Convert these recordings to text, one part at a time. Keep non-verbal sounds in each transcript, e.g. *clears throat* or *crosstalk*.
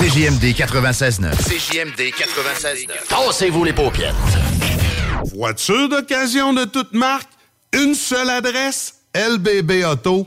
CJMD 96.9. CJMD 96.9. Tassez-vous les paupières. Voiture d'occasion de toute marque, une seule adresse, lbbauto.com.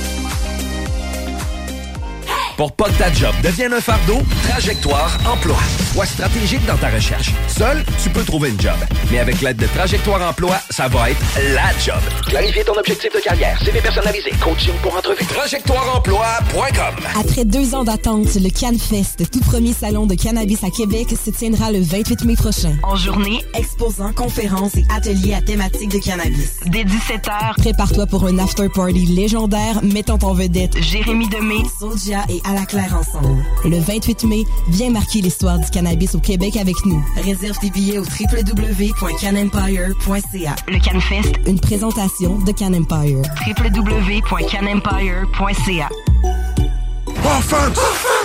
Pour pas que ta job devienne un fardeau, Trajectoire Emploi. Sois stratégique dans ta recherche. Seul, tu peux trouver une job. Mais avec l'aide de Trajectoire Emploi, ça va être la job. Clarifier ton objectif de carrière, CV personnalisé, coaching pour entrevue. TrajectoireEmploi.com Après deux ans d'attente, le CanFest, tout premier salon de cannabis à Québec, se tiendra le 28 mai prochain. En journée, exposants, conférences et ateliers à thématique de cannabis. Dès 17h, prépare-toi pour un after-party légendaire mettant en vedette Jérémy Demé, Soja et À la Claire ensemble. Le 28 mai, viens marquer l'histoire du cannabis au Québec avec nous. Réserve tes billets au www.canempire.ca. Le CanFest, une présentation de Can Empire. www.canempire.ca Enfant!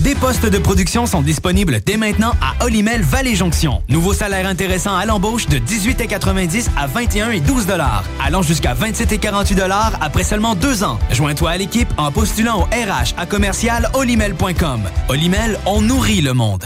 Des postes de production sont disponibles dès maintenant à Olimel Valley Jonction. Nouveau salaire intéressant à l'embauche de 18,90 à 21 et 12 dollars, allant jusqu'à 27 et 48 dollars après seulement deux ans. Joins-toi à l'équipe en postulant au RH à commercial olimel.com. Olimel, on nourrit le monde.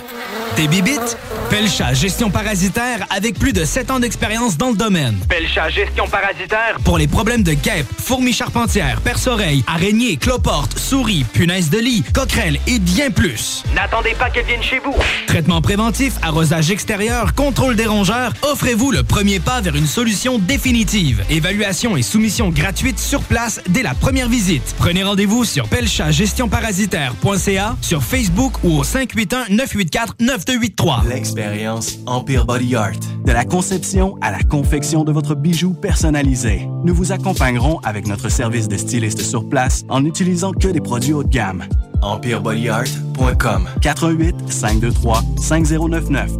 Tes bibites? Pelcha Gestion Parasitaire avec plus de 7 ans d'expérience dans le domaine. Pelcha Gestion Parasitaire. Pour les problèmes de guêpes, fourmis charpentières, perce-oreilles, araignées, cloportes, souris, punaises de lit, coquerelles et bien plus. N'attendez pas qu'elle vienne chez vous. Traitement préventif, arrosage extérieur, contrôle des rongeurs, offrez-vous le premier pas vers une solution définitive. Évaluation et soumission gratuite sur place dès la première visite. Prenez rendez-vous sur pelchagestionparasitaire.ca, sur Facebook ou au 581-984-9283. L'expérience Empire Body Art. De la conception à la confection de votre bijou personnalisé. Nous vous accompagnerons avec notre service de styliste sur place en n'utilisant que des produits haut de gamme. EmpireBodyArt.com 418 523 5099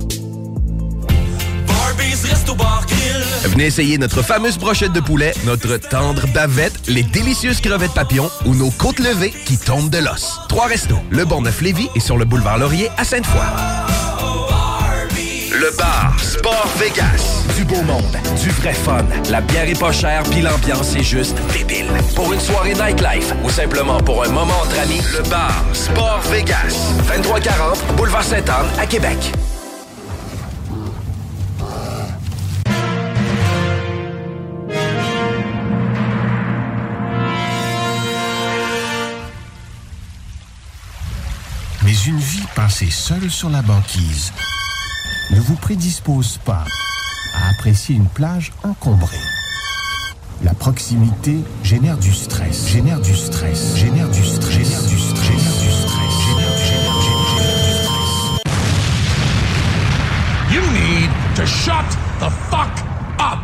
Venez essayer notre fameuse brochette de poulet, notre tendre bavette, les délicieuses crevettes papillons ou nos côtes levées qui tombent de l'os. Trois restos, le Bonneuf Lévis et sur le boulevard Laurier à Sainte-Foy. Le bar Sport Vegas. Du beau monde, du vrai fun. La bière est pas chère puis l'ambiance est juste débile. Pour une soirée nightlife ou simplement pour un moment entre amis, le bar Sport Vegas. 2340 boulevard Sainte-Anne à Québec. Mais une vie passée seule sur la banquise ne vous prédispose pas à apprécier une plage encombrée. La proximité génère du stress, génère du stress, génère du stress, génère du stress, génère du stress, génère du génère- génère- génère du stress. You need to shut the fuck up.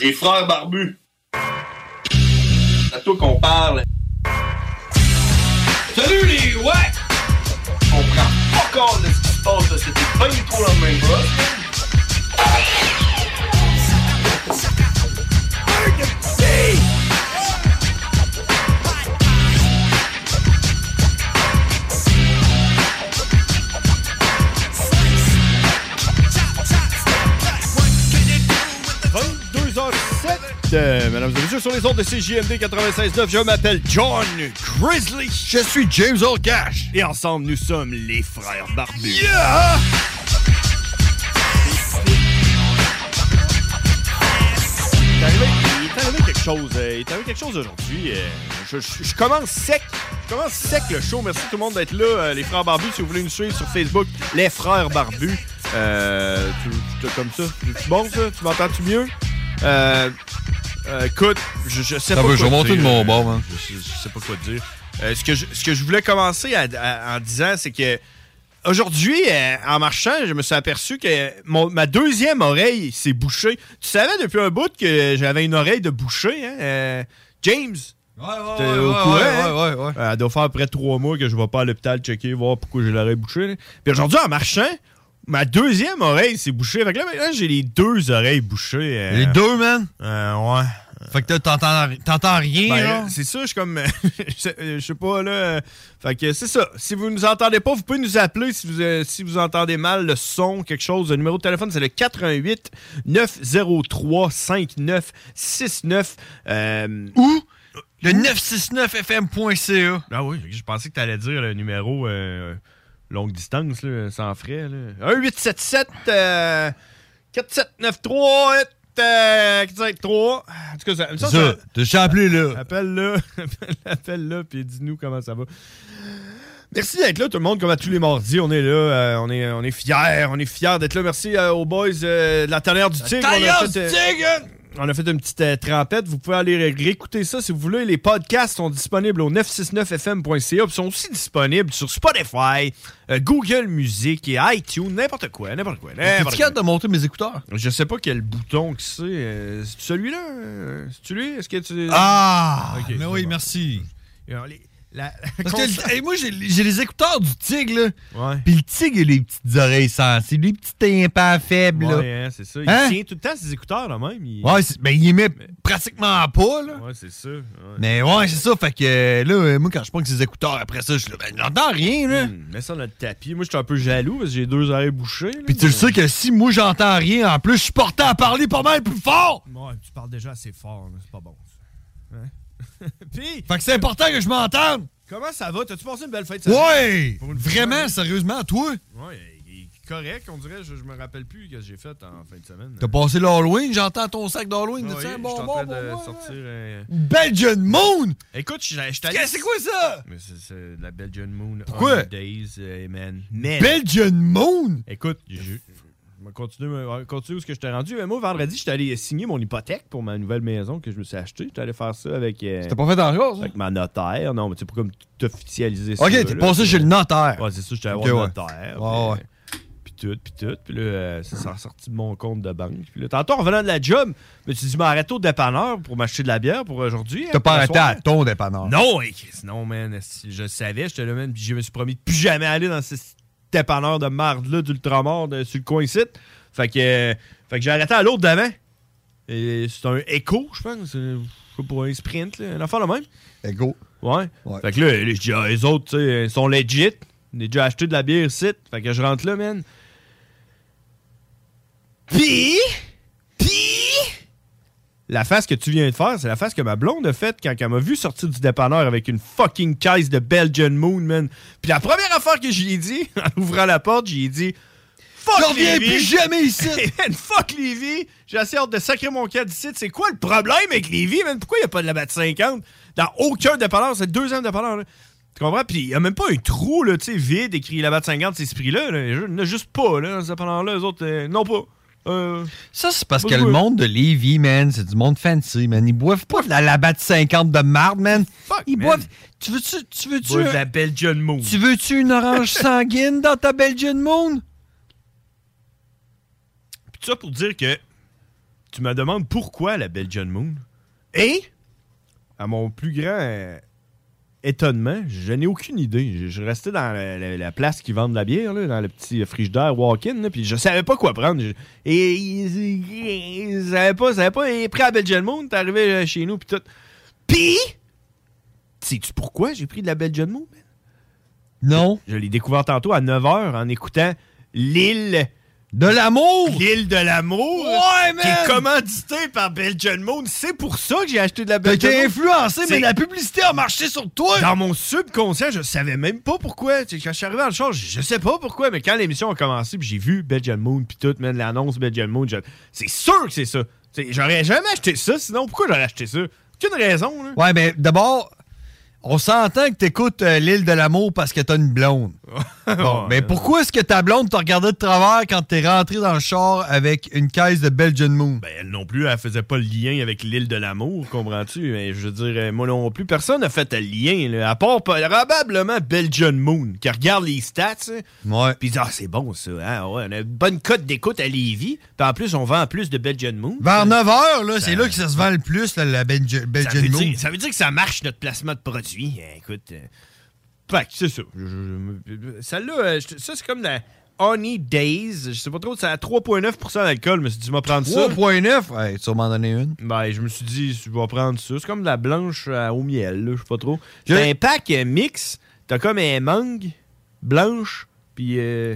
Les frères barbus. C'est à toi qu'on parle. Salut les ouais! On prend pas compte de ce qui se passe, là. c'était pas du tout la même chose. Euh, mesdames et messieurs, sur les ondes de E. CJMD 96.9, je m'appelle John Grizzly. Je suis James Cash. Et ensemble, nous sommes les frères barbus. Yeah! Il est arrivé, il est arrivé quelque chose. euh, il est arrivé quelque chose aujourd'hui. euh, je, je- je commence sec. Je commence sec le show. Merci tout le monde d'être là. euh, les frères barbus, si vous voulez nous suivre sur Facebook, les frères barbus. Euh, tu, tu- t'as comme ça. Tu, tu bon ça? Tu m'entends-tu mieux? Euh, euh, écoute, je, je sais Ça pas. veut, quoi je vais te monter dire, de mon euh, bord, hein. man. Je, je sais pas quoi te dire. Euh, ce, que je, ce que je voulais commencer à- à- en disant, c'est que aujourd'hui, euh, en marchant, je me suis aperçu que mon- ma deuxième oreille s'est bouchée. Tu savais depuis un bout que j'avais une oreille de bouchée, hein? euh, James? Ouais, ouais, ouais, ouais, ouais, hein? Elle doit faire près de trois mois que je vais pas à l'hôpital checker, voir pourquoi j'ai l'oreille bouchée. là. Puis aujourd'hui, en marchant, ma deuxième oreille s'est bouchée. Fait que là, maintenant, j'ai les deux oreilles bouchées. euh. Les deux, man? ouais. Fait que t'entends t'entends rien, Ben, là? euh, c'est ça, je suis comme. *laughs* je sais- euh, je sais pas, là. euh, Fait que c'est ça. Si vous nous entendez pas, vous pouvez nous appeler si vous, euh, si vous entendez mal le son, quelque chose. Le numéro de téléphone, c'est le 88 903 5969. euh, Ou le 969fm.ca. Ah oui, je pensais que t'allais dire le numéro euh, longue distance, là, sans frais. Là. 1 877 euh, 4793 euh, 453. En tout cas, ça, ça, Ça, ça- t'as *laughs* appelé, là. Appelle-le, appelle- appelle-le, puis dis-nous comment ça va. Merci d'être là, tout le monde, comme à tous les mardis. On est là, euh, on, est, on est fiers, on est fiers d'être là. Merci euh, aux boys euh, de la tanière du tigre. on a Tailleur fait, du euh, tigre! on a fait une petite euh, trempette. Vous pouvez aller ré- réécouter ça si vous voulez. Les podcasts sont disponibles au 969fm.ca. Ils sont aussi disponibles sur Spotify, euh, Google Music et iTunes. N'importe quoi, n'importe quoi. T'es-tu capable de monter mes écouteurs? Eh, Je sais pas quel bouton que c'est. Euh, c'est celui-là? euh, C'est celui? Est-ce que tu. Ah! Ok, mais c'est oui, bon. merci. Alors, les- la- la Parce que, console- hey, moi, j'ai j'ai les écouteurs du tigre, là. Puis le tigre, il a les petites oreilles sensibles, les petits tympans faibles, là. Ouais, hein, c'est ça. Il Hein? tient tout le temps ses écouteurs, là, même. Il... Ouais, c'est- ben, il émet pratiquement pas, là. Ouais, c'est ça. ouais. Mais ouais, c'est ça. Fait que euh, là, euh, moi, quand je prends que ces écouteurs, après ça, je suis là, ben, j'entends rien, là. Hmm, Mets ça dans le tapis. Moi, je suis un peu jaloux parce que j'ai deux oreilles bouchées. là. Puis tu le sais que si moi, j'entends rien, en plus, je suis porté à parler pas mal plus fort. Ouais, tu parles déjà assez fort, là, c'est pas bon. ça. Hein? *laughs* Puis, Fait que c'est important que je m'entende. comment ça va? T'as-tu passé une belle fête? cette semaine? Ouais! Pour une fois, Vraiment, hein? sérieusement, toi? Ouais, il est correct, on dirait. Je, je me rappelle plus ce que j'ai fait en fin de semaine. T'as passé l'Halloween, j'entends ton sac d'Halloween. Ouais, tu sais, je suis bon, en bon, train bon, de bon. sortir un- Belgian Moon! Écoute, je je t'allais- Qu'est-ce que c'est quoi ça? Mais c'est- c'est de la Belgian Moon. Pourquoi? Honey Days, euh, man. Man. Belgian Moon? Écoute, je. je vais continuer, euh, continuer où ce que je t'ai rendu. Mais moi, vendredi, j'étais allé signer mon hypothèque pour ma nouvelle maison que je me suis achetée. J'étais allé faire ça avec. euh, T'as pas fait hein? encore, ça? avec ma notaire. Non, mais tu sais, pour comme t'officialiser ça. Ok, t'es là, passé puis- chez le notaire. Ouais, c'est ça, j'étais allé Ok, voir le ouais. notaire. Ouais, puis, euh, puis tout, puis tout. Puis là, euh, ça s'est ressorti de mon compte de banque. Puis là, tantôt, en revenant de la job, je me suis dit, m'arrête au dépanneur pour m'acheter de la bière pour aujourd'hui. T'as hein, pour pas le arrêté soir. à ton dépanneur. Non, hey, Chris, non, man. esti, Je le savais, j'étais là, man. Puis je me suis promis de plus jamais aller dans ce dépanneur de marde-là d'Ultramar de- sur le coin ici. Fait que, euh, fait que j'ai arrêté à l'autre d'avant. Et C'est un écho, je pense. euh, je sais pas, un sprint, là, un affaire le même. Écho. Ouais. Fait que là, là, je dis, ah, les autres, tu sais, ils sont legit. J'ai déjà acheté de la bière ici. Fait que je rentre là, man. Pis, la face que tu viens de faire, c'est la face que ma blonde a faite quand elle m'a vu sortir du dépanneur avec une fucking caisse de Belgian Moon, man. Puis la première affaire que j'y ai dit, *laughs* en ouvrant la porte, j'y ai dit Fuck Je reviens Lévis! plus jamais ici! *laughs* Hey, man, fuck Lévis! J'ai assez hâte de sacrer mon cas d'ici. C'est quoi le problème avec Lévis, man? Pourquoi il n'y a pas de la batte 50 dans aucun dépanneur? C'est le deuxième dépanneur, là. Tu comprends? Puis il n'y a même pas un trou, là, tu sais, vide écrit la batte 50, c'est ce prix-là. là. Il n'y en a juste pas, là, dans ce dépanneur-là. Les autres, euh, non pas. Euh, Ça, c'est parce pas que le joué. monde de Lévis, man, c'est du monde fancy, man. Ils boivent pas de la labat de 50 de marde, man. Ils boivent. Tu veux-tu. Tu veux-tu. Boivent de la Belgian Moon. Tu veux-tu une orange sanguine dans ta Belgian Moon? Puis tout ça pour dire que tu me demandes pourquoi la Belgian Moon. Et, à mon plus grand euh, étonnement, je n'ai aucune idée. Je, je restais dans la, la- la place qui vend de la bière, là, dans le petit frigidaire walk-in, là, puis je savais pas quoi prendre. Je- et ils ils savaient pas, ils savaient pas. Et prêt à Belgian Moon, t'es arrivé euh, chez nous, puis tout. Puis, sais-tu pourquoi j'ai pris de la Belgian Moon? man? Non. Je l'ai découvert tantôt à 9h en écoutant L'île de l'amour. L'île de l'amour. Ouais, man! Qui est commandité par Belgian Moon. C'est pour ça que j'ai acheté de la T'as Belgian été Moon. influencé, mais C'est- la publicité a marché sur toi! Dans mon subconscient, je savais même pas pourquoi. Tu sais, Quand je suis arrivé à le char, je sais pas pourquoi, mais quand l'émission a commencé, puis j'ai vu Belgian Moon, puis tout, man, l'annonce Belgian Moon, je- c'est sûr que c'est ça. Tu sais, J'aurais jamais acheté ça, sinon pourquoi j'aurais acheté ça? Aucune raison, là. Ouais, mais d'abord, on s'entend que t'écoutes euh, l'île de l'amour parce que t'as *laughs* une blonde. Bon, mais pourquoi est-ce que ta blonde t'a regardé de travers quand t'es rentré dans le char avec une caisse de Belgian Moon? Ben, elle non plus, elle faisait pas le lien avec l'île de l'amour, comprends-tu? Mais je veux dire, euh, moi non plus, personne n'a fait le lien, là, à part pa- probablement Belgian Moon, qui regarde les stats, hein, ouais. puis il dit, ah, c'est bon ça, hein, ouais, on a une bonne cote d'écoute à Lévis, puis en plus, on vend plus de Belgian Moon. Vers 9h, là, c'est là que ça se vend le plus, là, la Belgi- ben, Ça veut, Belgian Moon. dire, ça veut dire que ça marche, notre placement de produit. Eh, écoute, euh, fait que c'est ça. Je- je- je- Celle-là, euh, je- ça, c'est comme la Honey Days, je sais pas trop, c'est à 3,9% d'alcool, je me suis dit, je vais prendre ça. 3.9, ouais, Eh, tu vas m'en donner une. Ben, je me suis dit, je vais prendre ça. C'est comme de la blanche à- au miel, là, je sais pas trop. Je- T'as un pack euh, mix, t'as comme un mangue, blanche, puis euh,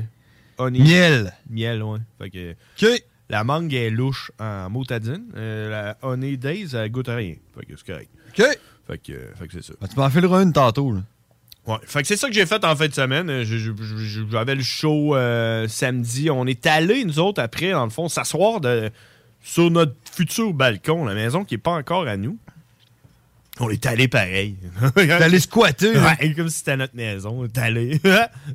honey. Miel. Miel, ouais. Fait que OK. la mangue est louche en motadine. Euh, la honey days, elle goûte à rien. Fait que c'est correct. OK. Fait que, euh, fait que c'est ça. Ben, tu m'en fileras une tantôt. Là. Ouais. Fait que c'est ça que j'ai fait en fin de semaine. Euh, je- je- je- J'avais le show euh, samedi. On est allés, nous autres, après, dans le fond, s'asseoir de- sur notre futur balcon, la maison qui n'est pas encore à nous. On est allés pareil. T'allais squatter. là. *laughs* Ouais, comme si c'était notre maison. On est allés.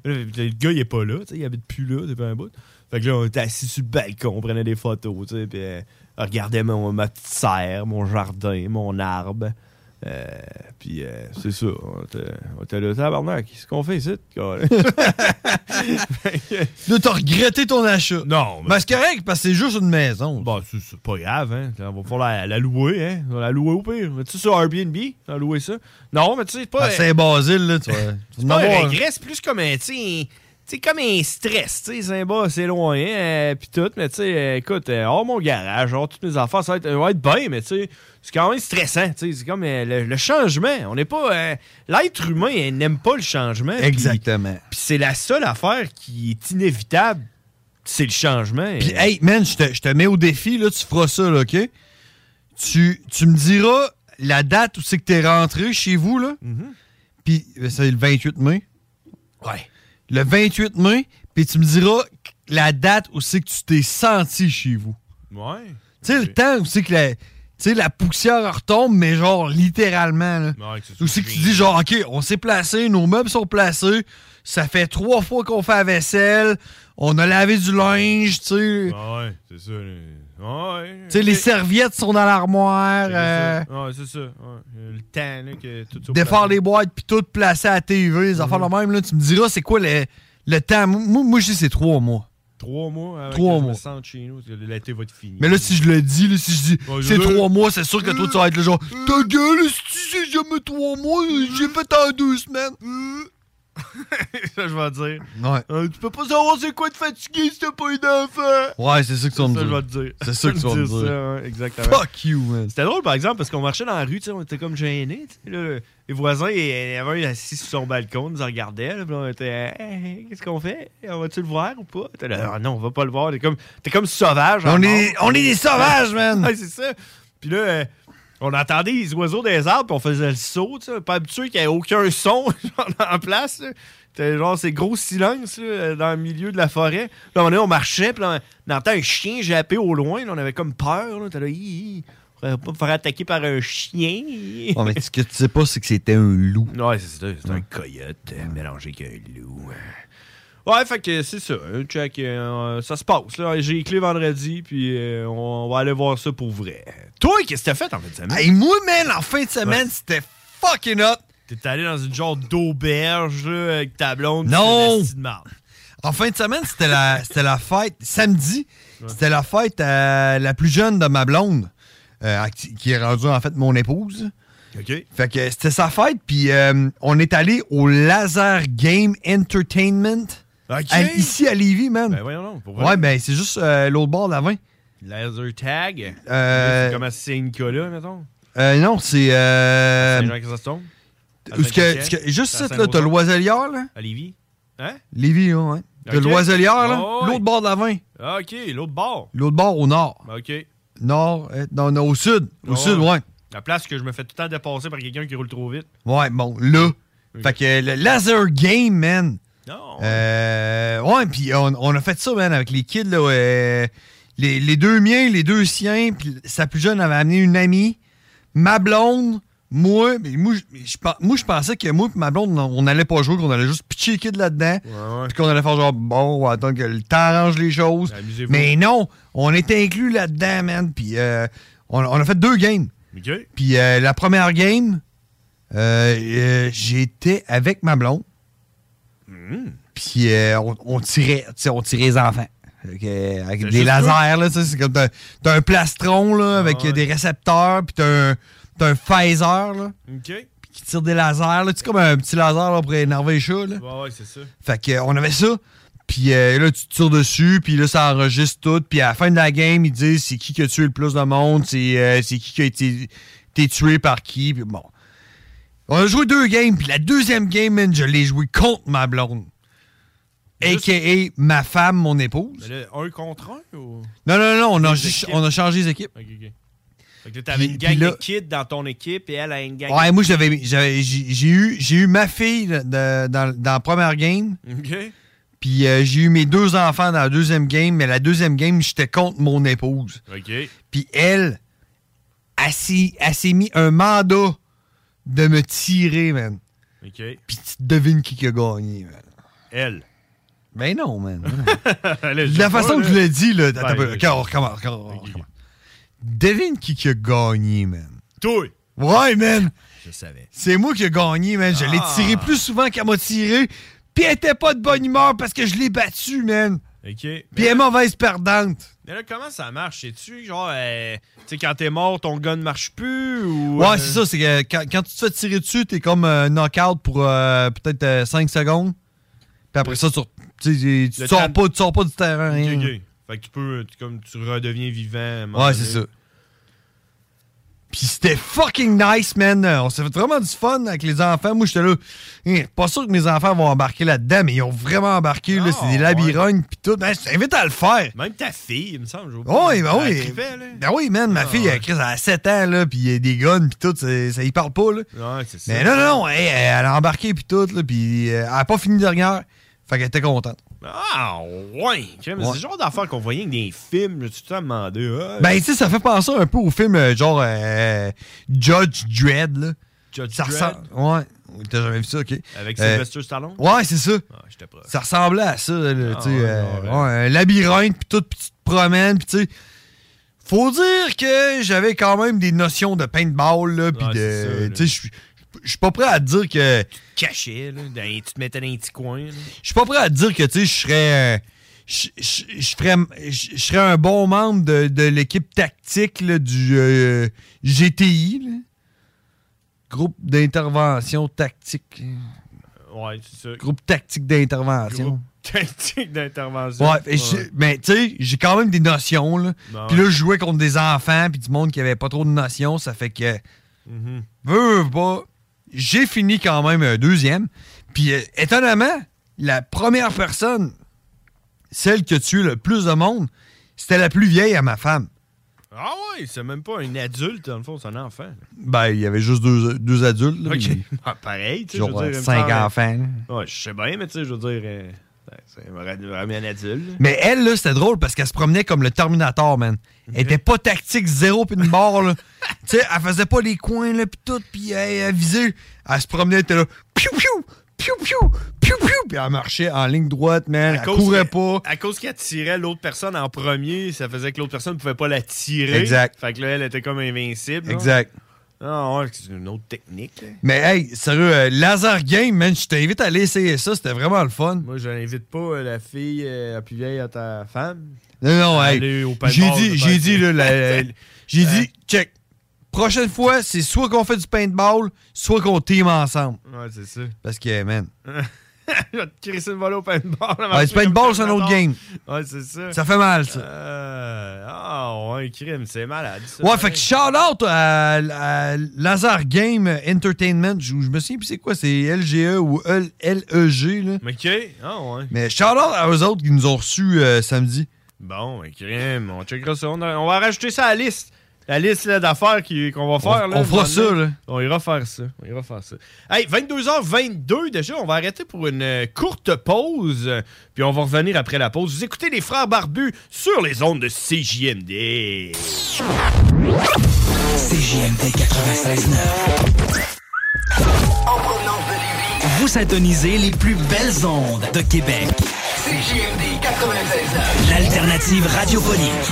le gars, il est pas là. tu sais, Il habite plus là depuis un bout. Fait que là, on était assis sur le balcon, on prenait des photos, tu sais, puis euh, on regardait mon, ma petite serre, mon jardin, mon arbre. Euh, puis euh, c'est ça, on était, on était là, tabarnak, qu'est-ce qu'on fait ici? *laughs* câlin? Là, t'as regretté ton achat. Non. Mais c'est correct, parce que c'est juste une maison. Bon, c'est c'est pas grave, hein. On va pouvoir la, la louer, hein. On va la louer au pire. Mais tu sais, sur Airbnb, on va louer ça. Non, mais tu sais, c'est pas. À Saint-Basile, là, tu vois. C'est pas un regret, c'est plus comme un, tu sais, c'est comme un stress, tu sais, Saint-Bas, c'est loin, hein, pis tout, mais tu sais, euh, écoute, euh, oh, mon garage, oh, toutes mes affaires, ça va être, va être bien, mais tu sais, c'est quand même stressant, tu sais, c'est comme euh, le, le changement, on n'est pas, euh, l'être humain euh, n'aime pas le changement. pis- Exactement. Puis c'est la seule affaire qui est inévitable, c'est le changement. euh. Puis, hey, man, je te, je te mets au défi, là, tu feras ça, là, OK? Tu, tu me diras la date où c'est que t'es rentré chez vous, là. Mhm. Puis, euh, c'est le 28 mai. Ouais. Le 28 mai, puis tu me diras la date où c'est que tu t'es senti chez vous. Ouais. Tu sais, le temps où c'est que la, tu sais, la poussière retombe, mais genre littéralement. Là. Ouais, que c'est Où c'est que tu dis genre, OK, on s'est placé, nos meubles sont placés, ça fait trois fois qu'on fait la vaisselle, on a lavé du linge, tu sais. Ah ouais, c'est ça. là. Ah ouais. Tu sais, les serviettes sont dans l'armoire, euh, C'est ça. Ah Ouais, c'est ça. ouais. Le temps, là, que tout ça. défaire les boîtes, puis tout placer à la TV, les affaires de même, là, tu me diras c'est quoi le, le temps. Moi, moi, je dis c'est trois mois. Trois mois avant Trois que je mois. me sente chez nous, parce que l'été va être fini. Mais là, si je le dis, là, si je dis Ouais, c'est je- trois mois, c'est sûr que toi, tu vas être le genre Ta gueule, si c'est jamais trois mois, j'ai fait en deux semaines. *laughs* Ça, je vais dire. Ouais. tu peux pas savoir c'est quoi de fatigué si t'as pas eu d'enfant. Ouais, c'est ça que tu vas me ça, je dire. vais te dire. C'est ça que *laughs* tu vas me dire. ça, ouais, exactement. Fuck you, man. C'était drôle, par exemple, parce qu'on marchait dans la rue, tu sais, on était comme gênés. tu sais, là. les voisins, il y en avait un assis sur son balcon, ils nous regardaient. Là, puis on était, Hey, qu'est-ce qu'on fait? On va-tu le voir ou pas? T'es là, Ah non, on va pas le voir. T'es comme, t'es comme sauvage. On en est- mort. on est des sauvages, man. *laughs* Ouais, c'est ça. Puis là, euh, on entendait les oiseaux des arbres, puis on faisait le saut, tu sais, pas habitué qu'il n'y ait aucun son *laughs* genre, en place. là. C'était genre ces gros silences là, euh, dans le milieu de la forêt. Là, on, on marchait, puis là, on entend un chien japper au loin. là, on avait comme peur. Là, T'es là, Hi, hi, on pourrait pas me faire attaquer par un chien. Ouais, mais ce que tu sais pas, c'est que c'était un loup. *laughs* Ouais, c'est ça. C'est un coyote euh, mélangé avec un loup. Ouais, fait que c'est ça. hein, Check, euh, ça se passe. là. J'ai les clés vendredi, puis euh, on, on va aller voir ça pour vrai. Toi, qu'est-ce que t'as fait en fin de semaine? Hey, moi, man, en fin de semaine, c'était fucking hot. T'es allé dans une genre d'auberge là, avec ta blonde. Non! tu t'es de marde. En fin de semaine, c'était la, *laughs* c'était la fête. Samedi, c'était la fête à la plus jeune de ma blonde, euh, à qui qui est rendue en fait mon épouse. OK. Fait que c'était sa fête, puis euh, on est allé au Laser Game Entertainment. à- ici à Lévis, man. Ben voyons donc, pour vrai. ouais, ben c'est juste euh, l'autre bord de la 20. Laser tag. Euh, C'est comme à Saint-Nicolas, mettons. Euh, non, c'est. Euh, Saint-Jean-Chrysostome. À où ce que- Saint-Michel. ce que- juste À cette là, t'as Saint-Rosaire. Loiselière, là. À Lévis. Hein? Lévis, là, ouais. T'as Ok. Loiselière, là. Oh, oui. L'autre bord de la 20. Ah, OK, l'autre bord. Ben, L'autre bord au nord. OK. Nord, euh, non, non, au sud. Au Ah, sud, ouais. La place que je me fais tout le temps dépasser par quelqu'un qui roule trop vite. Ouais, bon, là. Fait que le laser game, man. Non. Euh, ouais, puis on, on a fait ça, man, avec les kids, là. euh, les, les deux miens, les deux siens, puis sa plus jeune avait amené une amie, ma blonde, moi. mais moi, je- je pen- moi, je pensais que moi et ma blonde, on on allait pas jouer, qu'on allait juste pitcher les kids là-dedans. Puis qu'on allait faire genre, bon, on va attendre que le temps arrange les choses. Ben, Amusez-vous. Mais non, on était inclus là-dedans, man. Puis euh, on- on a fait deux games. OK. Puis euh, la première game, euh, euh, j'étais avec ma blonde. Puis euh, on, on tirait, tu sais, on tirait les enfants. Fait que, avec des juste Ah lasers, là, tu sais, c'est comme t'as, t'as un plastron là, avec ouais. des récepteurs, puis t'as un, t'as un phaser là, OK. qui tire des lasers. Là, tu sais, comme un petit laser là, pour énerver les chats. Là. Ouais, ouais, c'est ça. Fait que, euh, on avait ça. Puis euh, là, tu te tires dessus, puis là, ça enregistre tout. Puis à la fin de la game, ils disent c'est qui qui a tué le plus de monde, c'est euh, c'est qui qui a été, été tué par qui. Puis bon. On a joué deux games, puis la deuxième game, man, je l'ai joué contre ma blonde. A.K.A. ma femme, mon épouse. Mais là, un contre un ou. Non, non, non, on a, ju- équipes. on a changé les équipes. OK, OK. Fait que là, t'avais Puis- une gang puis là- de kids dans ton équipe et elle a une gang. Ouais, moi, j'avais, j'avais- j'ai j'ai eu, j'ai eu ma fille de- de- dans, dans la première game, OK. puis euh, j'ai eu mes deux enfants dans la deuxième game, mais la deuxième game, j'étais contre mon épouse. OK. Puis elle, elle s'est elle s'est mis un mandat de me tirer, man. OK. Puis tu devines qui qui a gagné, man. Elle. Ben *laughs* non, man. Allez, De je la sais façon pas, que là. je l'ai dit, là. Ben, attends un peu. je- Ok, on recommence, on recommence, on recommence. Devine qui qui a gagné, man. Toi! Ouais, man! Je savais. C'est moi qui ai gagné, man. Je l'ai Ah. tiré plus souvent qu'elle m'a tiré. Puis elle était pas de bonne humeur parce que je l'ai battue, man. OK. Mais Puis elle est mauvaise perdante. Mais là, comment ça marche? Sais-tu, genre, euh, tu sais, quand t'es mort, ton gun ne marche plus ou. Ouais, euh, c'est ça. C'est que quand, quand tu te fais tirer dessus, t'es comme euh, knock-out pour euh, peut-être 5 secondes. Puis après ça, tu, re- tu sais, tu Le sors temps- pas, tu sors pas du terrain. OK, rien. OK. Fait que tu peux, tu- comme tu redeviens vivant. euh, à un moment Ouais, donné. c'est ça. Puis c'était fucking nice, man. On s'est fait vraiment du fun avec les enfants. Moi, j'étais là. Hein, pas sûr que mes enfants vont embarquer là-dedans, mais ils ont vraiment embarqué. là. C'est des Ah, labyrinthes, puis tout. Ben, je t'invite à le faire. Même ta fille, il me semble. j'ai oublié. Oui, ben Elle oui. tripait, là. Ah, Ben oui, man, ma fille, elle, Chris, elle a 7 ans, là, puis il y a des guns, puis tout, ça, ça y parle pas, là. Ouais, c'est ça. Mais non, non, non, hey, elle a embarqué, puis tout, là, puis euh, elle a pas fini dernière, fait qu'elle était contente. Ah, ouais. Crème, C'est Ouais. le genre d'affaires qu'on voyait avec des films. là, Tu t'es demandé. ah, Ben, tu sais, ça fait penser un peu au film, euh, genre, euh, Judge Dredd, là. Judge ça Dredd? ressemble- Ouais, t'as jamais vu ça, OK. Avec Euh, Sylvester Stallone? Ah, Ouais, c'est ça. j'étais proche. Ça ressemblait à ça, là, Ah, tu sais, ouais, euh, ouais. ouais, un labyrinthe, puis tout, puis tu te promènes, puis tu sais... Faut dire que j'avais quand même des notions de paintball, là, puis Ouais, c'est ça, de... là. Tu sais, je suis- je suis pas prêt à te dire que... Caché, là. dans- tu te mettais dans un petit coin. là. Je suis pas prêt à te dire que tu sais, je serais. euh, Je je- je ferais- je- je serais un bon membre de, de l'équipe tactique là, du euh, GTI. là. Groupe d'intervention tactique. Ouais, c'est ça. *laughs* Groupe tactique d'intervention. Tactique d'intervention. euh, Ouais, fait que j'ai- mais tu sais, j'ai quand même des notions. Là. Ben puis là, ouais. je jouais contre des enfants puis du monde qui avait pas trop de notions. Ça fait que. Mhm. Veux, veux pas. J'ai fini quand même euh, deuxième. Puis euh, étonnamment, la première personne, celle que tu le plus de monde, c'était la plus vieille à ma femme. Ah ouais, c'est même pas un adulte, dans le fond, c'est un *laughs* enfant. Ben, il y avait juste deux, deux adultes. là, OK. mais- Ah, pareil, tu sais. Genre, je veux dire, il me cinq semble- enfants, Ouais, je sais bien, mais tu sais, je veux dire. euh, ça me ra- ramène un adulte. là. Mais elle, là, c'était drôle parce qu'elle se promenait comme le Terminator, man. Elle était pas tactique, zéro puis de mort, là. tu sais, elle faisait pas les coins, là, puis tout, puis elle, elle visait. Elle se promenait, elle était là, piou, piou, piou, piou, piou, piou, puis elle marchait en ligne droite, man. elle cause courait que- pas. *laughs* À cause qu'elle tirait l'autre personne en premier, ça faisait que l'autre personne ne pouvait pas la tirer. Exact. Fait que là, elle était comme invincible. là. Exact. Ah ouais, c'est une autre technique. là. Mais hey, sérieux, euh, Lazar Game, man, je t'invite à aller essayer ça, c'était vraiment le fun. Moi, je n'invite pas euh, la fille euh, la plus vieille à ta femme. Non, non, À hey, aller au j'ai paintball, dit, peut-être. j'ai dit, là, la- la- j'ai dit, check, prochaine fois, c'est soit qu'on fait du paintball, soit qu'on team ensemble. Ouais, c'est ça. Parce que, man, *laughs* je vais te crisser une volée au paintball. Ouais, du paintball, c'est un autre game. Ouais, c'est ça. Ça fait mal, ça. Euh, Ah, ouais, crime, c'est malade. ça. Ouais, fait que shout out à, à Lazar Game Entertainment. Je, je me souviens plus c'est quoi, c'est LGE ou L- LEG, là. OK. Ah, ouais. Mais shout out à eux autres qui nous ont reçus euh, samedi. Bon, ben, crime, on checkera ça. On, a- on va rajouter ça à la liste. La liste là, d'affaires qui- qu'on va faire. On- là, on fera ça, maintenant. là. On ira faire ça. On ira faire ça. Hey, 22h22 déjà. On va arrêter pour une euh, courte pause. euh, Puis on va revenir après la pause. Vous écoutez les frères barbus sur les ondes de CJMD. CJMD 96.9. Vous syntonisez les plus belles ondes de Québec. CJMD 96.9. L'alternative radiophonique.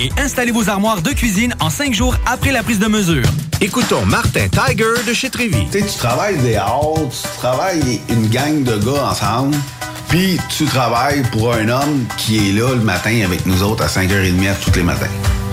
et installer vos armoires de cuisine en cinq jours après la prise de mesure. Écoutons Martin Tiger de chez Trévy. Tu sais, tu travailles des heures, tu travailles une gang de gars ensemble, puis tu travailles pour un homme qui est là le matin avec nous autres à 5h30 à tous les matins.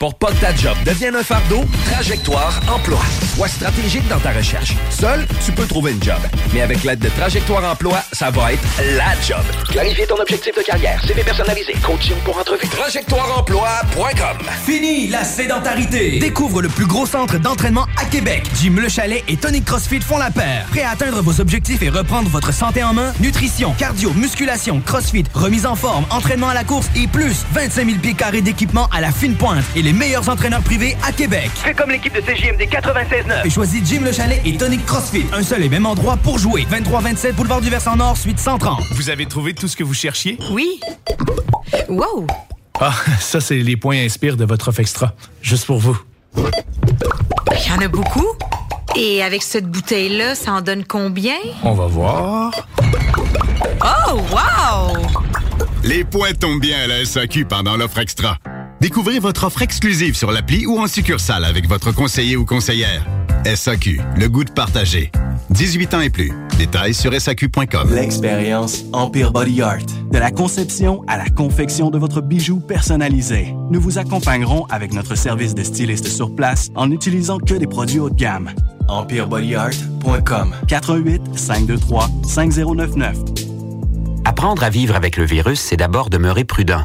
Pour pas que ta job devienne un fardeau, Trajectoire Emploi. Sois stratégique dans ta recherche. Seul, tu peux trouver une job. Mais avec l'aide de Trajectoire Emploi, ça va être la job. Clarifier ton objectif de carrière, CV personnalisé, coaching pour entrevue. TrajectoireEmploi.com Fini la sédentarité! Découvre le plus gros centre d'entraînement à Québec. Jim Le Chalet et Tonic CrossFit font la paire. Prêt à atteindre vos objectifs et reprendre votre santé en main? Nutrition, cardio, musculation, CrossFit, remise en forme, entraînement à la course et plus 25 000 pieds carrés d'équipement à la fine pointe et les meilleurs entraîneurs privés à Québec. Fais comme l'équipe de CJMD 96.9. Et choisis Jim Le Chalet et Tonic CrossFit. Un seul et même endroit pour jouer. 23-27 Boulevard du Versant Nord, suite 130. Vous avez trouvé tout ce que vous cherchiez? Oui. Wow! Ah, *laughs* ça, c'est les points inspire de votre offre extra. Juste pour vous. Il y en a beaucoup. Et avec cette bouteille-là, ça en donne combien? On va voir. Oh, wow! Les points tombent bien à la SAQ pendant l'offre extra. Découvrez votre offre exclusive sur l'appli ou en succursale avec votre conseiller ou conseillère. SAQ, le goût de partager. 18 ans et plus. Détails sur SAQ.com. L'expérience Empire Body Art. De la conception à la confection de votre bijou personnalisé. Nous vous accompagnerons avec notre service de styliste sur place en n'utilisant que des produits haut de gamme. EmpireBodyArt.com 88 523 5099 Apprendre à vivre avec le virus, c'est d'abord demeurer prudent.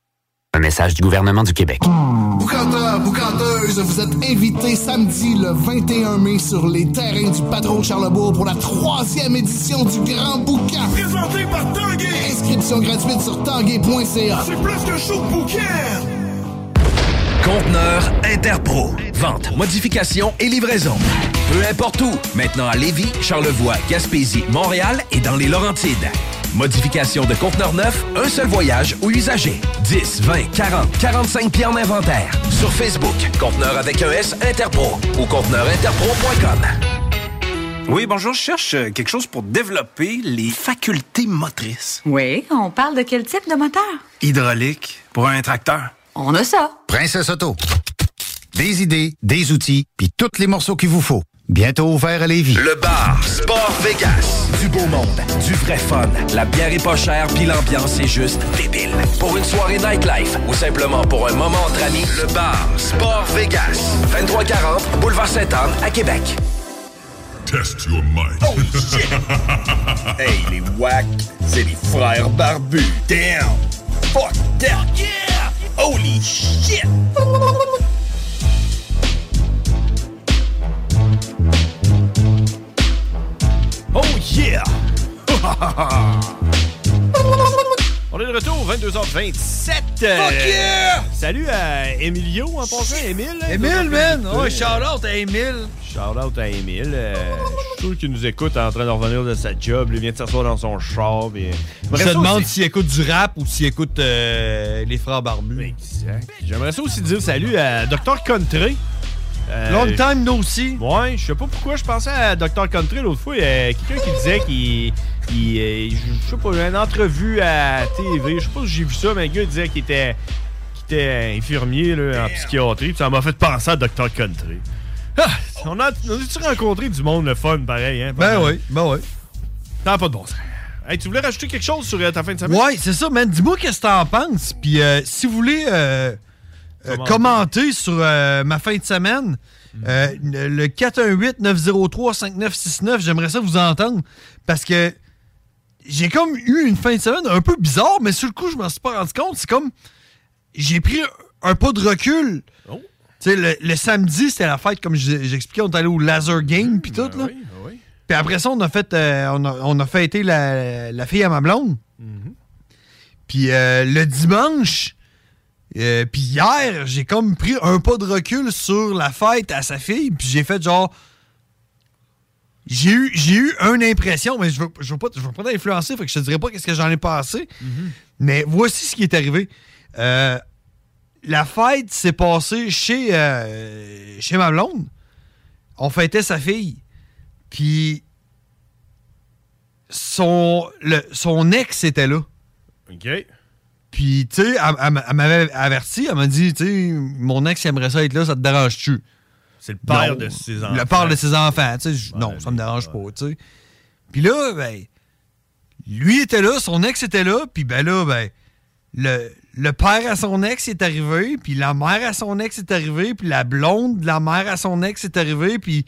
Un message du gouvernement du Québec. Boucanteurs, boucanteuses, vous êtes invités samedi le 21 mai sur les terrains du patron de Charlebourg pour la troisième édition du Grand Boucan. Présenté par Tanguay. Inscription gratuite sur tanguay.ca. C'est plus qu'un show de bouquet. Conteneur Interpro. Vente, modification et livraison. Peu importe où, maintenant à Lévis, Charlevoix, Gaspésie, Montréal et dans les Laurentides. Modification de conteneur neuf, un seul voyage ou usager. 10, 20, 40, 45 pieds en inventaire. Sur Facebook, conteneur avec un S Interpro ou conteneurinterpro.com. Oui, bonjour, je cherche euh, quelque chose pour développer les facultés motrices. Oui, on parle de quel type de moteur? Hydraulique pour un tracteur. On a ça. Princesse Auto. Des idées, des outils, puis tous les morceaux qu'il vous faut. Bientôt ouvert à Lévis. Le bar Sport Vegas. Du beau monde, du vrai fun. La bière est pas chère, puis l'ambiance est juste débile. Pour une soirée nightlife ou simplement pour un moment entre amis, le bar Sport Vegas. 2340 Boulevard Sainte-Anne à Québec. Test your might. *laughs* Oh, hey, les wack, c'est les frères barbus. Damn. Fuck that. Yeah. Holy shit. Oh yeah! *laughs* On est de retour, 22h27. Fuck yeah! Euh, Salut à Emilio en passant, Emile. Émile, hein, man! Oh, shout-out à Émile. Shout out à Emile. Euh, je suis sûr qu'il nous écoute en train de revenir de sa job. Il vient de s'asseoir dans son char. puis- Je J'aimerais me ça demande aussi- s'il écoute du rap ou s'il écoute euh, les frères barbus. Exact. J'aimerais ça aussi dire salut à Dr. Country. Long time no see. Ouais, je sais pas pourquoi je pensais à Dr. Country l'autre fois. Euh, Quelqu'un qui disait qu'il. il, euh, je sais pas, une entrevue à TV. Je sais pas si j'ai vu ça, mais le gars disait qu'il était, qu'il était infirmier là, en psychiatrie. Puis ça m'a fait penser à Dr. Country. Ah, on a, on a-tu rencontré du monde le fun pareil, hein? Ben oui, ben oui. T'as pas de bon sens. Hey, tu voulais rajouter quelque chose sur euh, ta fin de semaine? Ouais, c'est ça, man. Dis-moi qu'est-ce que t'en penses. Puis euh, si vous voulez euh, euh, Commenter. commenter sur euh, ma fin de semaine, euh, le 418-903-5969, j'aimerais ça vous entendre. Parce que j'ai comme eu une fin de semaine un peu bizarre, mais sur le coup, je m'en suis pas rendu compte. C'est comme j'ai pris un pas de recul. Tu sais, le, le samedi, c'était la fête, comme je- j'expliquais, on est allé au Laser Game, puis tout, là. Puis après ça, on a fait, euh, on, a, on a fêté la, la fille à ma blonde. Puis euh, le dimanche, euh, puis hier, j'ai comme pris un pas de recul sur la fête à sa fille, puis j'ai fait genre. J'ai eu, j'ai eu une impression, mais je veux, je veux pas, je veux pas t'influencer, fait que je te dirai pas qu'est-ce que j'en ai passé. Mais voici ce qui est arrivé. Euh, la fête s'est passée chez, euh, chez ma blonde. On fêtait sa fille. Puis son, le- son ex était là. OK. Puis, tu sais, elle, elle m'a- elle m'avait averti. Elle m'a dit, tu sais, mon ex, il aimerait ça être là, ça te dérange-tu? C'est le père Non. de ses Le enfants. père de ses enfants, tu sais. je- non, ça me dérange pas, tu sais. Puis là, ben, lui était là, son ex était là, puis ben là, ben, le, le père à son ex est arrivé, puis la mère à son ex est arrivée, puis la blonde de la mère à son ex est arrivée, puis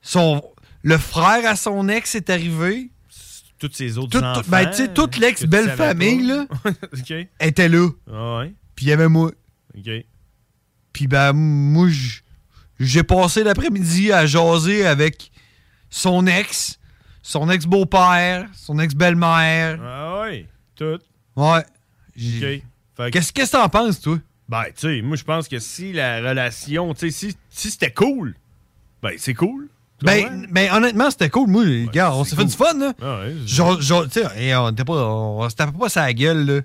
son, le frère à son ex est arrivé. Toutes ses autres Tout- tout- enfants. ben, tu sais, toute l'ex-belle que tu savais famille, pas. là. *laughs* OK. était là. Ah ouais. Puis il y avait moi. OK. Puis ben, moi, j- j'ai passé l'après-midi à jaser avec son ex, son ex-beau-père, son ex-belle-mère. Ah ouais. Tout. Ouais. OK. Fait que- Qu'est-ce qu'est-ce que t'en penses, toi? Ben, tu sais, moi, je pense que si la relation, tu sais, si, si c'était cool, ben, c'est cool. Tu comprends? Ben, ben, honnêtement, c'était cool. Moi, regarde, on s'est fait du fun, là. Ah ouais, c'est- Genre, genre, tu sais, hey, on était pas, on, on se tapait pas sa gueule, là.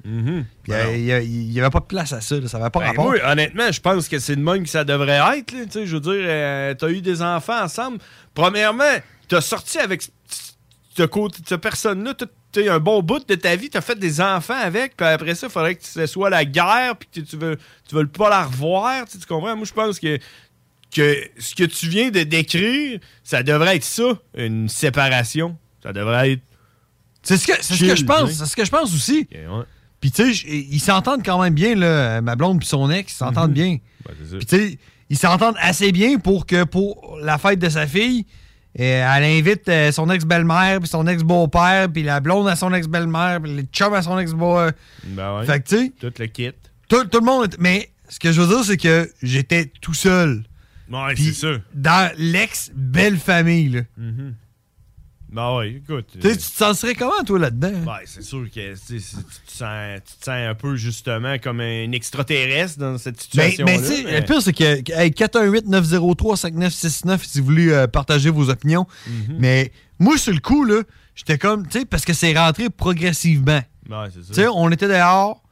Puis, euh, il y a- il y avait pas de place à ça, là. Ça avait pas Mm-hmm. Ben, rapport. moi, honnêtement, je pense que c'est de même que ça devrait être. là. Tu sais, Je veux dire, euh, t'as eu des enfants ensemble. Premièrement, t'as sorti avec c- c- ce côté- cette personne-là tout- tu sais, un bon bout de ta vie. T'as fait des enfants avec. Puis après ça, il faudrait que ce soit la guerre. Puis que tu veux, tu veux pas la revoir. Tu sais, tu comprends? Moi, je pense que, que ce que tu viens de décrire, ça devrait être ça, une séparation. Ça devrait être. C'est ce que, c'est ce que je pense. C'est ce que je pense aussi. Puis tu sais, j- ils s'entendent quand même bien, là, ma blonde puis son ex, ils s'entendent bien. Mhm. Ben, c'est ça. Puis tu sais, ils s'entendent assez bien pour que pour la fête de sa fille, euh, elle invite euh, son ex-belle-mère, puis son ex-beau-père, puis la blonde à son ex-belle-mère, puis le chum à son ex-beau. euh. Ben ouais. Fait que tu sais, Tout le kit. tout, tout le monde... est- Mais ce que je veux dire, c'est que j'étais tout seul Ouais, c'est sûr. dans l'ex-belle-famille. là. Mhm. Ben ouais, écoute. Tu sais, tu te sentirais comment, toi, là-dedans? hein? Ouais, c'est sûr que tu, sais, c'est- tu te sens, tu te sens un peu justement comme un extraterrestre dans cette Mais, situation-là. mais Ben, tu sais, le pire, c'est que que- hey, 418-903-5969, si vous voulez euh, partager vos opinions. Mhm. Mais moi, sur le coup, là, j'étais comme, tu sais, parce que c'est rentré progressivement. Ouais, c'est Tu sais, ça. on était dehors.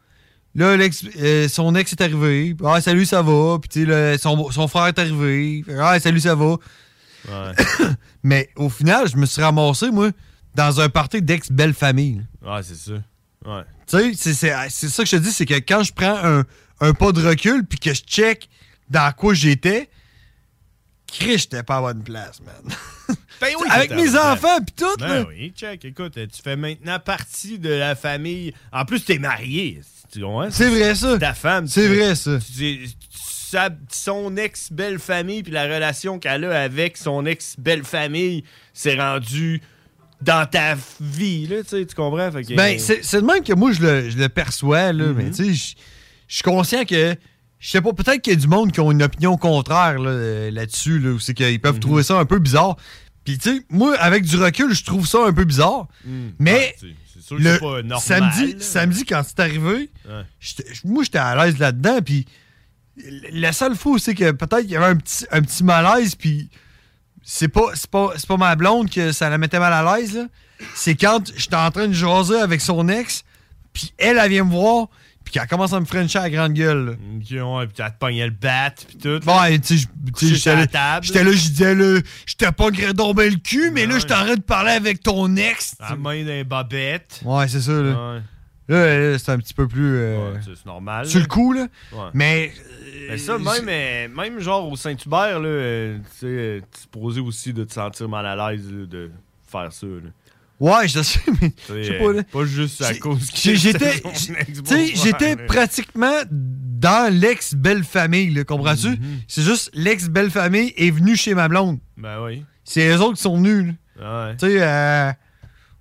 Là, l'ex- euh, son ex est arrivé. Ah, salut, ça va. Puis, tu sais, le- son, son frère est arrivé. Ah, salut, ça va. *coughs* Mais au final, je me suis ramassé, moi, dans un party d'ex-belle famille. Ouais, c'est ça. Ouais. Tu sais, c'est- c'est c'est ça que je te dis, c'est que quand je prends un, un pas de recul puis que je check dans quoi j'étais, Chris, j'étais pas à bonne place, man. *laughs* Avec t'as- mes t'as- enfants puis tout, Ben là. oui, check. Écoute, tu fais maintenant partie de la famille. En plus, t'es marié. tu comprends? C'est vrai, ça. Ta femme. C'est tu- vrai, ça. tu- tu- sa- son ex-belle-famille puis la relation qu'elle a avec son ex-belle-famille s'est rendue dans ta vie, là, tu sais, tu comprends? Fait que- Ben, c'est c'est de même que moi, je le, je le perçois, là, mais Mm-hmm. tu sais, je- je suis conscient que, je sais pas, peut-être qu'il y a du monde qui ont une opinion contraire là, euh, là-dessus, là, où c'est qu'ils Mm-hmm. peuvent trouver ça un peu bizarre. Puis, tu sais, moi, avec du recul, je trouve ça un peu bizarre, Mhm. mais... C'est sûr que c'est le pas normal. samedi, samedi, quand c'est arrivé, Ouais. j'étais- moi, j'étais à l'aise là-dedans. Puis la seule fois, où c'est que peut-être qu'il y avait un petit, un petit malaise. Puis c'est pas, c'est pas, c'est pas ma blonde que ça la mettait mal à l'aise. là. C'est quand j'étais en train de jaser avec son ex. Puis elle, elle vient me voir. Puis qu'elle commence à me frencher à la grande gueule. là. Ok, ouais, puis t'as te pogné le bat, puis tout. Ouais, tu sais, je- tu sais, Couché sur j'étais la là, table. j'étais là, je disais, là, je t'ai pas gradombé le cul, mais là, j'étais en train de parler avec ton ex. À main d'un babette. Ouais, c'est ça, là. Là, là, c'est un petit peu plus. euh, C'est normal. sur là. le coup, là. Ouais. Mais. Mais ça, même, euh, même genre au Saint-Hubert, là, euh, tu sais, euh, tu es supposé aussi de te sentir mal à l'aise là, de faire ça. Là. Ouais, je sais, *laughs* mais. Tu sais, Je sais euh, pas, là. juste à cause que J'ai- *laughs* J'étais. c'est ton j'- ex-beau-frère, Tu sais, j'étais là. pratiquement dans l'ex-belle-famille, là, comprends-tu? Mm-hmm. C'est juste l'ex-belle-famille est venue chez ma blonde. Ben oui. C'est eux autres qui sont venus, là. Tu sais, euh.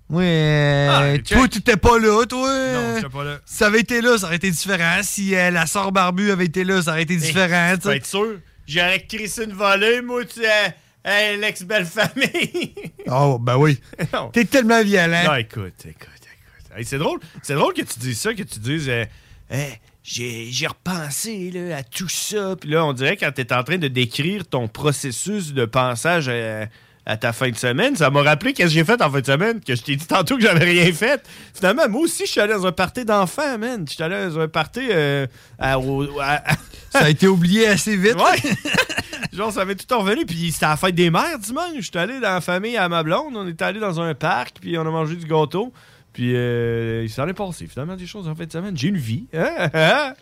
Ouais. Ah, euh, check. toi, tu t'étais pas là, toi. Non, euh, j'étais pas là. Si ça avait été là, ça aurait été différent. Si euh, la sœur Barbu avait été là, ça aurait été différent. Tu tu peux sais. être sûr, j'aurais crissé une volée, moi, tu sais, hey, l'ex-belle-famille. *laughs* Oh, ben oui. Non. T'es tellement violent. Non, écoute, écoute, écoute. Hey, c'est drôle, c'est drôle que tu dises ça, que tu dises euh, Hey, j'ai j'ai repensé là, à tout ça. Puis là, on dirait quand t'es en train de décrire ton processus de pensage à, à ta fin de semaine, ça m'a rappelé qu'est-ce que j'ai fait en fin de semaine, que je t'ai dit tantôt que j'avais rien fait. Finalement, moi aussi, je suis allé dans un party d'enfants, man. Je suis allé dans un party euh, à- au- à- *laughs* Ça a été oublié assez vite. Ouais. *laughs* Genre, ça m'est tout revenu. Puis c'était la fête des mères dimanche. J'étais allé dans la famille à ma blonde. On est allé dans un parc. Puis on a mangé du gâteau. Puis euh, il s'en est passé finalement des choses en fin de semaine. J'ai une vie. Hein? *laughs* Hein?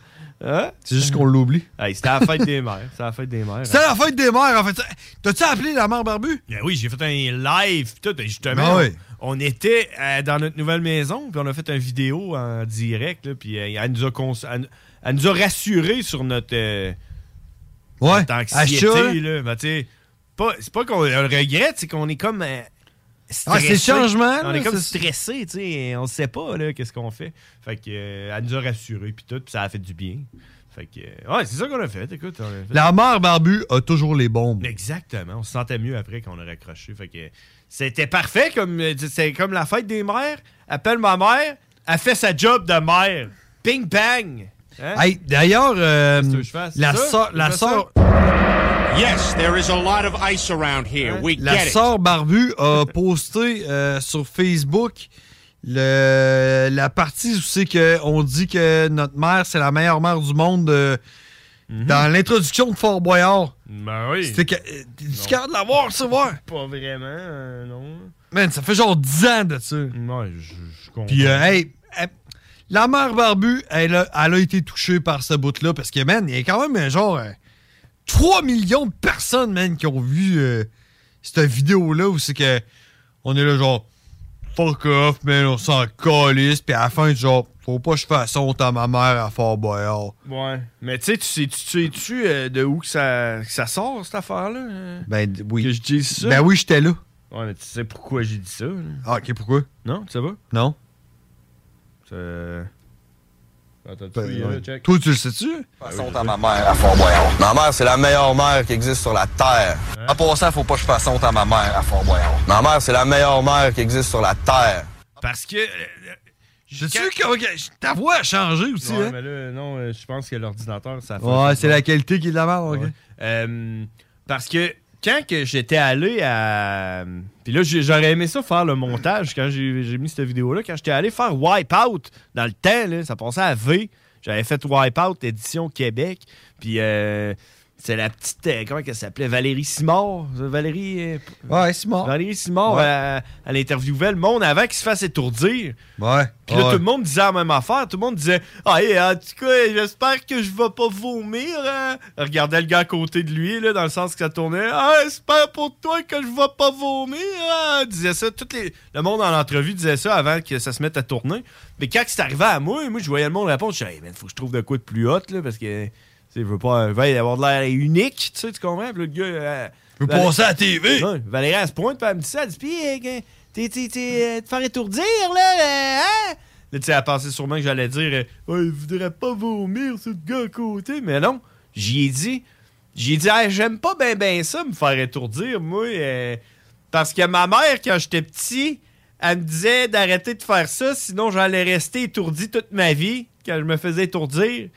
Hein? C'est juste qu'on l'oublie. Hey, c'était la fête des mères. C'était la fête des mères. hein? C'était la fête des mères, en fait. T'as-tu appelé la mère barbu? Ben oui, j'ai fait un live. pis tout, et justement, Ben oui. on était euh, dans notre nouvelle maison. Puis on a fait une vidéo en direct. là, Puis euh, elle, nous a cons- elle, elle nous a rassurés sur notre. euh, Ouais. tant que à si ça, était, là, ben, tu sais, pas- c'est pas qu'on le regrette, c'est qu'on est comme euh, Ah, stressé. c'est le changement, On là, est comme c'est- stressé, tu sais, on sait pas là qu'est-ce qu'on fait. Fait que euh, elle nous a rassurés puis tout, puis ça a fait du bien. Fait que euh, ouais, c'est ça qu'on a fait, écoute, on a fait- La mère barbu a toujours les bombes. Exactement, on se sentait mieux après qu'on a raccroché. Fait que euh, c'était parfait comme euh, c'est comme la fête des mères, appelle ma mère, elle fait sa job de mère. Ping bang. Hein? Hey, d'ailleurs, euh, Qu'est-ce que je fais? C'est la ça? sœur, la Je fais ça? sœur, Yes, there is a lot of ice around here. We la get it. sœur barbu a *laughs* posté euh, sur Facebook le, la partie où c'est que on dit que notre mère c'est la meilleure mère du monde euh, dans l'introduction de Fort Boyard. Ben Mhm. oui. C'était que euh, t'es capable de l'avoir, ça voir. Pas vraiment, euh, non. Man, ça fait genre 10 ans de ça. Ouais, je, comprends. Puis, euh, hey, elle- la mère barbu, elle a, elle a été touchée par ce bout-là parce que, man, il y a quand même euh, genre euh, 3 millions de personnes, man, qui ont vu euh, cette vidéo-là où c'est que on est là, genre, fuck off, man, on s'en calisse. Puis à la fin, genre, faut pas que je fasse honte à ma mère à Fort Boyard. Ouais. Mais tu sais, tu sais- tu sais-tu euh, de où que ça, que ça sort, cette affaire-là? euh? Ben d- oui. Que je dise ça? Ben oui, j'étais là. Ouais, mais tu sais pourquoi j'ai dit ça? là? Ah, ok, pourquoi? Non, ça va? Non. Euh... Attends, Ben, tu ouais. Toi, tu le sais-tu? Façon à ma mère à Fort Boyard. Ma mère, c'est la meilleure mère qui existe sur la Terre. En passant, faut pas que je fasse honte à ma mère à Fort Boyard. Ma mère, c'est la meilleure mère qui existe sur la Terre. Parce que. euh, Je sais que ta voix a changé aussi, Ouais, hein? mais là, non, euh, je pense que l'ordinateur, ça fait. Ouais, c'est la qualité qui est de la merde, ok? Euh, parce que quand que j'étais allé à. Puis là, j'ai- j'aurais aimé ça faire le montage quand j'ai j'ai mis cette vidéo-là. Quand j'étais allé faire Wipeout dans le temps, là, ça passait à V. J'avais fait Wipeout édition Québec. Puis euh, c'est la petite. euh, comment qu'elle s'appelait Valérie Simard. Euh, Valérie. ouais, Simard. Valérie Simard, Ouais. euh, elle interviewait le monde avant qu'il se fasse étourdir. Ouais. Puis là, ouais. tout le monde disait la même affaire. Tout le monde disait Ah, et en tout cas, j'espère que je vais pas vomir. hein. Regardait le gars à côté de lui, là, dans le sens que ça tournait Ah, j'espère pour toi que je vais pas vomir. hein. Disait ça. Tout les... Le monde en entrevue disait ça avant que ça se mette à tourner. Mais quand c'est arrivé à moi, moi, je voyais le monde répondre Je disais, hey, man, faut que je trouve de quoi de plus hot, là, parce que. Tu sais, je veux pas je veux avoir de l'air unique, tu sais, tu comprends? Puis là, le gars. euh, Je veux Valé- passer à la TV. Ouais, Valérie, elle se pointe, puis elle me dit ça. Elle dit, puis, euh, que- t'es, t'es, t'es, euh, te faire étourdir, là, là, hein? Là, tu sais, elle pensait sûrement que j'allais dire, euh, ouais, il voudrait pas vomir, ce gars à côté. Mais non, j'y ai dit. J'ai dit, Hey, j'aime pas ben ben ça, me faire étourdir, moi. euh, parce que ma mère, quand j'étais petit, elle me disait d'arrêter de faire ça, sinon j'allais rester étourdi toute ma vie quand je me faisais étourdir.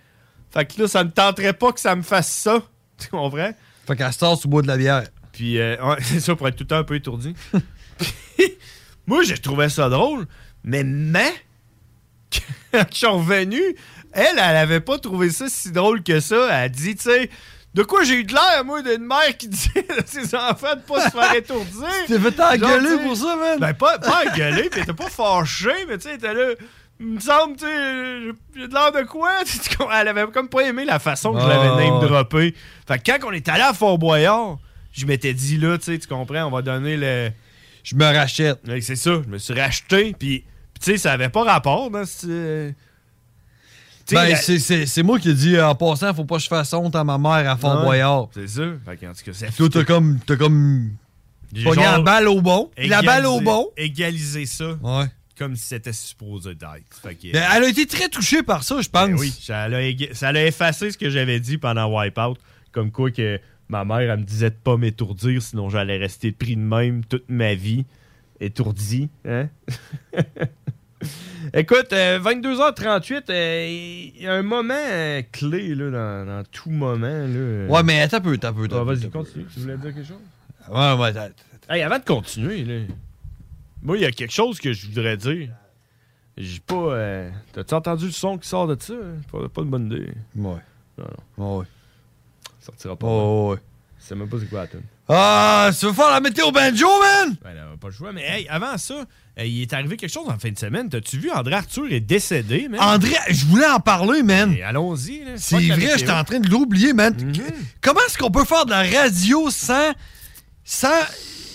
Fait que là, ça me tenterait pas que ça me fasse ça. *laughs* Tu comprends? Fait qu'à sort, tu bois de la bière. Puis, euh, ouais, *laughs* c'est ça, pour être tout le temps un peu étourdi. *laughs* Puis, moi, j'ai trouvé ça drôle, mais, mais, *laughs* quand je suis revenu, elle, elle avait pas trouvé ça si drôle que ça. Elle a dit, tu sais, de quoi j'ai eu de l'air, moi, d'une mère qui dit à ses enfants de pas se *laughs* faire étourdir. Tu t'es fait Genre, engueuler tu sais, pour ça, man? Ben, Ben, pas, pas engueuler, *laughs* mais t'es pas fâché, mais tu sais, t'es là. Il me semble, tu sais, j'ai- j'ai de l'air de quoi? *laughs* Tu comprends? Elle avait comme pas aimé la façon que je l'avais Ah, name ouais. droppé. Fait que quand on est allé à Fort Boyard, je m'étais dit là, tu sais, tu comprends, on va donner le. Je me rachète. C'est ça, je me suis racheté, puis puis tu sais, ça avait pas rapport dans ce. Tu sais, Ben, la- c'est- c'est c'est moi qui ai dit euh, en passant, faut pas que je fasse honte à ma mère à Fort Ouais, Boyard. C'est ça. Fait que, en tout cas, ça Toi, t'as comme. T'as comme. J'ai Pogné genre la balle au bon. La égalisé- balle au bon. Égaliser ça. Ouais. Comme si c'était supposé d'être. Fait que- Ben, elle a été très touchée par ça, je pense. Ben oui, ça l'a éga- ça l'a effacé ce que j'avais dit pendant Wipeout, comme quoi que ma mère, elle me disait de pas m'étourdir, sinon j'allais rester pris de même toute ma vie, étourdi. Hein? *laughs* Écoute, euh, 22h38, euh, il y a un moment euh, clé là, dans, dans tout moment. Là. Ouais, mais attends un peu, attends un peu. attends un Ah, peu, Vas-y, attends un peu. Ah continue. Tu voulais dire quelque chose? Ouais, ouais, attends. Hey, avant de continuer, là, moi, il y a quelque chose que je voudrais dire. J'ai pas. euh, T'as-tu entendu le son qui sort de ça? hein? Pas, pas de bonne idée. Ouais. Non, non. Ouais, ouais. Sortira pas. hein. Ouais, ouais. sais même pas c'est quoi la tune. Ah, tu veux faire la météo banjo, man? Ben, là, pas le choix. Mais hey, avant ça, euh, il est arrivé quelque chose en fin de semaine. T'as-tu vu André Arthur est décédé, man? André, je voulais en parler, man. Allons-y. là. C'est Fuck la vrai, météo. Mhm. j'étais en train de l'oublier, man. Comment est-ce qu'on peut faire de la radio sans, sans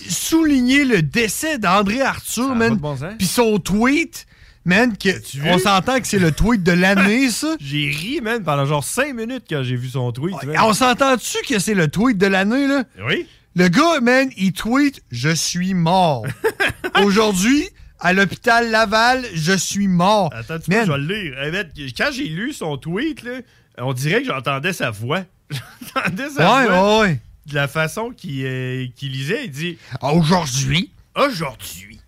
souligner le décès d'André Arthur, man? Puis son tweet, man, que on s'entend que c'est le tweet *laughs* de l'année, ça. J'ai ri, man, pendant genre 5 minutes quand j'ai vu son tweet. man. Oh, On s'entend-tu que c'est le tweet de l'année, là? Oui. Le gars, man, il tweet Je suis mort. *laughs* Aujourd'hui, à l'hôpital Laval, je suis mort. Attends, tu peux, je vais le lire. Hey, man, quand j'ai lu son tweet, là, on dirait que j'entendais sa voix. *laughs* J'entendais sa Ouais, voix. ouais, ouais. De la façon qu'il euh, qu'il lisait, il dit Aujourd'hui. Aujourd'hui,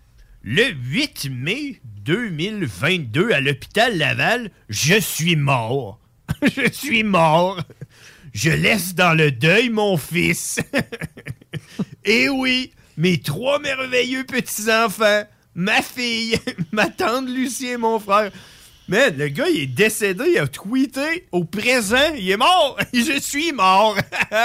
le 8 mai 2022, à l'hôpital Laval, je suis mort. *laughs* je suis mort. Je laisse dans le deuil mon fils. *laughs* Et Eh oui, mes trois merveilleux petits-enfants, ma fille, *laughs* ma tante Lucie et mon frère. Mais le gars, il est décédé, il a tweeté au présent, il est mort. *laughs* Je suis mort. *laughs*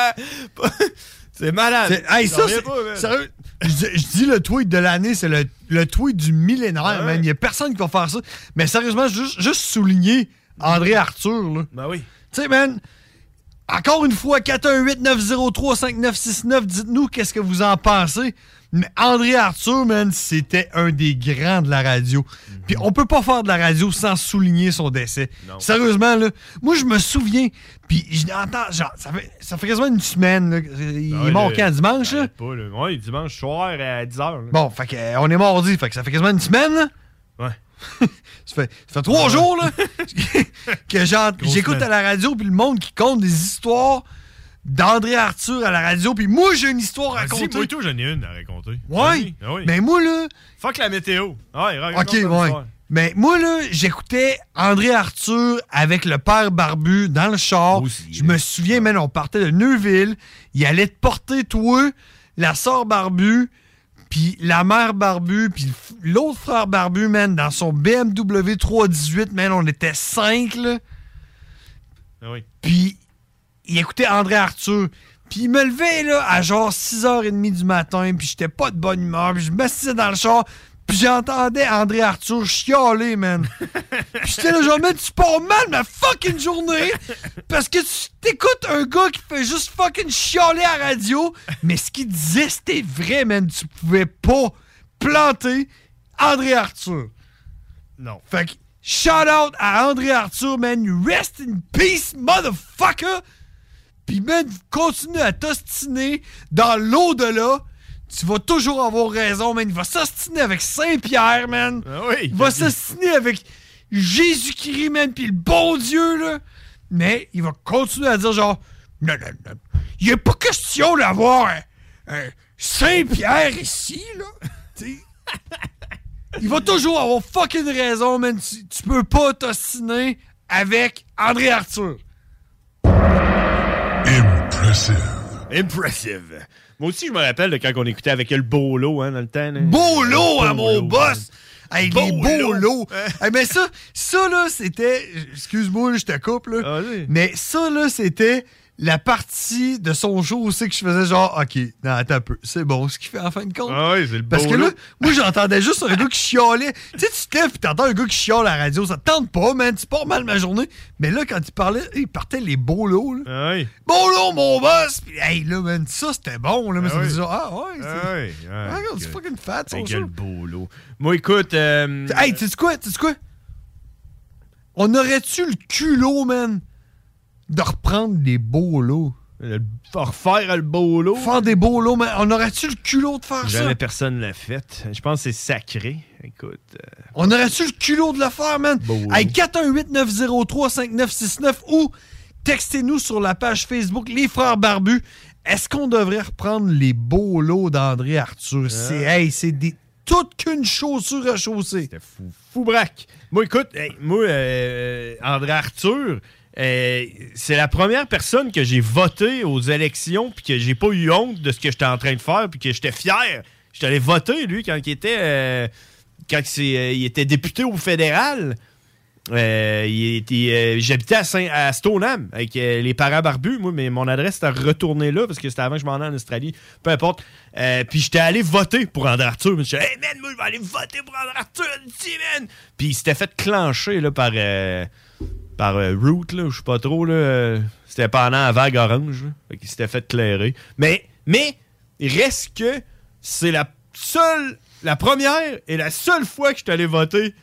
c'est malade. C'est- hey, J'en ça, reviens c'est- pas, man. sérieux, je, dis- je dis le tweet de l'année, c'est le, le tweet du millénaire, Ah man. Il n'y a personne qui va faire ça. Mais sérieusement, juste, juste souligner André Arthur, là. Ben oui. Tu sais, man, encore une fois, 418-903-5969, dites-nous qu'est-ce que vous en pensez. Mais André Arthur, man, c'était un des grands de la radio. Mhm. Puis on peut pas faire de la radio sans souligner son décès. Non. Sérieusement, là, moi, je me souviens, puis je l'entends, genre, ça fait, ça fait quasiment une semaine, là, il Ah ouais, est mort le- quand, dimanche, là? Arrête pas, là. Ouais, dimanche soir à 10h. Bon, fait que, euh, on est mardi, fait que ça fait quasiment une semaine, là. Ouais. *laughs* ça, fait, ça fait trois Ouais. *laughs* jours, là, que j'en- Grosse j'écoute semaine. à la radio, puis le monde qui compte des histoires d'André Arthur à la radio, puis moi, j'ai une histoire à Vas-y, raconter. moi et tout, j'en ai une à raconter. Ouais, Vas-y. Ah oui. mais moi, là... Fuck la météo. Ouais, raconte OK, ton ouais. histoire. Mais moi, là, j'écoutais André Arthur avec le père Barbu dans le char. je me souviens, man, on partait de Neuville. Il allait te porter, toi, la sœur Barbu, puis la mère Barbu, puis le f- l'autre frère Barbu, man, dans son BMW 318, man, on était cinq, là. Ah oui. Puis il écoutait André Arthur. Puis il me levait là, à genre 6h30 du matin, puis j'étais pas de bonne humeur, puis je m'assisais dans le char, puis j'entendais André Arthur chialer, man. Puis j'étais là, genre, man, tu pars mal ma fucking journée, parce que tu t'écoutes un gars qui fait juste fucking chialer à la radio, mais ce qu'il disait, c'était vrai, man. Tu pouvais pas planter André Arthur. Non. Fait que, shout out à André Arthur, man. You rest in peace, motherfucker. Puis, man, continue à t'ostiner dans l'au-delà. Tu vas toujours avoir raison, man. Il va s'ostiner avec Saint-Pierre, man. oui. Il va s'ostiner avec Jésus-Christ, man. Puis le bon Dieu, là. Mais il va continuer à dire, genre, non, non, non. Il n'y a pas question d'avoir un, un Saint-Pierre ici, là. Tu sais, il va toujours avoir fucking raison, man. Tu, tu peux pas t'ostiner avec André Arthur. Impressive. Impressive. Moi aussi, je me rappelle de quand on écoutait avec le Bolo hein, dans le temps. là. Bolo à hein, mon Bolo. boss! Hey, les Bolo. bolos! hey, mais ça, ça là, c'était. Excuse-moi, là, je te coupe, là. mais ça, là, c'était la partie de son show aussi que je faisais genre, OK, non, attends un peu, c'est bon, ce qu'il fait en fin de compte. Ah oui, c'est le Parce que Bolo. là, moi, j'entendais juste un gars qui chialait. Tu sais, tu te lèves pis t'entends un gars qui chiale à la radio, ça te tente pas, man, tu pars mal ma journée. Mais là, quand il parlait, il partait les bolos, là. Ah oui. Bolo, mon boss! Pis, hey, là, man, ça, c'était bon, là, mais Ah ça me oui. dit genre, ah, ouais, Ah c'est. oui, ah Ah, oui. regarde, c'est fucking fat, Ta son gueule, show. Bolo. Moi, écoute. euh, Hey, tu sais quoi? Tu sais quoi? On aurait-tu le culot, man, de reprendre des bolos? Refaire le bolo? Faire des bolos, man. On aurait-tu le culot de faire Ah, ça? Jamais personne l'a fait. Je pense que c'est sacré. Écoute. euh, On aurait-tu le culot de le faire, man? Hey, 418-903-5969 ou textez-nous sur la page Facebook Les Frères Barbus. Est-ce qu'on devrait reprendre les bolos d'André Arthur? Ah. C'est, hey, c'est des... toute qu'une chaussure à chausser. C'était fou. Fou braque. Moi, écoute, hey, moi, euh, André Arthur, euh, c'est la première personne que j'ai votée aux élections, puis que j'ai pas eu honte de ce que j'étais en train de faire, puis que j'étais fier. J'étais allé voter, lui, quand il était, euh, quand c'est, euh, il était député au fédéral. Euh, il était, euh, J'habitais à, Saint- à Stoneham avec euh, les parents barbus, moi, mais mon adresse était retournée là parce que c'était avant que je m'en aille en Australie, peu importe. Euh, puis j'étais allé voter pour André Arthur. mais Je disais, hey man, moi, je vais aller voter pour André Arthur, dis, man! Puis il s'était fait clencher là, par, euh, par euh, Root, là, ou je sais pas trop. là, euh, C'était pendant la vague orange. là. Fait qu'il s'était fait clairer. Mais, mais, il reste que c'est la seule, la première et la seule fois que je suis allé voter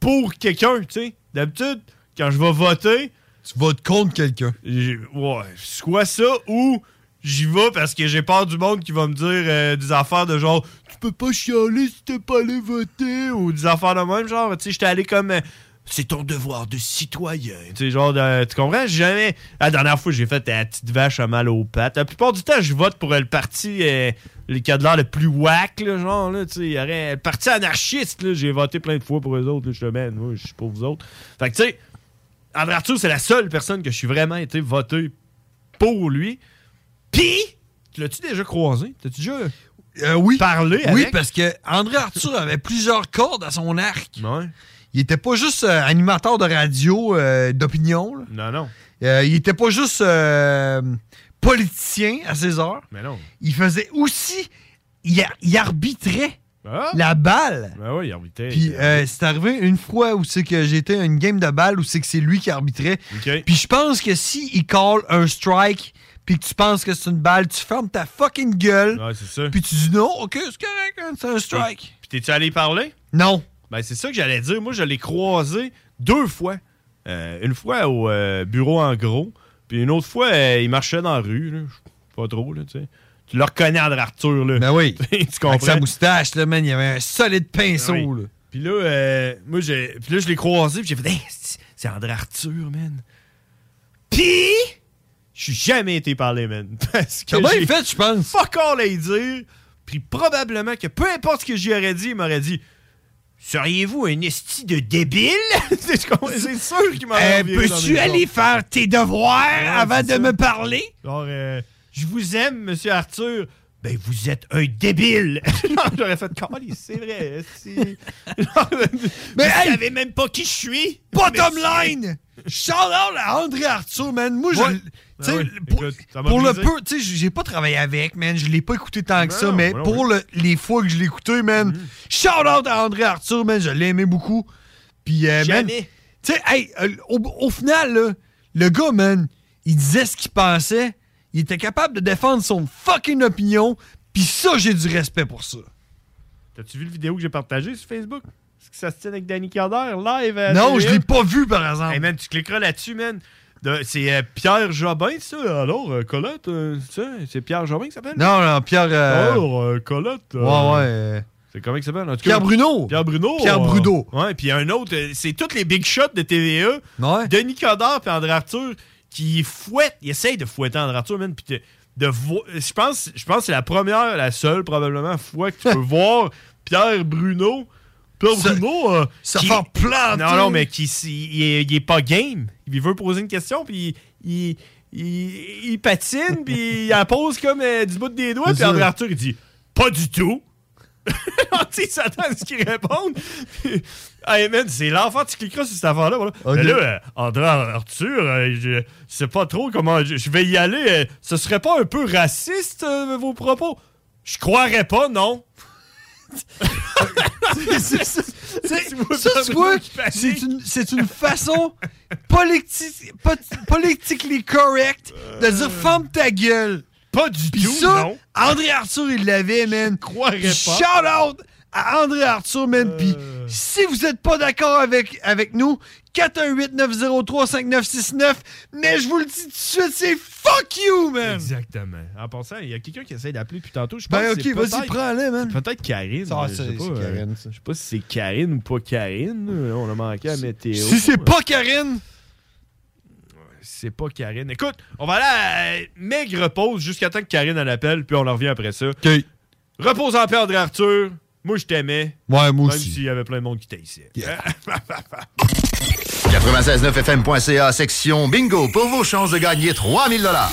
pour quelqu'un, tu sais. D'habitude, quand je vais voter. Tu votes contre quelqu'un. Ouais, soit ça ou j'y vais parce que j'ai peur du monde qui va me dire euh, des affaires de genre Tu peux pas chialer si t'es pas allé voter ou des affaires de même, genre, tu sais, j'étais allé comme. euh, c'est ton devoir de citoyen. Tu sais, genre, de- tu comprends? J'ai Jamais. La dernière fois, j'ai fait euh, la petite vache à mal aux pattes. La plupart du temps, je vote pour euh, le parti euh, le- qui a de l'air le plus whack, là, genre, là, tu sais. il y aurait- Le parti anarchiste, là, j'ai voté plein de fois pour eux autres, là, je te mène, moi, je suis pour vous autres. Fait que, tu sais, André Arthur, c'est la seule personne que je suis vraiment été voté pour lui. Puis, tu l'as-tu déjà croisé? T'as-tu déjà Euh, oui. parlé Oui, avec? parce que André Arthur avait plusieurs cordes à son arc. Il était pas juste euh, animateur de radio euh, d'opinion. là. Non, non. Euh, il était pas juste euh, politicien à ses heures. Mais non. Il faisait aussi. Il, a- il arbitrait Ah? la balle. Ben oui, il arbitait. Puis euh, c'est arrivé une fois où c'est que j'étais à une game de balle où c'est que c'est lui qui arbitrait. OK. Puis je pense que si il call un strike puis que tu penses que c'est une balle, tu fermes ta fucking gueule. Ouais, c'est ça. Puis tu dis non, OK, c'est correct, hein, c'est un strike. Puis t'es-tu allé y parler? Non. Ben, c'est ça que j'allais dire. Moi, je l'ai croisé deux fois. Euh, une fois au euh, bureau en gros, puis une autre fois, euh, il marchait dans la rue. là. Je sais Pas trop, là, tu sais. Tu le reconnais, André Arthur, là. Ben oui. *laughs* tu comprends? Ben Avec sa moustache, là, man, il y avait un solide pinceau, Oui. là. Puis là, euh, moi, j'ai- puis là, je l'ai croisé, puis j'ai fait, Hey, c'est- c'est André Arthur, man. Puis, je suis jamais été parlé, man. *laughs* Parce que. T'as bien j'ai fait, je pense. Fuck all à y dire. Puis probablement que peu importe ce que j'y aurais dit, il m'aurait dit. Seriez-vous un esti de débile? *laughs* C'est ce qu'on- c'est sûr qu'il m'aurait Euh, enviré dans Peux-tu mes aller jambes. faire tes devoirs Ouais, avant c'est de ça. me parler? Genre, euh, je vous aime, monsieur Arthur. Ben, vous êtes un débile! *laughs* Genre, J'aurais fait Calisse, c'est vrai. Si. Mais vous hey! savez même pas qui je suis! *laughs* Bottom Mais- line! Shout out à André Arthur, man. Moi, je. Ouais. tu sais, Ah oui, pour, écoute, ça m'a pour le brisé. Ben peu, tu sais, j'ai pas travaillé avec, man. Je l'ai pas écouté tant que Non, ça, mais non, pour oui. Mhm. le- les fois que je l'ai écouté, man. Shout out à André Arthur, man. Je l'ai aimé beaucoup. Puis, euh, man. Tu Jamais. sais, hey, euh, au, au final, là, le gars, man, il disait ce qu'il pensait. Il était capable de défendre son fucking opinion. Puis ça, j'ai du respect pour ça. T'as-tu vu le vidéo que j'ai partagée sur Facebook? Est-ce que ça se tient avec Danny Calder live? à non, TVA? je l'ai pas vu, par exemple. Hey man, tu cliqueras là-dessus, man. De- C'est euh, Pierre Jobin, ça? Alors, euh, Colette, euh, ça? C'est Pierre Jobin qui s'appelle? Non, non, Pierre. euh, Alors, euh, Colette. euh, ouais, ouais. euh, C'est comment il s'appelle? en tout cas? Pierre Bruno. Pierre Bruno. Pierre euh, *laughs* Bruno. Ouais, puis un autre, euh, c'est tous les big shots de TVA. Denis Coderre puis André Arthur qui fouettent, ils essayent de fouetter André Arthur, man, puis de, de vo- je pense, je pense que c'est la première, la seule probablement fois que tu *laughs* peux voir Pierre Bruno. Pierre Bruno, euh, se qui- faire planter. Non, non, mais qui s'y- il, est, il est pas game. Il veut poser une question, puis il, il- il patine, puis il la pose comme euh, du bout des doigts, C'est puis ça. André Arthur il dit pas du tout. *laughs* tu sais, il s'attend à ce qu'il réponde. hey man, c'est l'enfant, tu cliqueras sur cette affaire-là. voilà. Ok. Mais là, euh, André Arthur, euh, je sais pas trop comment je, je vais y aller. euh, ce serait pas un peu raciste, euh, vos propos? Je croirais pas, non. C'est- c'est- c'est- Tu vois ça, pas tu vraiment vois, qui panique. c'est une, c'est une façon politi- pot- politically correct de dire ferme ta gueule. Euh. Pas du Puis tout, ça, non. André Arthur, il l'avait, man. croirais pas. Euh. Shout out à André Arthur, man. Puis si vous n'êtes pas d'accord avec, avec nous, 418-903-5969, mais je vous le dis tout de suite, c'est fuck you, man. Exactement. En passant, il y a quelqu'un qui essaie d'appeler depuis tantôt. Je pense Ben que ok, c'est vas-y, peut-être- prends-le, man. c'est Peut-être Karine. Ah, je c'est- sais pas, c'est euh, Karine, Je sais pas si c'est Karine ou pas Karine. euh, On a manqué à météo. Si c'est pas Karine, C'est pas Karine. Écoute, on va aller à euh, maigre pause jusqu'à temps que Karine elle appelle, puis on en revient après ça. OK. Repose en paix, André Arthur. Moi, je t'aimais. Ouais, moi Même aussi. s'il y avait plein de monde qui t'haïssait. 969fm.ca, section bingo pour vos chances de gagner 3000 dollars.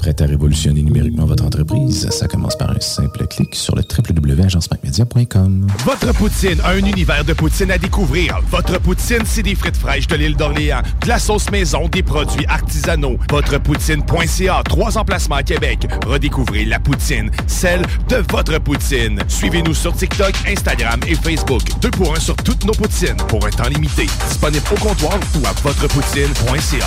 Prête à révolutionner numériquement votre entreprise? Ça commence par un simple clic sur le www.agencemacmedia.com. Votre poutine a un univers de poutine à découvrir. Votre poutine, c'est des frites fraîches de l'île d'Orléans, de la sauce maison, des produits artisanaux. Votrepoutine.ca, trois emplacements à Québec. Redécouvrez la poutine, celle de votre poutine. Suivez-nous sur TikTok, Instagram et Facebook. Deux pour un sur toutes nos poutines, pour un temps limité. Disponible au comptoir ou à votrepoutine.ca.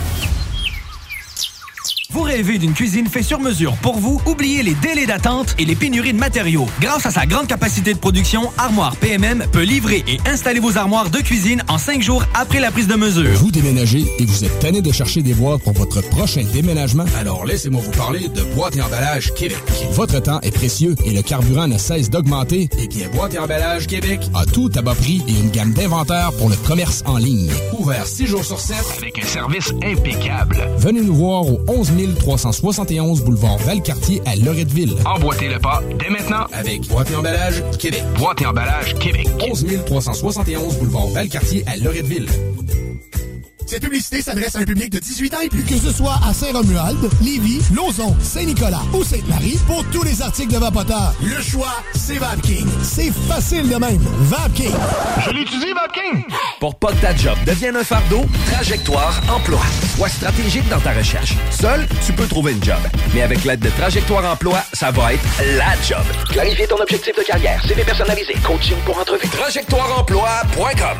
Vous rêvez d'une cuisine fait sur mesure pour vous? Oubliez les délais d'attente et les pénuries de matériaux. Grâce à sa grande capacité de production, Armoire PMM peut livrer et installer vos armoires de cuisine en cinq jours après la prise de mesure. Vous déménagez et vous êtes tanné de chercher des boîtes pour votre prochain déménagement? Alors laissez-moi vous parler de Boîte et Emballage Québec. Votre temps est précieux et le carburant ne cesse d'augmenter. Eh bien, Boîte et Emballage Québec a tout à bas prix et une gamme d'inventaires pour le commerce en ligne. Ouvert 6 jours sur 7 avec un service impeccable. Venez nous voir au 11 371 boulevard Valcartier à Loretteville. Emboîtez le pas dès maintenant avec Boîte et Emballage Québec. Boîte et Emballage Québec. 11 371 boulevard Valcartier à Loretteville. Cette publicité s'adresse à un public de 18 ans et plus. Que ce soit à Saint-Romuald, Lévis, Lauson, Saint-Nicolas ou Sainte-Marie, pour tous les articles de Vapoteur, le choix, c'est VapKing. C'est facile de même. VapKing. Je l'utilise, VapKing. Pour pas que ta job devienne un fardeau, Trajectoire Emploi. Sois stratégique dans ta recherche. Seul, tu peux trouver une job. Mais avec l'aide de Trajectoire Emploi, ça va être la job. Clarifier ton objectif de carrière, CV personnalisé, coaching pour entrevue. TrajectoireEmploi.com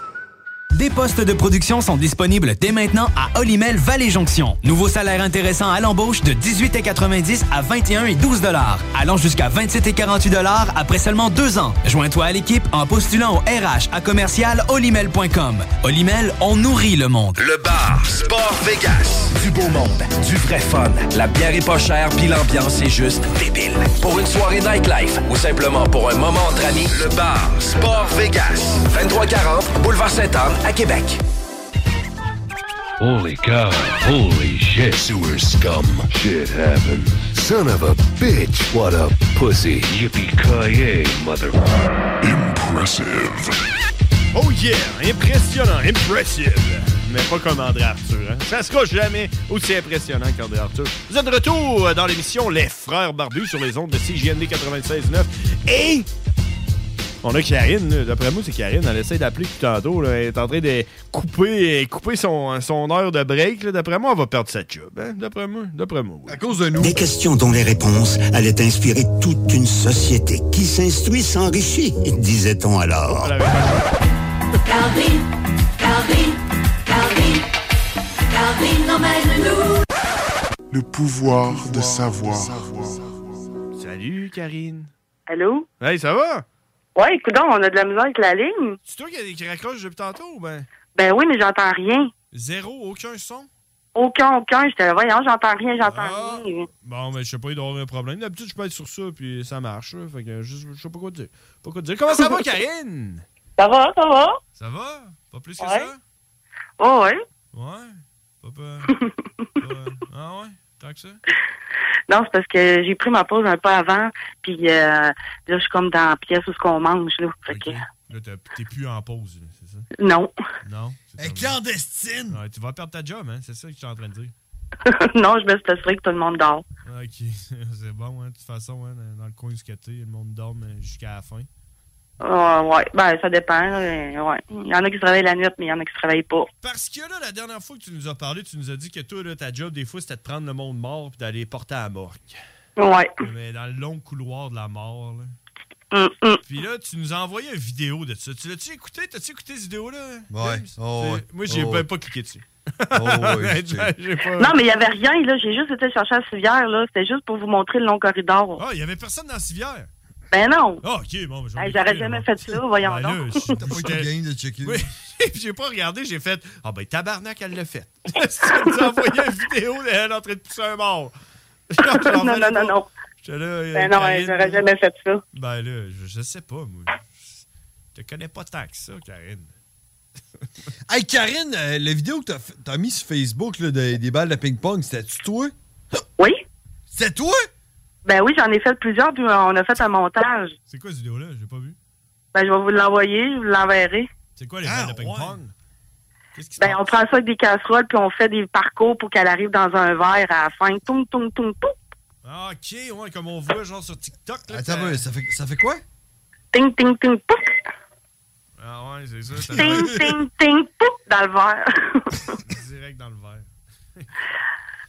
Des postes de production sont disponibles dès maintenant à Olimel Valley Jonction. Nouveau salaire intéressant à l'embauche de 18,90 à 21 et 12 dollars, allant jusqu'à 27 et 48 dollars après seulement deux ans. Joins-toi à l'équipe en postulant au RH à commercial olimel.com. Olimel, on nourrit le monde. Le bar Sport Vegas. Du beau monde, du vrai fun. La bière est pas chère, puis l'ambiance est juste débile. Pour une soirée nightlife ou simplement pour un moment entre amis, le bar Sport Vegas. 2340 Boulevard Saint-Anne à Québec. Holy cow. Holy shit. Sewer scum. Shit happened. Son of a bitch. What a pussy. Yippee-ki-yay, mother... Impressive. Oh yeah! Impressionnant, impressive! Mais pas comme André Arthur, hein? Ça sera jamais aussi impressionnant qu'André Arthur. Vous êtes de retour euh, dans l'émission Les Frères Barbus sur les ondes de CJMD 96.9 et... On a Karine, là. d'après moi, c'est Karine. Elle essaie d'appeler depuis tantôt. là. Elle est en train de couper, couper son, son heure de break. là. D'après moi, elle va perdre cette job. hein. D'après moi, d'après moi. oui. Des questions dont les réponses allaient inspirer toute une société qui s'instruit s'enrichit, disait-on alors. Calvin, Calvin, Calvin, Calvin emmène-nous. le pouvoir de savoir. Salut, Karine. Allô? Hey, ça va? Ouais, écoute, on a de la misère avec la ligne. C'est toi qui, a- qui raccroche depuis tantôt ou ben? Ben oui, mais j'entends rien. Zéro, aucun son. Aucun, aucun. J'étais là, voyons, j'entends rien, j'entends rien. Ah. Bon, mais je sais pas, il doit y avoir un problème. D'habitude, je peux être sur ça, puis ça marche. là. Fait que je, je sais pas quoi te dire. Pas quoi te dire. Comment ça va, Karine? *laughs* Ça va, ça va? Ça va? Pas plus que Ouais. ça? Oh, ouais. Ouais. Pas *laughs* peur. ah ouais? Tant que ça? Non, c'est parce que j'ai pris ma pause un peu avant, puis euh, là, je suis comme dans la pièce où ce qu'on mange, là. Fait que, Là, t'as- t'es plus en pause, là, c'est ça? non. *laughs* Non. Et clandestine! Ouais, tu vas perdre ta job, hein? C'est ça que je suis en train de dire. Ah, non, je me suis assurée que tout le monde dort. Ok, *laughs* c'est bon, hein? De toute façon, hein, dans le coin du skater, le monde dorme euh, jusqu'à la fin. Ah, ouais, ben, ça dépend. là, mais ouais. Il y en a qui travaillent la nuit, mais il y en a qui travaillent pas. Parce que là, la dernière fois que tu nous as parlé, tu nous as dit que toi, là, ta job, des fois, c'était de prendre le monde mort puis d'aller porter à la morgue. Ouais. Mais dans le long couloir de la mort, là. Puis là, tu nous as envoyé une vidéo de ça. Tu l'as-tu écouté? T'as-tu écouté cette vidéo-là? Ouais. James? Oh, hein. C'est- ouais. Moi, j'ai Oh, même ouais. Oh, pas cliqué dessus. *laughs* ouais, J'ai j'étais- pas- Non, mais il y avait rien, là. J'ai juste été chercher à Civière, là. C'était juste pour vous montrer le long corridor. Ah, il y avait personne dans la civière? Ben non. Ah, ok, bon, ben, je vais Hey, J'aurais l'écouter, jamais là. fait ça, voyons Ben là, donc. je- pas été *laughs* j'étais- game de checker. Oui, *laughs* j'ai pas regardé, j'ai fait « Ah ben tabarnak, elle l'a fait. » *laughs* Elle nous a envoyé une vidéo d'elle en train de pousser un *laughs* mort. *laughs* non, non, non, non. J'étais là, euh, Ben non, Karine, hey, j'aurais jamais fait ça. Ben là, je, je sais pas, moi. Je te connais pas tant que ça, Karine. Hey, Karine, euh, la vidéo que t'as f- t'as mis sur Facebook là, des, des balles de ping-pong, c'était-tu toi? Oui. C'est toi? Ben oui, j'en ai fait plusieurs, puis on a fait un montage. C'est quoi cette vidéo-là? J'ai pas vu. Ben, je vais vous l'envoyer, je vous l'enverrai. C'est quoi les balles de ping-pong? Ben, on prend ça avec des casseroles, puis on fait des parcours pour qu'elle arrive dans un verre à la fin. Toum, toum, toum, toum. Ah, ok, ouais, comme on voit genre sur TikTok. Là, Attends, t'as- ben, ça fait, ça fait quoi? Ting, ting, ting, pouf. Ah ouais, c'est ça. ça Ting, ting, ting, pouf, dans le verre. *laughs* Direct dans le verre.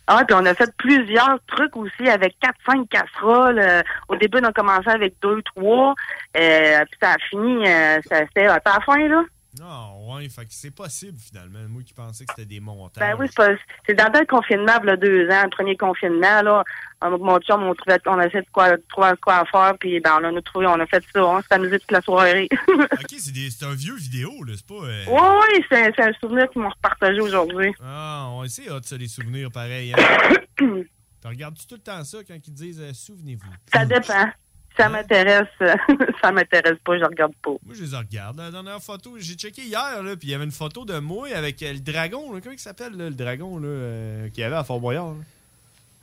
Ah, puis on a fait plusieurs trucs aussi avec 4-5 casseroles. Euh, au début, on a commencé avec 2-3. Euh, puis ça a fini, euh, ça c'était à la fin, là. Non, Ah, ouais, fait que c'est possible finalement. Moi qui pensais que c'était des montages. Ben oui, c'est pas- c'est dans le confinement, là, deux ans, le premier confinement, là. euh, Mon chum, on, trouvait, on a essayé de quoi, de trouver quoi à faire, puis ben, on en a trouvé, on a fait ça, on s'est amusé toute la soirée. *laughs* Ok, c'est des- c'est un vieux vidéo, là, c'est pas. euh, Oui, oui, c'est c'est un souvenir qu'ils m'ont repartagé aujourd'hui. *clears throat* Ah, on essaie hot, ça, les souvenirs pareils. *coughs* Hein? T'en regardes-tu tout le temps ça quand ils disent euh, souvenez-vous? Ça dépend. Ça m'intéresse, *laughs* ça m'intéresse pas, je regarde pas. Hein? Moi, je les regarde. La dernière photo, j'ai checké hier, là, puis il y avait une photo de moi avec euh, le dragon. Là. Comment il s'appelle, là, le dragon, là, euh, qu'il y avait à Fort Boyard?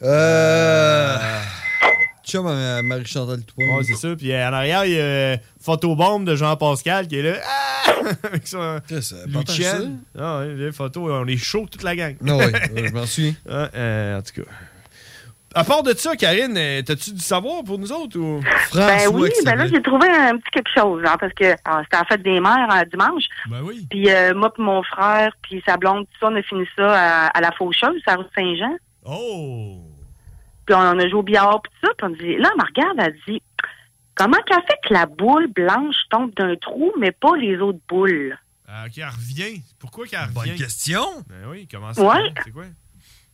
là? Euh. Chum à Marie-Chantal Toit. Ouais, c'est ça. Puis euh, en arrière, il y a une photobombe de Jean-Pascal qui est là. Ah! *laughs* Avec son partage Lucien. Ah, ouais, les photos, on est chaud toute la gang. Non, Ah *laughs* ouais, ouais, je m'en souviens. Ah, euh, en tout cas. À part de ça, Karine, euh, t'as-tu du savoir pour nous autres ou? ben oui, ben là, j'ai trouvé un petit quelque chose, hein, parce que ah, c'était en fait des mères euh, dimanche. Ben oui. Puis euh, moi, puis mon frère, puis sa blonde, tout ça, on a fini ça à, à la Faucheuse, à rue Saint-Jean. Oh! Puis on, on a joué au billard, puis tout ça. Puis on dit, là, on me regarde, elle dit, comment qu'elle fait que la boule blanche tombe d'un trou, mais pas les autres boules? Ah, ok, elle revient. Pourquoi qu'elle revient? Bonne question. Ben oui, comment ça? Ouais. C'est quoi?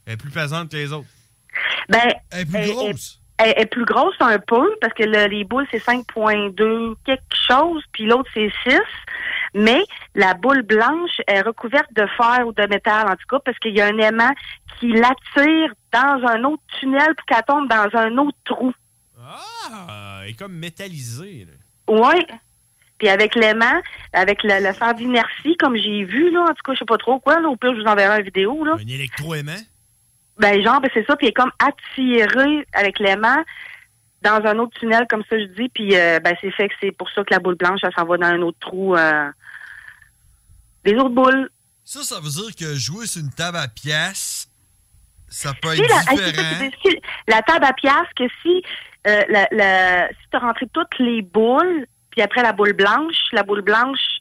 Elle est plus pesante que les autres. Ben, elle est plus grosse. Elle, elle est plus grosse un peu, parce que le- les boules, c'est 5,2 quelque chose, puis l'autre, c'est 6. Mais la boule blanche est recouverte de fer ou de métal, en tout cas, parce qu'il y a un aimant qui l'attire dans un autre tunnel pour qu'elle tombe dans un autre trou. Ah, elle est comme métallisée. là. Oui. Puis avec l'aimant, avec le, le fer d'inertie, comme j'ai vu, là, en tout cas, je sais pas trop quoi, là, au pire, je vous enverrai une vidéo, là. Un électro-aimant? Ben, genre, ben, c'est ça, puis il est comme attiré avec l'aimant dans un autre tunnel, comme ça, je dis, puis euh, ben, c'est fait que c'est pour ça que la boule blanche, elle s'en va dans un autre trou. euh, Des autres boules. Ça, ça veut dire que jouer sur une table à pièces, ça peut Tu sais, être la, hey, c'est ça différent. qui dit, si- la table à piastres, que si, euh, la, la- si tu as rentré toutes les boules, puis après la boule blanche, la boule blanche,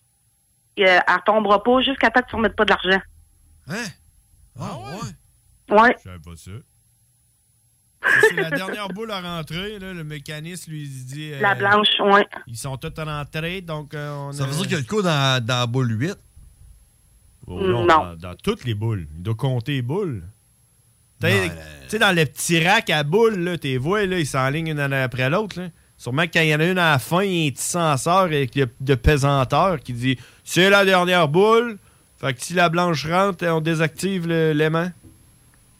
euh, elle retombera pas jusqu'à temps que tu remettes pas de l'argent. Hein? Ah ouais? Ouais. Je savais pas ça. Ça, C'est *laughs* la dernière boule à rentrer. Là, le mécanisme lui il dit. euh, La blanche, ouais. Ils sont tous en entrée, donc euh, on Ça a- veut dire qu'il y a le coup dans, dans la boule 8. Oh non, Non. Dans, dans toutes les boules. Il doit compter les boules. Tu sais, dans le petit rack à boules, là, tes vois, là, ils s'enlignent une année après l'autre. là. Sûrement que quand il y en a une à la fin, il y a un petit censeur avec le- de pesanteur qui dit C'est la dernière boule. Fait que si la blanche rentre, on désactive le- l'aimant.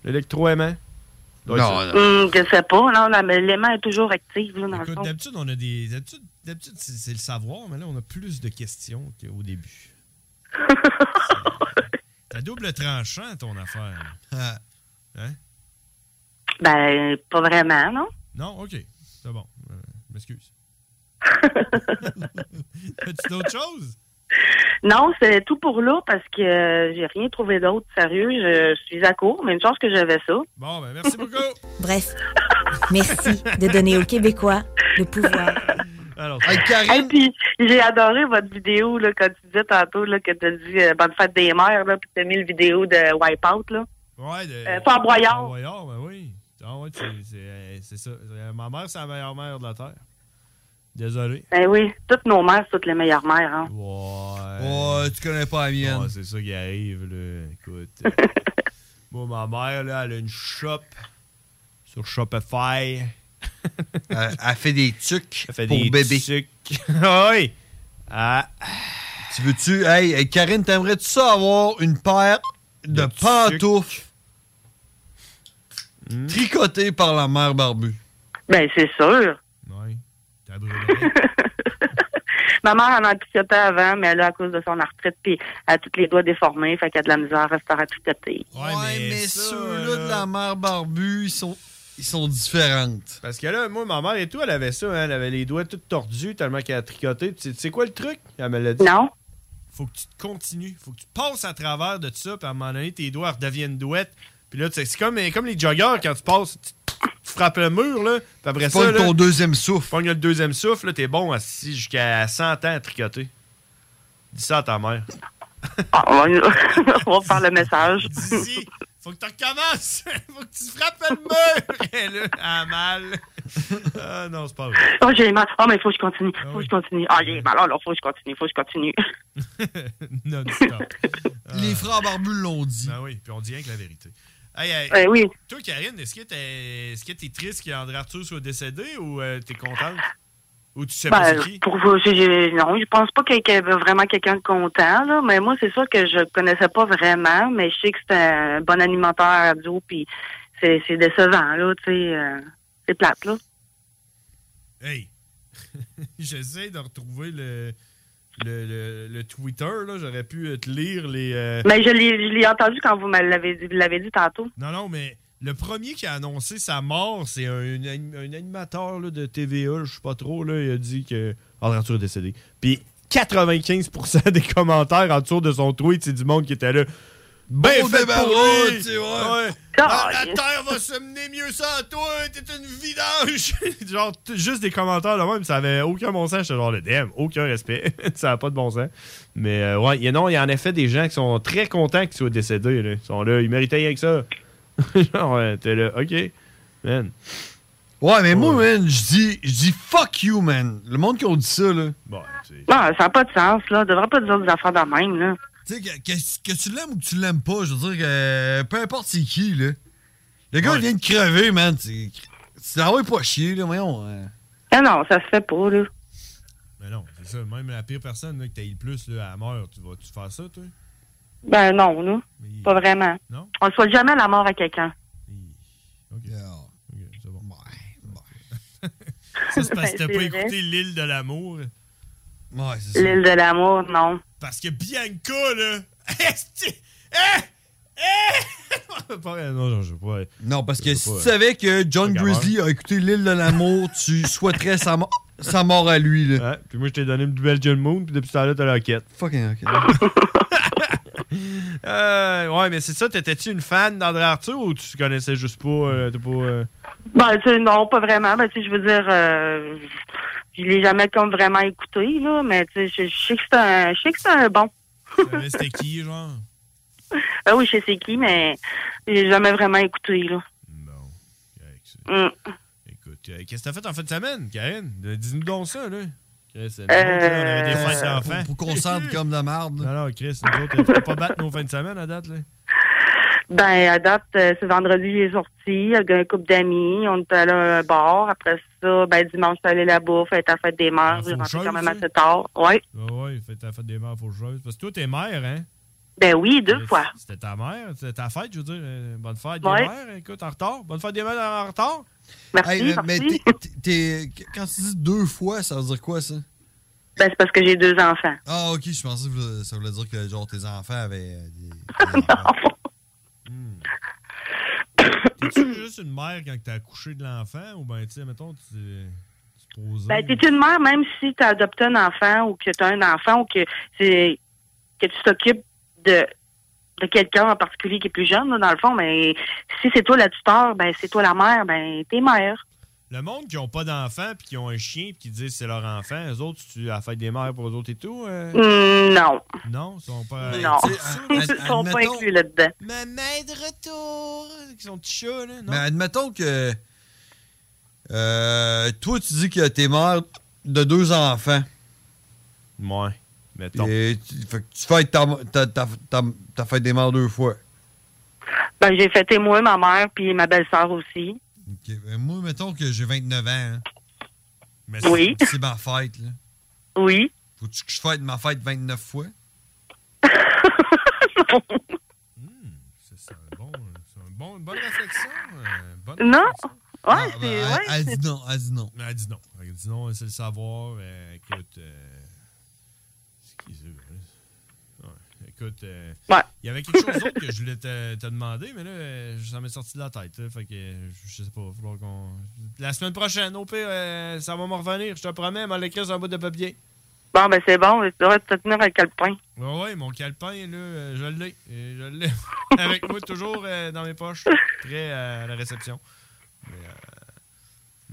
L'électro-aimant. Doit être ça. Hum, je sais pas. Non, la- mais l'aimant est toujours actif, là, dans le Écoute, fond. d'habitude, on a des. D'habitude, d'habitude, c'est c'est le savoir, mais là, on a plus de questions qu'au début. T'as double tranchant, ton affaire. Hein? Ben, pas vraiment, non? Non, OK. C'est bon. Euh, je m'excuse. As-tu d'autres choses? *laughs* Non, c'est tout pour là parce que euh, j'ai rien trouvé d'autre sérieux. Je, je suis à court, mais une chance que j'avais ça. Bon, ben, merci beaucoup. Bref, merci de donner aux Québécois le pouvoir. Alors, Et puis, j'ai adoré votre vidéo là, quand tu disais tantôt là, que tu as dit euh, Bonne fête des mères, là, puis tu as mis le vidéo de Wipeout. Là. Ouais, de... Euh, Flamboyard. Flamboyard, ben oui. Ah ouais, c'est- c'est euh, c'est ça. Euh, Ma mère, c'est la meilleure mère de la Terre. Désolé. Ben oui, toutes nos mères, toutes les meilleures mères. Hein. Euh, Ouais, tu connais pas la mienne. c'est ça qui arrive, là. Écoute. euh, moi, ma mère, là, elle a une shop sur Shopify. elle, fait des tucs elle fait pour des bébé. tucs. *laughs* Ah oui. Ah. Tu veux-tu. Hey, hey, Karine, t'aimerais-tu ça avoir une paire de pantoufles Hmm. tricotées par la mère barbue? Ben, c'est sûr. Ma mère en anticipait avant, mais là, à cause de son arthrite, puis elle a tous les doigts déformés, fait qu'elle a de la misère à se faire *laughs* tricoter. Ouais, mais, ceux-là de la mère barbue, ils sont. Ils sont différentes. Parce que là, moi, ma mère et tout, elle avait ça, hein, elle avait les doigts tout tordus tellement qu'elle a tricoté. Tu sais- tu sais quoi le truc? Elle me l'a dit. Non. Faut que tu te continues. Faut que tu passes à travers de ça, puis à un moment donné, tes doigts redeviennent douettes. Puis là, tu sais, c'est comme, comme les joggeurs, quand tu passes, tu, tu frappes le mur, là. Puis après Pognes ça. là, ton deuxième souffle. Pogne le deuxième souffle, là, t'es bon assis jusqu'à 100 ans à tricoter. Dis ça à ta mère. on va Ah, *laughs* on va faire le message. Faut que tu recommences! *laughs* Faut que tu frappes le mur! *laughs* Elle là, elle a mal. Ah non, c'est pas vrai. Oh, j'ai mal. Oh, mais il faut que je continue. Faut que je continue. Ah, j'ai mal. Alors, faut que je continue. Faut que je continue. *laughs* *laughs* Non-stop. Les frères barbus l'ont dit. Ah oui, puis on dit rien que la vérité. Hey, hey, Eh oui. Toi, Karine, est-ce que t'es est-ce que t'es triste qu'André Arthur soit décédé ou euh, t'es contente? Ou tu sais pas Ben, c'est qui? pour vous, j'ai- j'ai- non, je pense pas qu'il y ait vraiment quelqu'un de content, là, mais moi, c'est sûr que je le connaissais pas vraiment, mais je sais que c'est un bon animateur à radio, puis c'est c'est décevant, là, tu sais, euh, c'est plate, là. Hey! *laughs* J'essaie de retrouver le, le, le, le Twitter, là. J'aurais pu euh, te lire les. euh, Mais Ben, je l'ai je l'ai entendu quand vous me l'avez dit, vous l'avez dit tantôt. Non, non, mais le premier qui a annoncé sa mort, c'est un, un- un animateur là, de TVA, là, je sais pas trop, là, il a dit que André Arthur est décédé. Puis 95% des commentaires autour de son tweet, c'est du monde qui était là. Ben Bon fait pour débarras, lui! tu sais, ouais. Ouais. Ah, La- la yes. terre va se mener mieux sans toi, t'es une vidange! *laughs* genre, t- juste des commentaires là même, ça avait aucun bon sens. J'étais genre le DM, aucun respect. *laughs* ça n'a pas de bon sens. Mais euh, ouais, il y a, non, il y a en effet des gens qui sont très contents qu'il soit décédé. Là. Ils sont là, ils méritaient rien que ça. *laughs* genre, euh, t'es là, ok, man. Ouais, mais moi, man, je dis, je dis fuck you, man. Le monde qui ont dit ça, là. Bon, ça n'a pas de sens, là. On devrait pas dire des affaires de même, là. Tu sais, que, que- que tu l'aimes ou que tu l'aimes pas, je veux dire, que peu importe c'est qui, là. Le gars, il vient de crever, man. Tu tu l'envoies pas chier, là, voyons. hein. Ah non, ça se fait pas, là. Mais non, c'est ça. Même la pire personne là, que t'as eu le plus, là, à meurt, tu vas-tu faire ça, *laughs* toi? Ben non, là. Pas vraiment. On ne souhaite jamais la mort à quelqu'un. Ça, c'est parce que t'as Ben, pas c'est écouté L'île de l'amour. Ouais, c'est L'île de l'amour, non. Parce que Bianca, là. Esti! Eh! Eh! *laughs* Pas vrai, non, je veux pas. Non, parce que veux si pas, tu euh, savais que John regardeur. Grizzly a écouté L'île de l'amour, *laughs* tu souhaiterais sa, mo- sa mort à lui, là. Ouais, puis moi, je t'ai donné une Belgian Moon, puis depuis ça là, t'as la quête. Fucking ok. Euh, ouais, mais c'est ça, t'étais-tu une fan d'André Arthur ou tu connaissais juste pas. euh, t'es pas euh, Ben, tu sais, non, pas vraiment. Ben, tu sais, je veux dire, euh, je l'ai jamais comme vraiment écouté, là, mais tu sais, je- je sais que c'est un, je sais que c'est un bon. savais c'était qui, genre? *laughs* Ben oui, je sais c'est qui, mais j'ai jamais vraiment écouté, là. Mm. Bon. Écoute, euh, qu'est-ce que t'as fait en fin de semaine, Karine? Euh, Dis-nous donc ça, là. Chris, euh, nous autres, Euh, là, on avait des fêtes pour- d'enfants. *laughs* pour qu'on sente comme de la merde. Non, non, Chris, nous autres, euh, tu peux pas battre nos fins de semaine à date, là. Ben, à date, euh, ce vendredi, j'ai sorti avec un couple d'amis. On était allé à un bar. Après ça, ben, dimanche, j'étais allé là-bas. Fête à fête des Ah, mères. J'ai rentré Faucheuse, quand même ça? assez tard. Ouais. Ah ouais, fait ta fête des mères Faucheuses. Parce que toi, t'es mère, hein? Ben oui, deux Mais fois. C'était ta mère, c'était ta fête, je veux dire. euh, Bonne fête des Ouais. mères, écoute, en retard. Bonne fête des mères en retard. Hey, mais- mais t'es- t'es- t'es- quand tu dis deux fois, ça veut dire quoi, ça? Ben, c'est parce que j'ai deux enfants. Ah, ok, je pensais que vous- ça voulait dire que genre tes enfants avaient. euh, des- *coughs* T'es-tu juste une mère quand t'as accouché de l'enfant ou ben, tu sais, mettons, tu tu te posais. Ben, t'es une mère, même si t'as adopté un enfant ou que t'as un enfant ou que c'est que tu t'occupes de de quelqu'un en particulier qui est plus jeune, là, dans le fond, mais si c'est toi la tuteur, ben c'est toi la mère, ben t'es mère. Le monde qui n'ont pas d'enfant puis qui ont un chien puis qui disent que c'est leur enfant, eux autres, tu à la fête des mères pour eux autres et tout? euh? Mm, non. Non, ils sont pas. Non. Tu sais, ça, *laughs* Ils sont pas admettons- inclus là-dedans. Maman de retour! Qui sont petits chats, là, non? Mais admettons que. euh, toi, tu dis que t'es mère de deux enfants. Ouais, mettons. Et tu, fait que tu fêtes ta, ta, ta, ta- ta fête des mères deux fois. Ben j'ai fêté moi, ma mère, puis ma belle-sœur aussi. Ok, ben Moi, mettons que j'ai 29 ans. hein. Mais c'est- Oui. C'est ma fête, là. Oui. *laughs* Faut-tu que je fête ma fête 29 fois? Bon, bonne réflexion. euh, bonne Non? réflexion. ben, Ouais, c'est. ouais, c'est- non, Elle elle dit non. dit non. Elle dit non, elle sait le savoir. euh, écoute. euh, c'est qui ça, là? Ouais, Écoute, euh, il Ouais. y avait quelque chose d'autre que je voulais te, te demander, mais là, euh, ça m'est sorti de la tête. là, fait que euh, je sais pas, va falloir qu'on. La semaine prochaine, au pire, euh, ça va me revenir, je te promets, m'en l'écrire sur un bout de papier. Bon, ben c'est bon, tu devrais te tenir avec calepin. Ouais, ouais, mon calepin, là, euh, je l'ai. Et Je *laughs* l'ai avec moi toujours euh, dans mes poches, prêt à la réception. Mais, euh,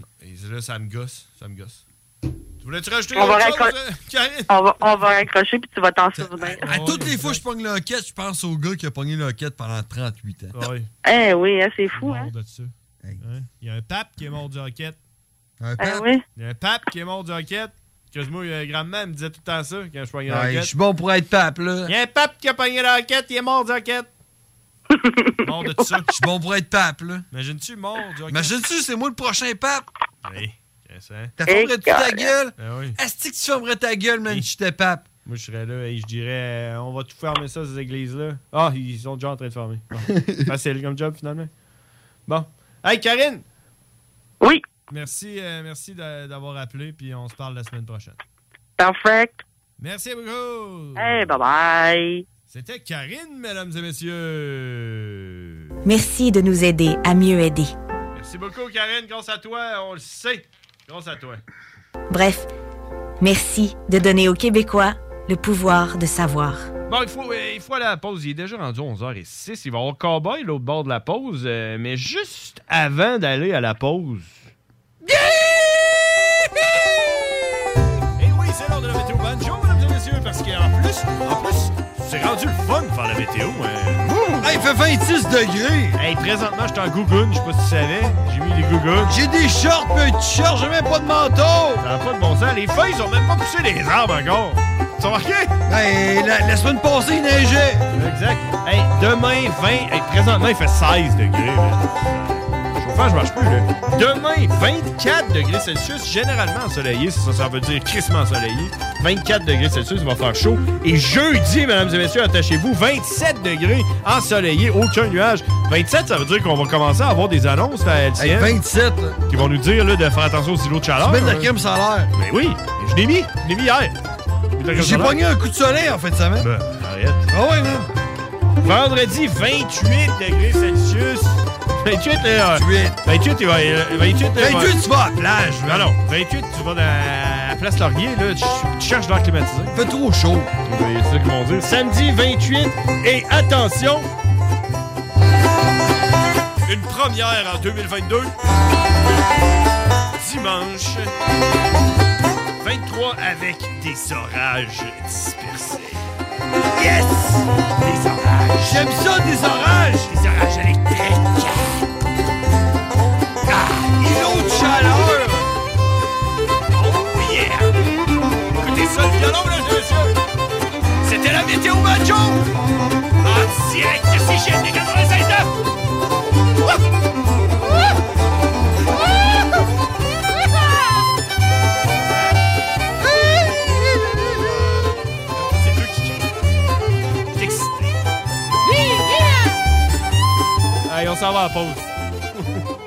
non. Et là, ça me gosse. Ça me gosse. Tu voulais-tu rajouter On va, quelque chose, raccro- euh, Karine? on, va, on va raccrocher, puis tu vas t'en souvenir. À toutes les fois que je pogne le hockey, je pense au gars qui a pogné le hockey pendant 38 ans. Oui. Eh oui, hein, c'est fou, hein? mort de ça. Hein? Il y a un pape qui est mort du hockey. Un Ah pape? oui? Il y a un pape qui est mort du hockey. Que moi, euh, grand-mère me disait tout le temps ça quand je pognais Ben, le Ouais, hockey. je suis bon pour être pape, là. Il y a un pape qui a pogné la hockey, il est mort du hockey. mort de ça. *laughs* Je suis bon pour être pape, là. Imagine-tu mort du hockey? Imagine-tu, c'est moi le prochain pape. Oui. Qu'est-ce, hein? T'as fermerais-tu ta Eh, gueule? Ben oui. Est-ce que tu fermerais ta gueule, même si j'étais pape? Moi, je serais là et je dirais euh, on va tout fermer ça, ces églises-là. Ah, ils sont déjà en train de fermer. Bon. Facile comme job, finalement. Bon. Hey, Karine! Oui. Merci, euh, merci d'a- d'avoir appelé, puis on se parle la semaine prochaine. Perfect. Merci beaucoup! Hey, bye-bye! C'était Karine, mesdames et messieurs! Merci de nous aider à mieux aider. Merci beaucoup, Karine. Grâce à toi, on le sait. Grâce à toi. Bref, merci de donner aux Québécois le pouvoir de savoir. Bon, il faut, euh, il faut aller à la pause. Il est déjà rendu 11h06. Il va y avoir Cowboy, l'autre bord de la pause. euh, mais juste avant d'aller à la pause. Et oui, c'est l'heure de la météo banjo, mesdames et messieurs, parce qu'en plus, en plus, c'est rendu le fun de faire la météo. hein. Hey, il fait 26 degrés! Hey, présentement, je suis en gougoune, je sais pas si tu savais. J'ai mis des gougounes. J'ai des shorts, mais un t-shirt, j'ai même pas de manteau! Ça n'a pas de bon sens. Les feuilles ont même pas poussé les arbres encore. Tu as remarqué? Hey, la, la semaine passée, il neigeait! Exact. Hey, demain, 20. Hey, présentement, il fait 16 degrés, man. Le Chauffage marche plus, là. Demain, 24 degrés Celsius, généralement ensoleillé, c'est ça, ça veut dire crissement ensoleillé. 24 degrés Celsius, il va faire chaud. Et jeudi, mesdames et messieurs, attachez-vous, 27 degrés ensoleillé, aucun nuage. 27, ça veut dire qu'on va commencer à avoir des annonces à LCN. Hey, 27, là. Qui vont nous dire, là, de faire attention aux îlots de chaleur. Semaine de hein. crème solaire. Ben oui, je l'ai mis, je l'ai mis hier. J'ai pogné un coup de soleil en fait de semaine. Ben, arrête. Ah ouais, man. Vendredi, 28 degrés Celsius. 28, là. 28. 28, hein, il va. euh, 28, là, il va- 28, tu vas à la plage, Non, non. 28, tu vas dans la place Laurier, là. Tu, tu cherches l'air climatisé. Fait trop chaud. Ben, C'est ça qu'ils vont dire. Samedi, 28. Et attention. Une première en 2022. Dimanche. 23 avec des orages dispersés. Yes! Des orages. J'aime ça, des orages. Des orages électriques. Ah, îlot de chaleur. Oh yeah! Écoutez ça, le Ah, violon, là, monsieur! C'était la météo banjo! En direct de ces CGMD 96.9. Ah! Ah! J'étais excité. Allez, on s'en va à la pause.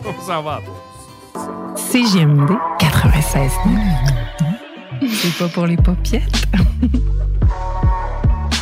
*laughs* on s'en va à la pause. CGMD 96. C'est pas pour les paupiètes.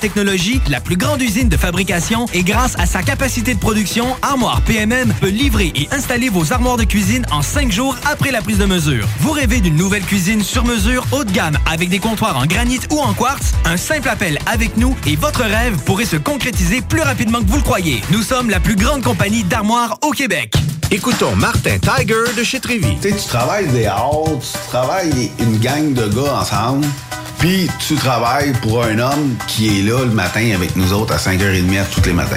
technologie, la plus grande usine de fabrication et grâce à sa capacité de production, Armoire PMM peut livrer et installer vos armoires de cuisine en cinq jours après la prise de mesure. Vous rêvez d'une nouvelle cuisine sur mesure haut de gamme avec des comptoirs en granit ou en quartz? Un simple appel avec nous et votre rêve pourrait se concrétiser plus rapidement que vous le croyez. Nous sommes la plus grande compagnie d'armoires au Québec. Écoutons Martin Tiger de chez Trévy. Tu sais, tu travailles des heures, tu travailles une gang de gars ensemble, puis tu travailles pour un homme qui est là le matin avec nous autres à 5h30 tous les matins.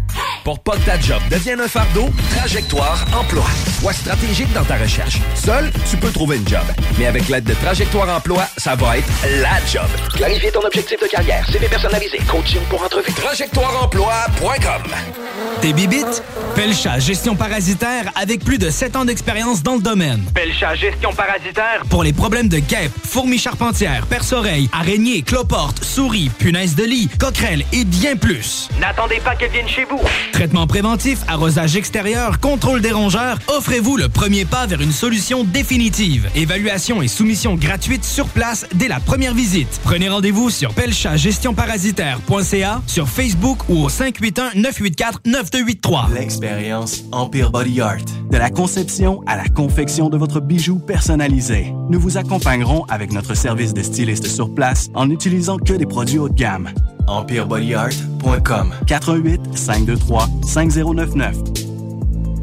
Pour pas que ta job devienne un fardeau, Trajectoire Emploi. Sois stratégique dans ta recherche. Seul, tu peux trouver une job. Mais avec l'aide de Trajectoire Emploi, ça va être la job. Clarifier ton objectif de carrière, CV personnalisé, coaching pour entrevue. TrajectoireEmploi.com Tes bibites? Pelcha Gestion Parasitaire avec plus de 7 ans d'expérience dans le domaine. Pelcha Gestion Parasitaire. Pour les problèmes de guêpes, fourmis charpentières, perce-oreilles, araignées, cloportes, souris, punaises de lit, coquerelles et bien plus. N'attendez pas qu'elle vienne chez vous. Traitement préventif, arrosage extérieur, contrôle des rongeurs, offrez-vous le premier pas vers une solution définitive. Évaluation et soumission gratuite sur place dès la première visite. Prenez rendez-vous sur pelchagestionparasitaire.ca, sur Facebook ou au 581-984-9283. L'expérience Empire Body Art. De la conception à la confection de votre bijou personnalisé. Nous vous accompagnerons avec notre service de styliste sur place en n'utilisant que des produits haut de gamme. EmpireBodyArt.com 418 523 5099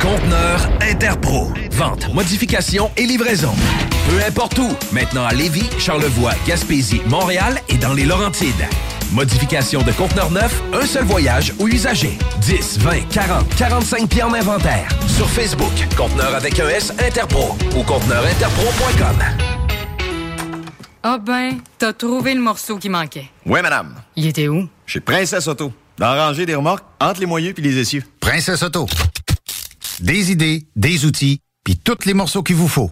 Conteneur Interpro. Vente, modification et livraison. Peu importe où. Maintenant à Lévis, Charlevoix, Gaspésie, Montréal et dans les Laurentides. Modification de conteneur neuf, un seul voyage ou usager. 10, 20, 40, 45 pieds en inventaire. Sur Facebook, conteneur avec un S Interpro ou conteneurinterpro.com. Ah ben, t'as trouvé le morceau qui manquait. Oui, madame. Il était où? Chez Princesse Auto. Dans la rangée des remorques, entre les moyeux puis les essieux. Princesse Auto. Des idées, des outils, puis tous les morceaux qu'il vous faut.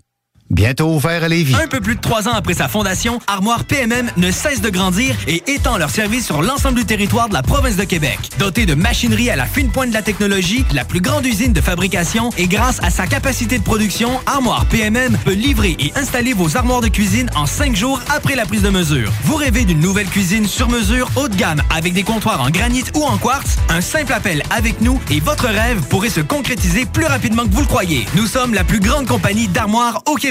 Bientôt ouvert à Lévis. Un peu plus de trois ans après sa fondation, Armoire PMM ne cesse de grandir et étend leur service sur l'ensemble du territoire de la province de Québec. Dotée de machinerie à la fine pointe de la technologie, la plus grande usine de fabrication et grâce à sa capacité de production, Armoire PMM peut livrer et installer vos armoires de cuisine en cinq jours après la prise de mesure. Vous rêvez d'une nouvelle cuisine sur mesure haut de gamme avec des comptoirs en granit ou en quartz? Un simple appel avec nous et votre rêve pourrait se concrétiser plus rapidement que vous le croyez. Nous sommes la plus grande compagnie d'armoires au Québec.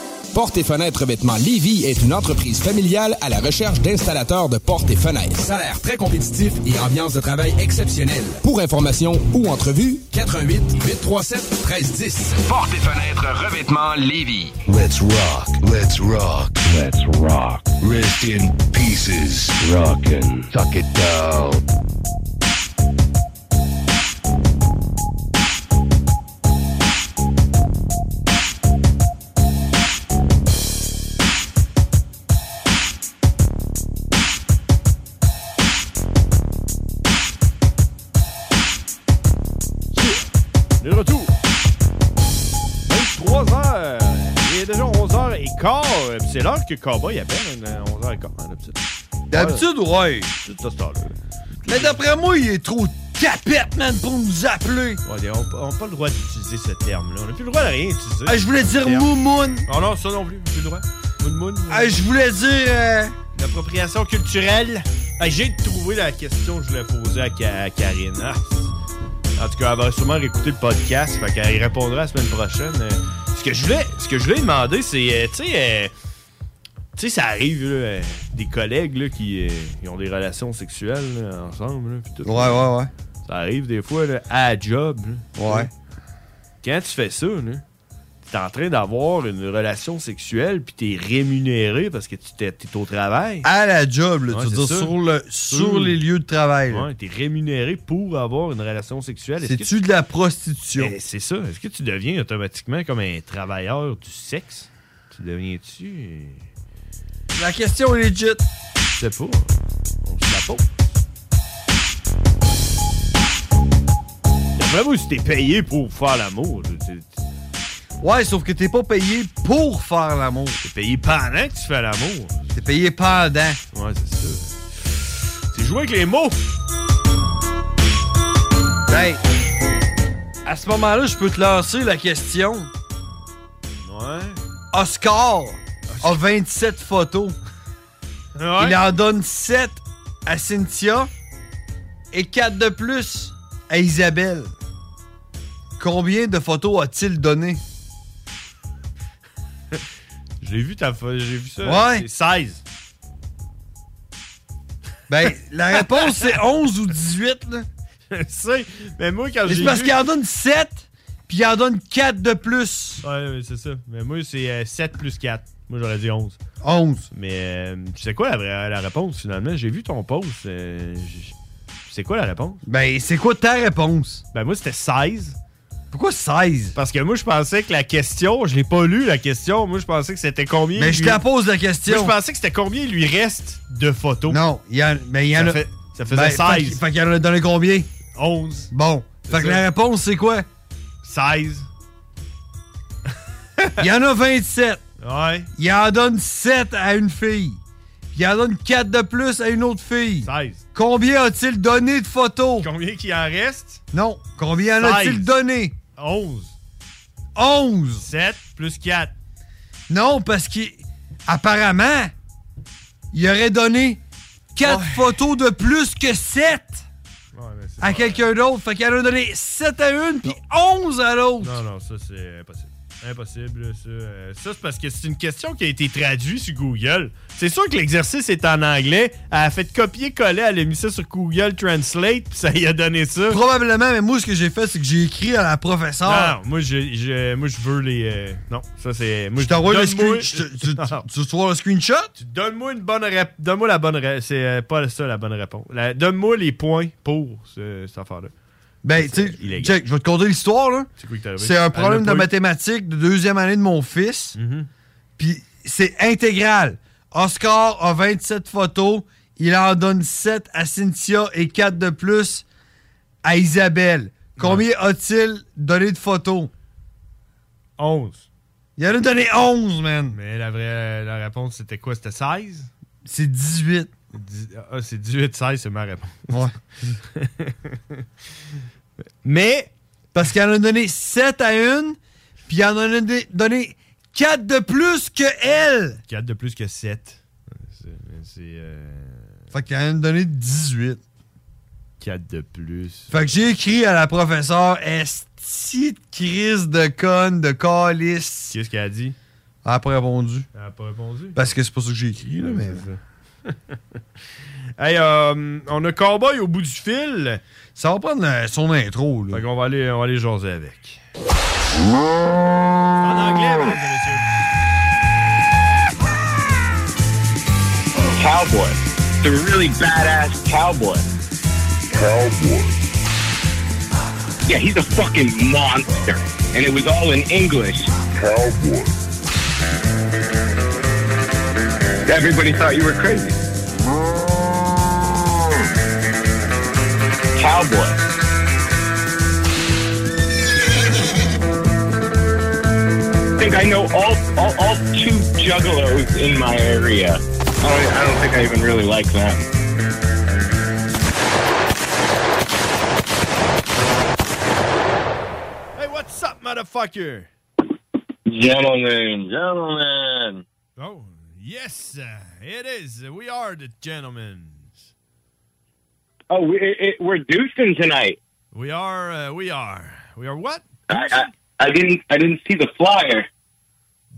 Porte et fenêtres revêtement Lévy est une entreprise familiale à la recherche d'installateurs de portes et fenêtres. Salaire très compétitif et ambiance de travail exceptionnelle. Pour information ou entrevue, 88 837 1310. Porte et fenêtres revêtement Lévis. Let's rock, let's rock, let's rock. Rest in pieces, rockin', tuck it down. Le retour. 23 h Il est déjà 11h15. Euh, C'est l'heure que Cowboy appelle, hein, 11h15, hein, d'habitude. D'habitude, ouais. Tout à cette heure-là. Mais d'après moi, il est trop capette, man, pour nous appeler. Ouais, on n'a pas le droit d'utiliser ce terme-là. On n'a plus le droit de rien utiliser. Ah, je voulais dire Terme. moumoune. Oh non, ça non plus. Plus le droit. Moon Moon. Ah, je voulais dire. euh, L'appropriation culturelle. Ah, J'ai trouvé la question que je voulais poser à, Ka- à Karine. Ah. En tout cas, elle va sûrement réécouter le podcast, fait qu'elle y répondra la semaine prochaine. Euh, Ce que je voulais, ce que je voulais demander, c'est, euh, tu sais, euh, tu sais, ça arrive, là, euh, des collègues là, qui euh, ils ont des relations sexuelles là, ensemble, là, puis tout. Ouais, ouais, ouais. Ça arrive des fois là, à la job. là. Ouais. Quand tu fais ça, là, t'es en train d'avoir une relation sexuelle puis t'es rémunéré parce que tu t'es, t'es au travail. À la job, là, Ouais, tu veux c'est dire, ça. sur, le, sur les lieux de travail. là. Ouais, t'es rémunéré pour avoir une relation sexuelle. Est-ce que C'est-tu de la prostitution? Eh, c'est ça. Est-ce que tu deviens automatiquement comme un travailleur du sexe? Tu deviens-tu... La question est legit. Je sais pas. On se la pose. D'après moi, si t'es payé pour faire l'amour, t'es Ouais, sauf que t'es pas payé pour faire l'amour. t'es payé pendant que tu fais l'amour. T'es payé pendant. Ouais, c'est ça. C'est jouer avec les mots. Ben, à ce moment-là, je peux te lancer la question. Ouais. Oscar a 27 photos. Il en donne 7 à Cynthia et 4 de plus à Isabelle. Combien de photos a-t-il donné? J'ai vu ta fo- j'ai vu ça. Ouais. C'est 16. Ben, la *laughs* réponse c'est 11 ou 18, là. Je sais, mais moi quand Mais j'ai C'est parce vu- qu'il en donne 7, puis il en donne 4 de plus. Ouais, ouais, c'est ça. Mais moi, c'est euh, 7 plus 4. Moi, j'aurais dit 11. 11. Mais euh, tu sais quoi la, vraie- la réponse finalement? J'ai vu ton post. euh, j- c'est quoi la réponse? Ben, c'est quoi ta réponse? Ben, moi, c'était 16. Pourquoi 16? Parce que moi, je pensais que la question, je l'ai pas lu la question. Moi, je pensais que c'était combien. Mais Ben, je lui- te la pose la Moi, question. je pensais que c'était combien il lui reste de photos. Non, il y en, mais il y en Ça a. Ben, fait- ça faisait 16. Fait, fait qu'il en a donné combien? 11. Bon. Fait que ça. la réponse, c'est quoi? 16. *laughs* Il y en a 27. Ouais. Il en donne 7 à une fille. Puis Il en donne 4 de plus à une autre fille. 16. Combien a-t-il donné de photos? Combien qu'il en reste? Non. Combien en a-t-il 16. donné? 11. 11. 7 plus 4. Non, parce qu'apparemment, il aurait donné 4 photos de plus que 7 à quelqu'un d'autre. Fait qu'il en a donné 7 à une, puis 11 à l'autre. Non, non, ça c'est impossible. Impossible, là, ça. Euh, Ça, c'est parce que c'est une question qui a été traduite sur Google. C'est sûr que l'exercice est en anglais. Elle a fait copier-coller, elle a mis ça sur Google Translate, puis ça y a donné ça. Probablement, mais moi, ce que j'ai fait, c'est que j'ai écrit à la Non, professeure. moi, je, je- moi, je veux les. euh, non, ça, c'est. Moi, Je t'envoie le donne-moi- screen- je te- *laughs* tu- tu- tu veux voir le screenshot? Donne-moi une bonne réponse. Donne-moi la bonne réponse. C'est euh, pas ça la bonne réponse. La- Donne-moi les points pour ce- cette affaire-là. Ben, tu sais, check, je vais te conter l'histoire, là. C'est quoi qui t'est arrivé? Ah, C'est un Elle l'a problème de pas eu. mathématiques de deuxième année de mon fils. Mm-hmm. Puis c'est intégral. Oscar a 27 photos. Il en donne 7 à Cynthia et 4 de plus à Isabelle. Combien a-t-il donné de photos? 11. Il en a donné 11, man. Mais la vraie euh, la réponse, c'était quoi? C'était 16? C'est 18. Dix- Ah, c'est 18-16, c'est ma réponse. Ouais. *laughs* Mais. *laughs* Parce qu'il en a donné 7 à une, puis il en a donné, donné 4 de plus que elle. 4 de plus que 7. C'est. c'est, euh, Fait qu'elle a donné 18. 4 de plus. Fait que j'ai écrit à la professeure Esti de crise de conne, de calice. Qu'est-ce qu'elle a dit? Elle a pas répondu. Elle n'a pas répondu. Parce que c'est pas ça que j'ai écrit, là, Ouais, mais. *laughs* Hey, euh, on a Cowboy au bout du fil. Ça va prendre euh, son intro, là. Fait qu'on va aller, on va aller jaser avec. En anglais, mesdames et Cowboy. The really badass cowboy. Cowboy. Yeah, he's a fucking monster. And it was all in English. Cowboy. Everybody thought you were crazy. Cowboy. I think I know all, all, all two juggalos in my area. I don't, I don't think I even really like them. Hey, what's up, motherfucker? Gentlemen, gentlemen. Oh, yes, uh, it is. We are the gentlemen. Oh, we, it, it, we're deucing tonight. We are, uh, we are. We are what? I, I, I didn't I didn't see the flyer.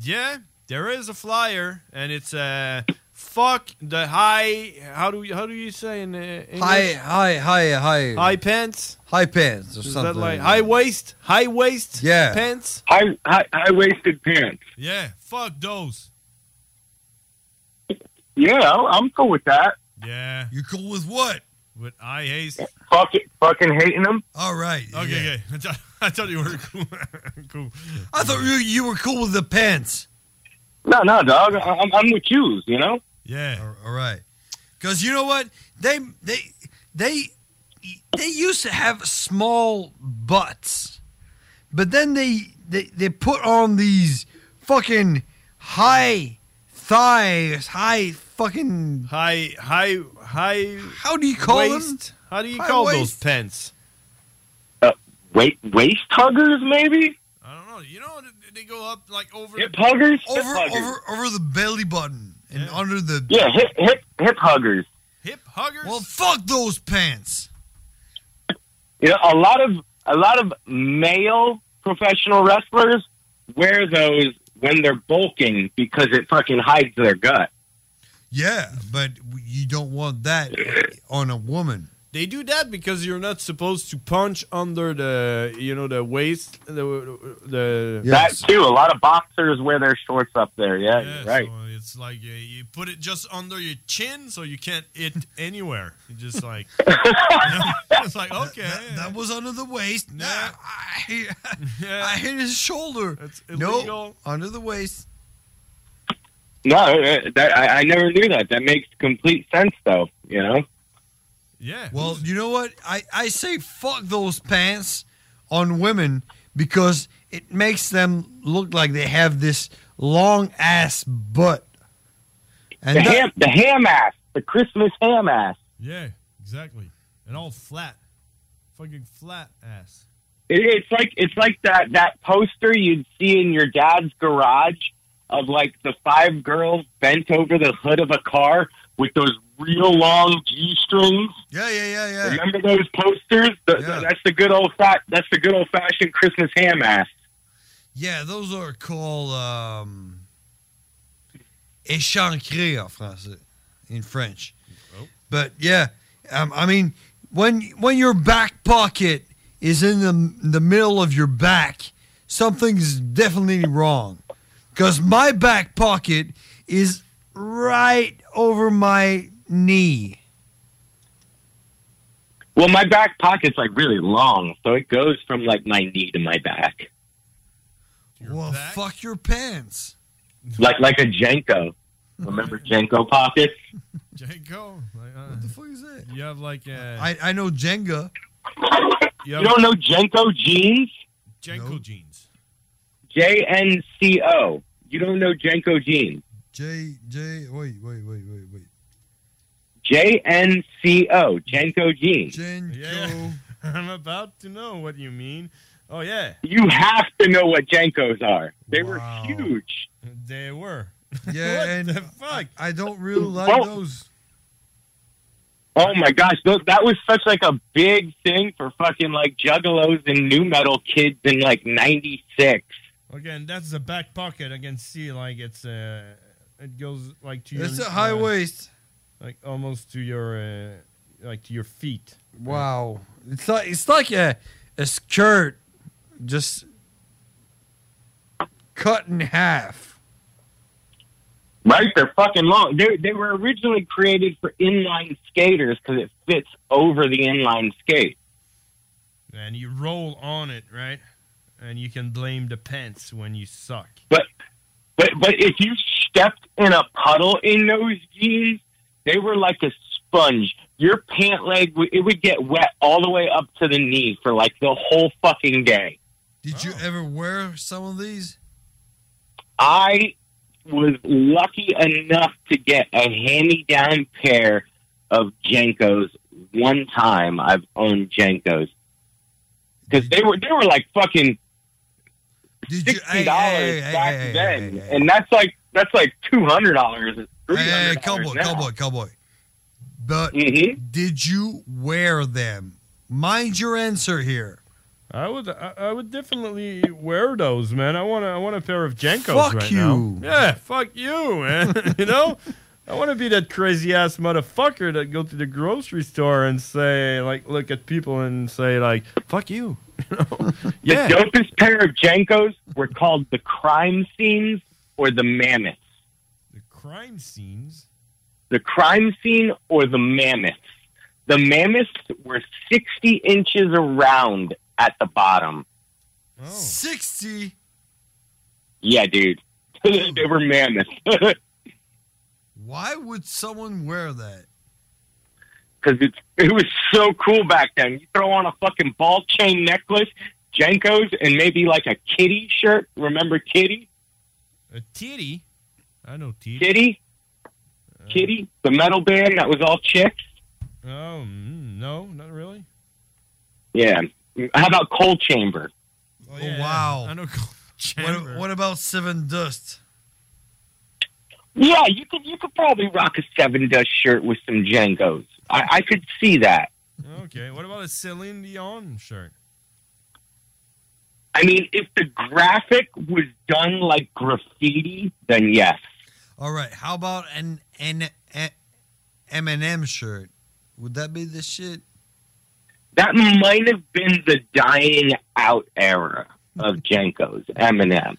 Yeah, there is a flyer, and it's uh, fuck the high. How do you, how do you say in uh, English? High, high, high, high. High pants. High pants. Or Is something. that like high waist? High waist. Yeah. Pants. High, high, high waisted pants. Yeah. Fuck those. Yeah, I'm- I'm cool with that. Yeah. You cool with what? With I haste. Fuck it, fucking hating them. All right. Okay, okay. *laughs* I thought, I thought you were cool. cool. I thought you, you were cool with the pants. No, no, dog. I'm, I'm with you. You know. Yeah. All, all right. Because you know what? They they they they used to have small butts, but then they they, they put on these fucking high thighs, high fucking high high high. How do you call waist? them? How do you High call waist. those pants? Wait, waist huggers maybe. They go up like over. Hip huggers. hip over huggers. over over the belly button and under the Yeah, hip hip hip huggers. hip huggers. Well, fuck those pants. You know, a lot of a lot of male professional wrestlers wear those when they're bulking because it fucking hides their gut. Yeah, but you don't want that on a woman. They do that because you're not supposed to punch under the you know the waist the the That too. A lot of boxers wear their shorts up there. Yeah, you're right. So it's like uh, you put it just under your chin so you can't it *laughs* anywhere. You just like it's like okay. That, was under the waist. Nah, I, *laughs* I hit his shoulder. illegal. under the waist. No, uh, that, I, I never knew that. That makes complete sense, though. You know. Yeah. Well, you know what? I, I say fuck those pants on women because it makes them look like they have this long ass butt. the that- ham, the ham ass, the Christmas ham ass. Yeah, exactly. And all flat, fucking flat ass. It, it's like it's like that that poster you'd see in your dad's garage of like the five girls bent over the hood of a car with those real long g strings. Yeah, yeah, yeah, yeah. Remember those posters? The, That's the good old fat. That's the good old fashioned Christmas ham ass. Yeah, those are called um, échancré en français, in French. But yeah, um, I mean, when when your back pocket is in the the middle of your back, something's definitely wrong. Cause my back pocket is right over my knee. Well, my back pocket's like really long, so it goes from like my knee to my *laughs* back, well, fuck your pants. like like a Jenko. Remember Jenko pockets? Jenko. Like, uh, what the fuck is that? You have like a I, I *laughs* know Jenga. You don't know Jenko jeans? Jenko jeans. J N C O. You don't know Jenko jeans? J J. Wait, wait, wait, wait, wait. J N C O. Jenko jeans. Jenko. *laughs* I'm about to know what you mean. Oh, yeah. You have to know what Jankos are. They were huge. They were. Yeah, and fuck? I don't really like Oh. those. Oh my gosh, those, that was such like a big thing for fucking like juggalos and new metal kids in like '96. Again, that's the back pocket. I can see like it's uh, it goes like to It's your a high uh, waist. like almost to your uh, like to your feet. Wow, it's like it's like a a skirt just cut in half. Right, they're fucking long. They they were originally created for inline skaters because it fits over the inline skate. and you roll on it, right? And you can blame the pants when you suck. But but but if you stepped in a puddle in those jeans, they were like a sponge. Your pant leg would- it would get wet all the way up to the knee for like the whole fucking day. Did you ever wear some of these? I was lucky enough to get a hand-me-down pair of Jenkos one time. I've owned Jenkos because they were they were like fucking sixty dollars back then, and that's like that's like two hundred dollars. Hey, cowboy, cowboy, cowboy. But did you wear them? Mind your answer here. I would, I, I would definitely wear those, man. I want, a, I want a pair of Jenkos Fuck right you. now. Yeah, fuck you, man. *laughs* you know, I want to be that crazy ass motherfucker that go to the grocery store and say, like, look at people and say, like, fuck you. *laughs* Yeah. The dopest pair of Jenkos were called the crime scenes or the mammoth. Crime scenes. the crime scene or the mammoths. The mammoths were 60 inches around at the bottom. 60? Yeah, dude. *laughs* they were mammoths. *laughs* Because Why would someone wear that? it, it was so cool back then. You throw on a fucking ball chain necklace, Jenkos, and maybe like a kitty shirt. Remember kitty? A titty. I know titty. Kitty? Kitty? The metal band that was all chicks? Oh, mm, no, not really. Yeah. How about Coal Chamber? Oh, wow. I know. *laughs* What, what about Seven Dust? Yeah, you could you could probably rock a seven dust shirt with some Jenkos. I, I could see that. Okay, what about a Celine Dion shirt? I mean, if the graphic was done like graffiti, then yes. All right. How about an an an M&M shirt? Would that be the shit? That might have been the dying out era of Jenkos, Eminem.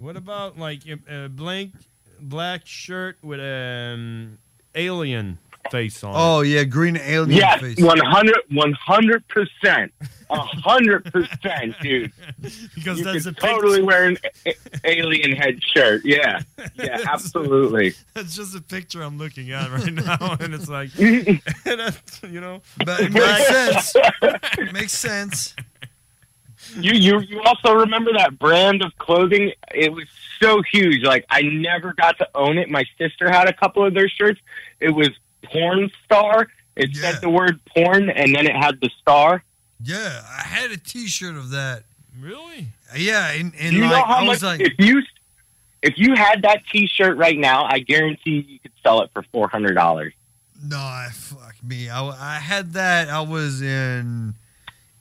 What about like a, a blank black shirt with an um, alien face on? Oh yeah, green alien Yes, face. 100 percent, hundred percent, dude. Because you that's could a pic- totally wear an a- alien head shirt. Yeah, yeah, absolutely. *laughs* That's just a picture I'm looking at right now, *laughs* and *laughs* it's like, that's, you know, But it *laughs* makes sense. It makes sense. You you you also remember that brand of clothing? It was so huge. Like I never got to own it. My sister had a couple of their shirts. It was porn star. It said the word porn and then it had the star. Yeah, I had a T-shirt of that. Really? Yeah, and, and Do you like know how I much was like, if you if you had that T-shirt right now, I guarantee you could sell it for four hundred dollars. no, I- fuck me. I, I had that. I was in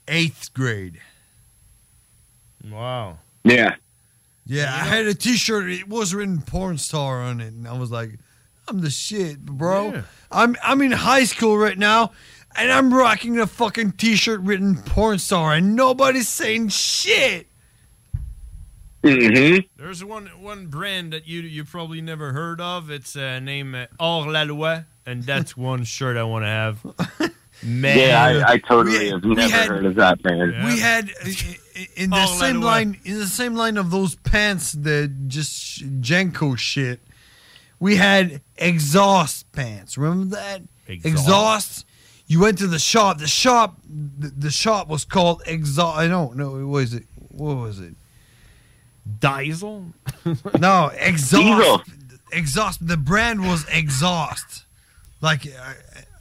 eighth grade. Wow. Yeah. Yeah, I had a T-shirt. It was written porn star on it, and I was like, "I'm the shit, bro. I'm I'm in high school right now, and I'm rocking a fucking T-shirt written porn star, and nobody's saying shit." Mm-hmm. There's one one brand that you you probably never heard of. It's uh, named uh, Hors la Loi, and *laughs* that's one shirt I want to have. Man. Yeah, I, I totally have never had- heard of that brand. We had i- i- in Oh, the All same that line in the same line of those pants that just Jenko shit. We had exhaust pants. Remember that Exhaust. You went to the shop. The shop. The, the shop was called exhaust. I don't know. What was it? What was it? Diesel. *laughs* no, exhaust. Diesel. Exhaust. The brand was exhaust, like a,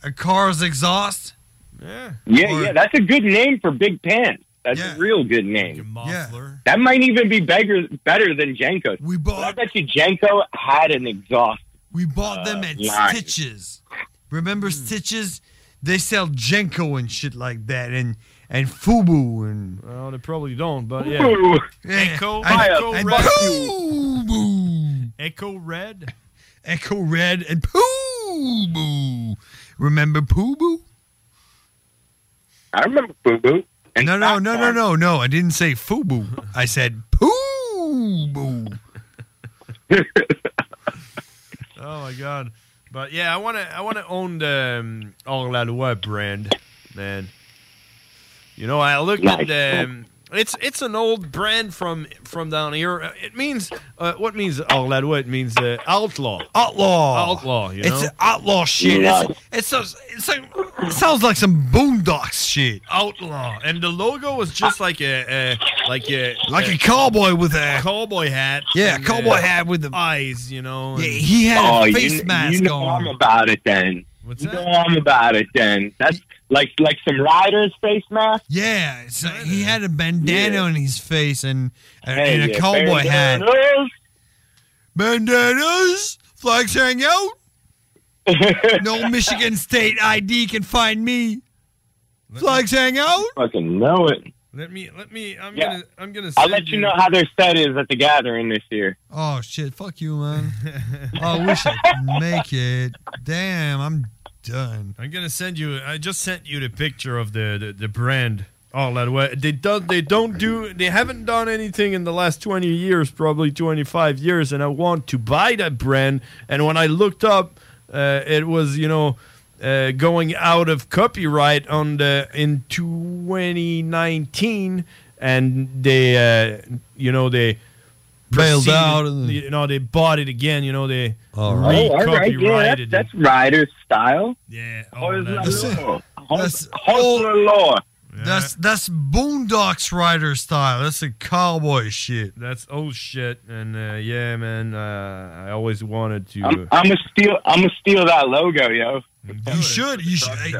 a car's exhaust. Yeah. Yeah, yeah, that's a good name for big pants. That's a real good name. That might even be bigger, better than Janko's. We bought. I bet you Janko had an exhaust. We bought them at line. Stitches. Remember Stitches? They sell Jenko and shit like that, and and Fubu and. Well, they probably don't, but yeah. Fubu. Echo- I- Echo I- Red. Pooh, boo. Echo Red. Echo Red and Poo Boo. Remember Poo Boo? I remember Poo Boo. No, no, no, no, no, no. I didn't say Fubu. I said Poo Boo. *laughs* Oh my god. But yeah, I want to I want to own the um, Hors La Loi brand, man. You know, I looked at the um, it's it's an old brand from from down here. Uh, It means uh, what means Hors La Loi? It means uh, outlaw. Oh, Outlaw. Outlaw, you know. It's outlaw shit. Yeah. It's, it's, so- it's so- it sounds like some boondocks shit. outlaw. And the logo was just like a, a like a Like a cowboy with a cowboy hat. Yeah, and, cowboy uh, hat with the eyes, you know. and- oh, you, kn- You know I'm about it then. you know I'm about it then. That's like like some rider's face mask. Yeah, so he had a bandana on his face and, and, Hey, and a yeah, cowboy hat. bandanas. Bandanas, flags hang *laughs* out. no Michigan State ID can find me. Flags hang out. Fucking know it. Let me let me I'm Yeah. gonna I'm gonna I'll send let you know how their set is at the gathering this year. Oh shit! Fuck you, *laughs* man. Oh, I wish I could make it. Damn, I'm done. I'm gonna send you. I just sent you the picture of the the, the brand. Oh, that way they don't they don't do they haven't done anything in the last 20 years, probably 25 years, and I want to buy that brand. And when I looked up, uh, it was you know. Uh, going out of copyright on the in 2019, and they, uh, you know, they Bailed proceeded- out and- You know, they bought it again. You know, they right. Oh, all right, yeah, re-copyrighted it. that's rider's style. Oh, Yeah. that's- oh, That's hustler law. That's that's Boondocks rider style. That's a cowboy shit. That's old shit, and uh, yeah, man, uh, I always wanted to. I'm, I'm gonna steal. I'm gonna steal that logo, yo. uh, You should. You should.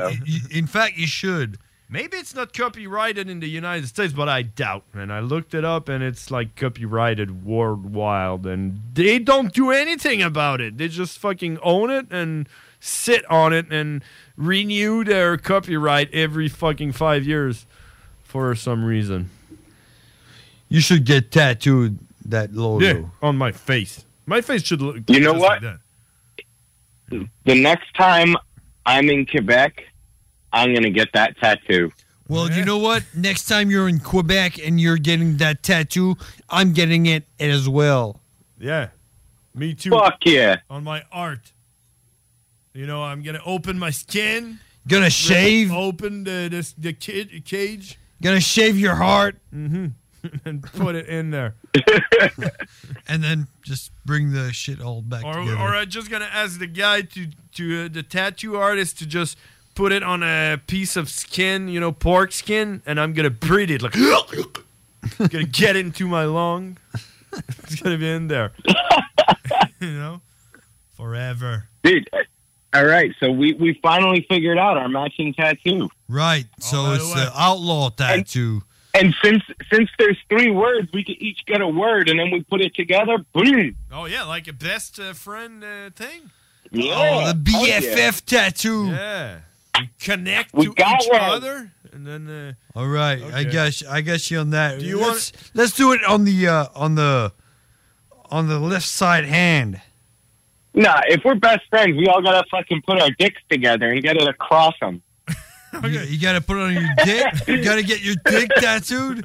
In fact, you should. Maybe it's not copyrighted in the United States, but I doubt. And I looked it up, and it's like copyrighted worldwide, and they don't do anything about it. They just fucking own it and sit on it and renew their copyright every fucking five years for some reason. You should get tattooed that logo. Yeah, on my face. My face should look. You know just what? Like that. The next time I'm in Quebec, I'm gonna get that tattoo. Well, you know what? Next time you're in Quebec and you're getting that tattoo, I'm getting it as well. Yeah. Me too. Fuck yeah. On my art. You know, I'm gonna open my skin. Gonna Rip- shave. Open the this, the kid, cage. Gonna shave your heart. Mm-hmm. *laughs* and put it in there. *laughs* and then just bring the shit all back Or, together. or I'm just gonna ask the guy to to uh, the tattoo artist to just put it on a piece of skin, you know, pork skin, and I'm gonna breathe it like. *laughs* gonna get into my lung. *laughs* it's gonna be in there. *laughs* you know, forever. Dude, uh, all right, so we, we finally figured out our matching tattoo. Right. So it's the outlaw tattoo. And since since there's three words, we could each get a word, and then we put it together. Boom. Oh yeah, like a best uh, friend uh, thing. Yeah. Oh, the Oh, yeah. BFF tattoo. Yeah. We connect We to got each one. other, and then uh, All right, I Okay. guess I guess you on that. Do you let's, let's do it on the uh, on the on the left side hand. Nah, if we're best friends, we all gotta fucking put our dicks together and get it across them. You, you gotta put it on your dick. you gotta get your dick tattooed.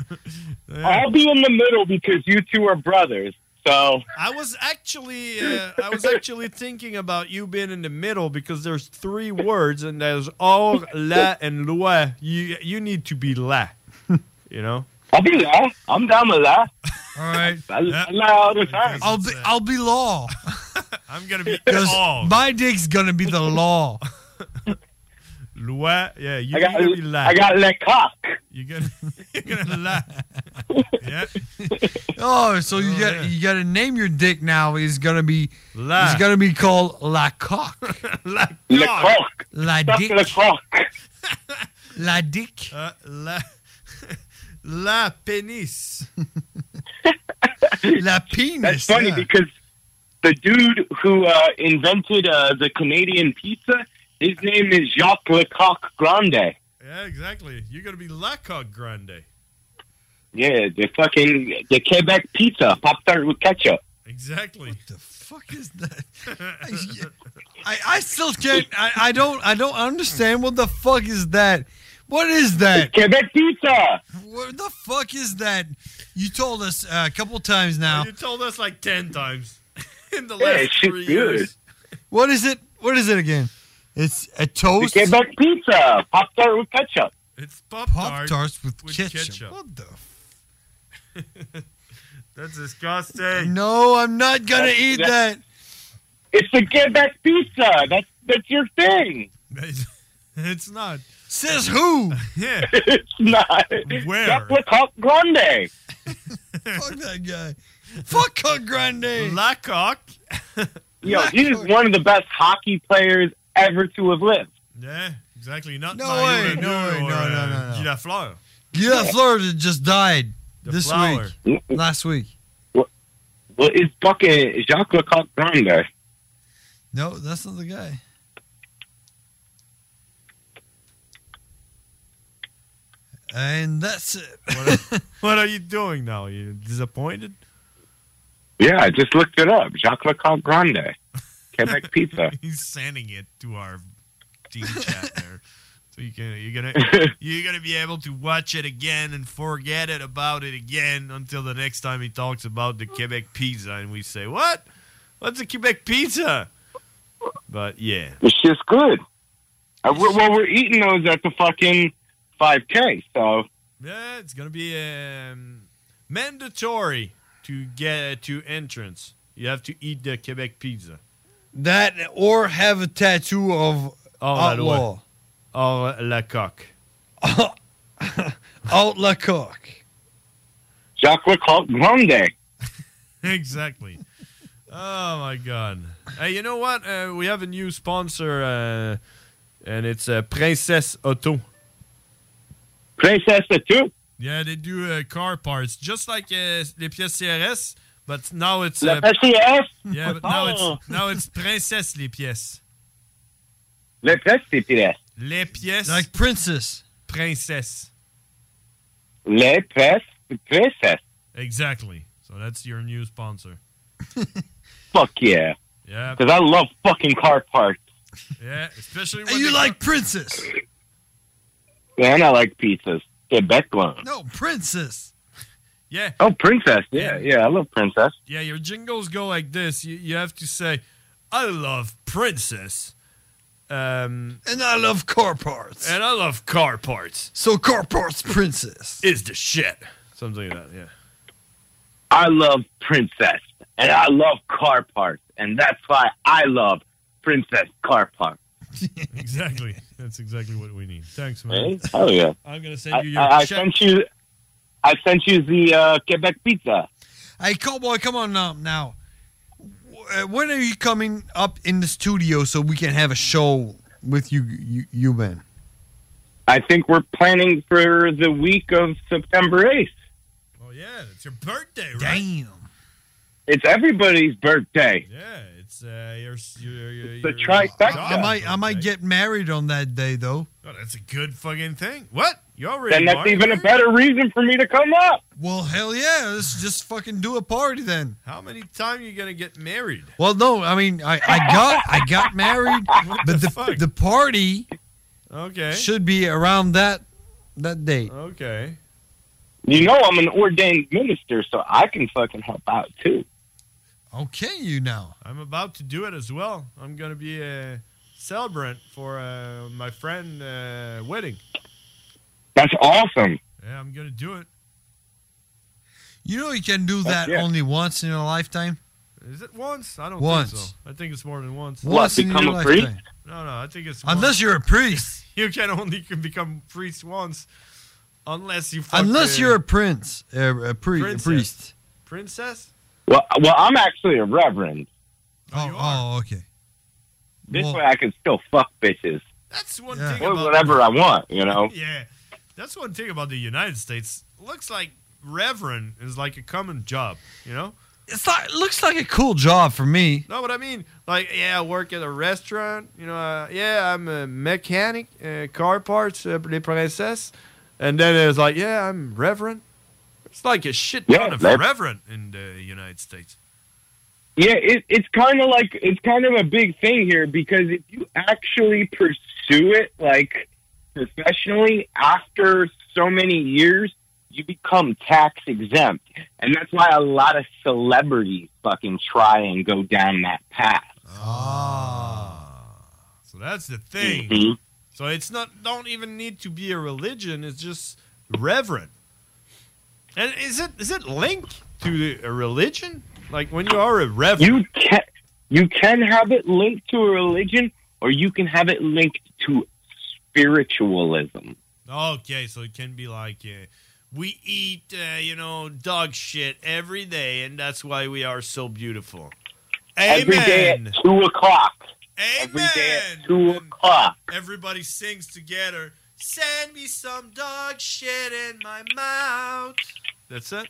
I'll be in the middle because you two are brothers. So I was actually uh, I was actually thinking about you being in the middle because there's three words and there's or la and loi. You you need to be la. You know. I'll be la. I'm down with la. All right. I, I lie all the time. I'll be I'll be *laughs* law. I'm gonna be 'Cause law. My dick's gonna be the law. Loi. Yeah. You I got- need to be la. I got le coq. You're gonna *laughs* you're gonna la. Yeah. Oh, so you got you gotta name your dick now. He's gonna be La. he's gonna be called La *laughs* Cock. la Le coq. La Stuff dick. *laughs* le coq. La dick. Uh, la. La pénis. La penis. That's funny because the dude who uh, invented uh, the Canadian pizza, his name is Jacques Lecoq Grande. Yeah, exactly. You're going to be Lacock Grande. Yeah, the fucking the Quebec pizza, pop tart with ketchup. Exactly. What the fuck is that? I, I still can't. I, I don't. I don't understand. What the fuck is that? What is that? Quebec pizza. What the fuck is that? You told us uh, a couple times *laughs* now. You told us like 10 times in the Yeah, last it's just three good. years. What is it? What is it again? It's a toast. The Quebec pizza, pop tart with ketchup. It's *laughs* Pop Tart Tarts with, with ketchup. ketchup. That's *laughs* disgusting. No, I'm not gonna That's- eat that's- that. It's the Quebec pizza. That's that's your thing. It's not. Says who? yeah. *laughs* It's not. Where? Jacques Lecoq Grande. *laughs* Fuck that guy. Fuck Coq Grande. La Coq. *laughs* Yo, he is one of the best hockey players ever to have lived. Yeah, exactly. Not No Mario way, Lemieux no way, or, no, uh, no, no, no. Guy Lafleur. Guy Lafleur just died The this flower. week. Last week. Well, it's fucking Jacques Lecoq Grande. No, that's not the guy. And that's it. What are, *laughs* what are you doing now? You disappointed? Yeah, I just looked it up. Jacques Lecoq Grande, Quebec *laughs* pizza. He's sending it to our team *laughs* chat there. So you can you're *laughs* gonna you're gonna be able to watch it again and forget it about it again until the next time he talks about the Quebec pizza and we say, What? What's a Quebec pizza? But yeah. It's just good. Uh, we're, well, we're eating those at the fucking 5K. So Yeah, it's gonna be um, mandatory to get to entrance. You have to eat the Quebec pizza. That or have a tattoo of Oh, la loi. outlaw. Or la coque. outlaw cock. Jacques Lecoq Grande. *laughs* exactly. Oh my god. Hey, you know what? Uh, we have a new sponsor, uh, and it's uh, Princess Auto. Princess Auto. Yeah, they do uh, car parts, just like uh, les pièces CRS, but now it's uh, La PCS? Yeah, but now Oh. it's now it's Princess les pièces. Les Prestipides. Les pièces. Like princess. Princess. Les Press Princess. Exactly. So that's your new sponsor. Fuck yeah. Yeah. Because I love fucking car parts. Yeah, especially And you like princess. And I like pizzas. Quebec *laughs* one. No, princess. Yeah. Oh, Princess. Yeah, yeah, I love Princess. Yeah, your jingles go like this. You, you have to say, I love princess. Um, and I love car parts. And I love car parts. So car parts princess. Is the shit. Something like *laughs* that, yeah. I love Princess. And I love car parts. And that's why I love Princess Car Parts. exactly. That's exactly what we need. Thanks, Hey, man. hell yeah. I'm going to send I, you your I, I check. sent you. I sent you the uh, Quebec pizza. Hey, cowboy, come on now. Now, W- uh, when are you coming up in the studio so we can have a show with you, you, you man? I think we're planning for the week of September 8th. Oh, yeah. It's your birthday, right? Damn. It's everybody's birthday. Yeah, it's uh, your, your, your, The your trifecta. I might, I might get married on that day though. Oh, that's a good fucking thing. What? You already Then that's married? even a better reason for me to come up. Well, hell yeah, let's just fucking do a party then. How many times you going to get married? Well, no, I mean, I, I got, I got married, *laughs* but the the, party Okay. Oh. should be around that that date. Okay. You know I'm an ordained minister, so I can fucking help out too. Okay, you now. I'm about to do it as well. I'm going to be a celebrant for uh, my friend uh, wedding. That's awesome. Yeah, I'm going to do it. You know, you can do That's that it. only once in a lifetime. Is it once? I don't think Once. so. I think it's more than once. Once in your lifetime. No, no, I think it's Unless once. *laughs* you're a priest. you can only can become priest once, unless you fuck Unless the you're a prince, uh, a, pri- a Princess. priest. princess. Well, well, I'm actually a reverend. Oh, oh, okay. This Well- way, I can still fuck bitches That's one Yeah. thing or about whatever I want. You know, *laughs* Yeah, That's one thing about the United States. Looks like reverend is like a common job, you know? It's not, looks like a cool job for me. Know what I mean? Like, yeah, I work at a restaurant. You know, uh, yeah, I'm a mechanic, uh, car parts, uh, les princesses. And then it's like, yeah, I'm reverend. It's like a shit ton Yeah, of that's- reverend in the United States. Yeah, it, it's kind of like it's kind of a big thing here because if you actually pursue it like professionally after so many years, you become tax exempt, and that's why a lot of celebrities fucking try and go down that path. So that's the thing. Mhm. So it's not don't even need to be a religion. It's just reverend. And is it is it linked to the- a religion? Like when you are a reverend, you can you can have it linked to a religion, or you can have it linked to spiritualism. Okay, so it can be like uh, we eat, uh, you know, dog shit every day, and that's why we are so beautiful. Amen. Every day at two o'clock. Every day at two o'clock. Everybody sings together. Send me some dog shit in my mouth. That's it.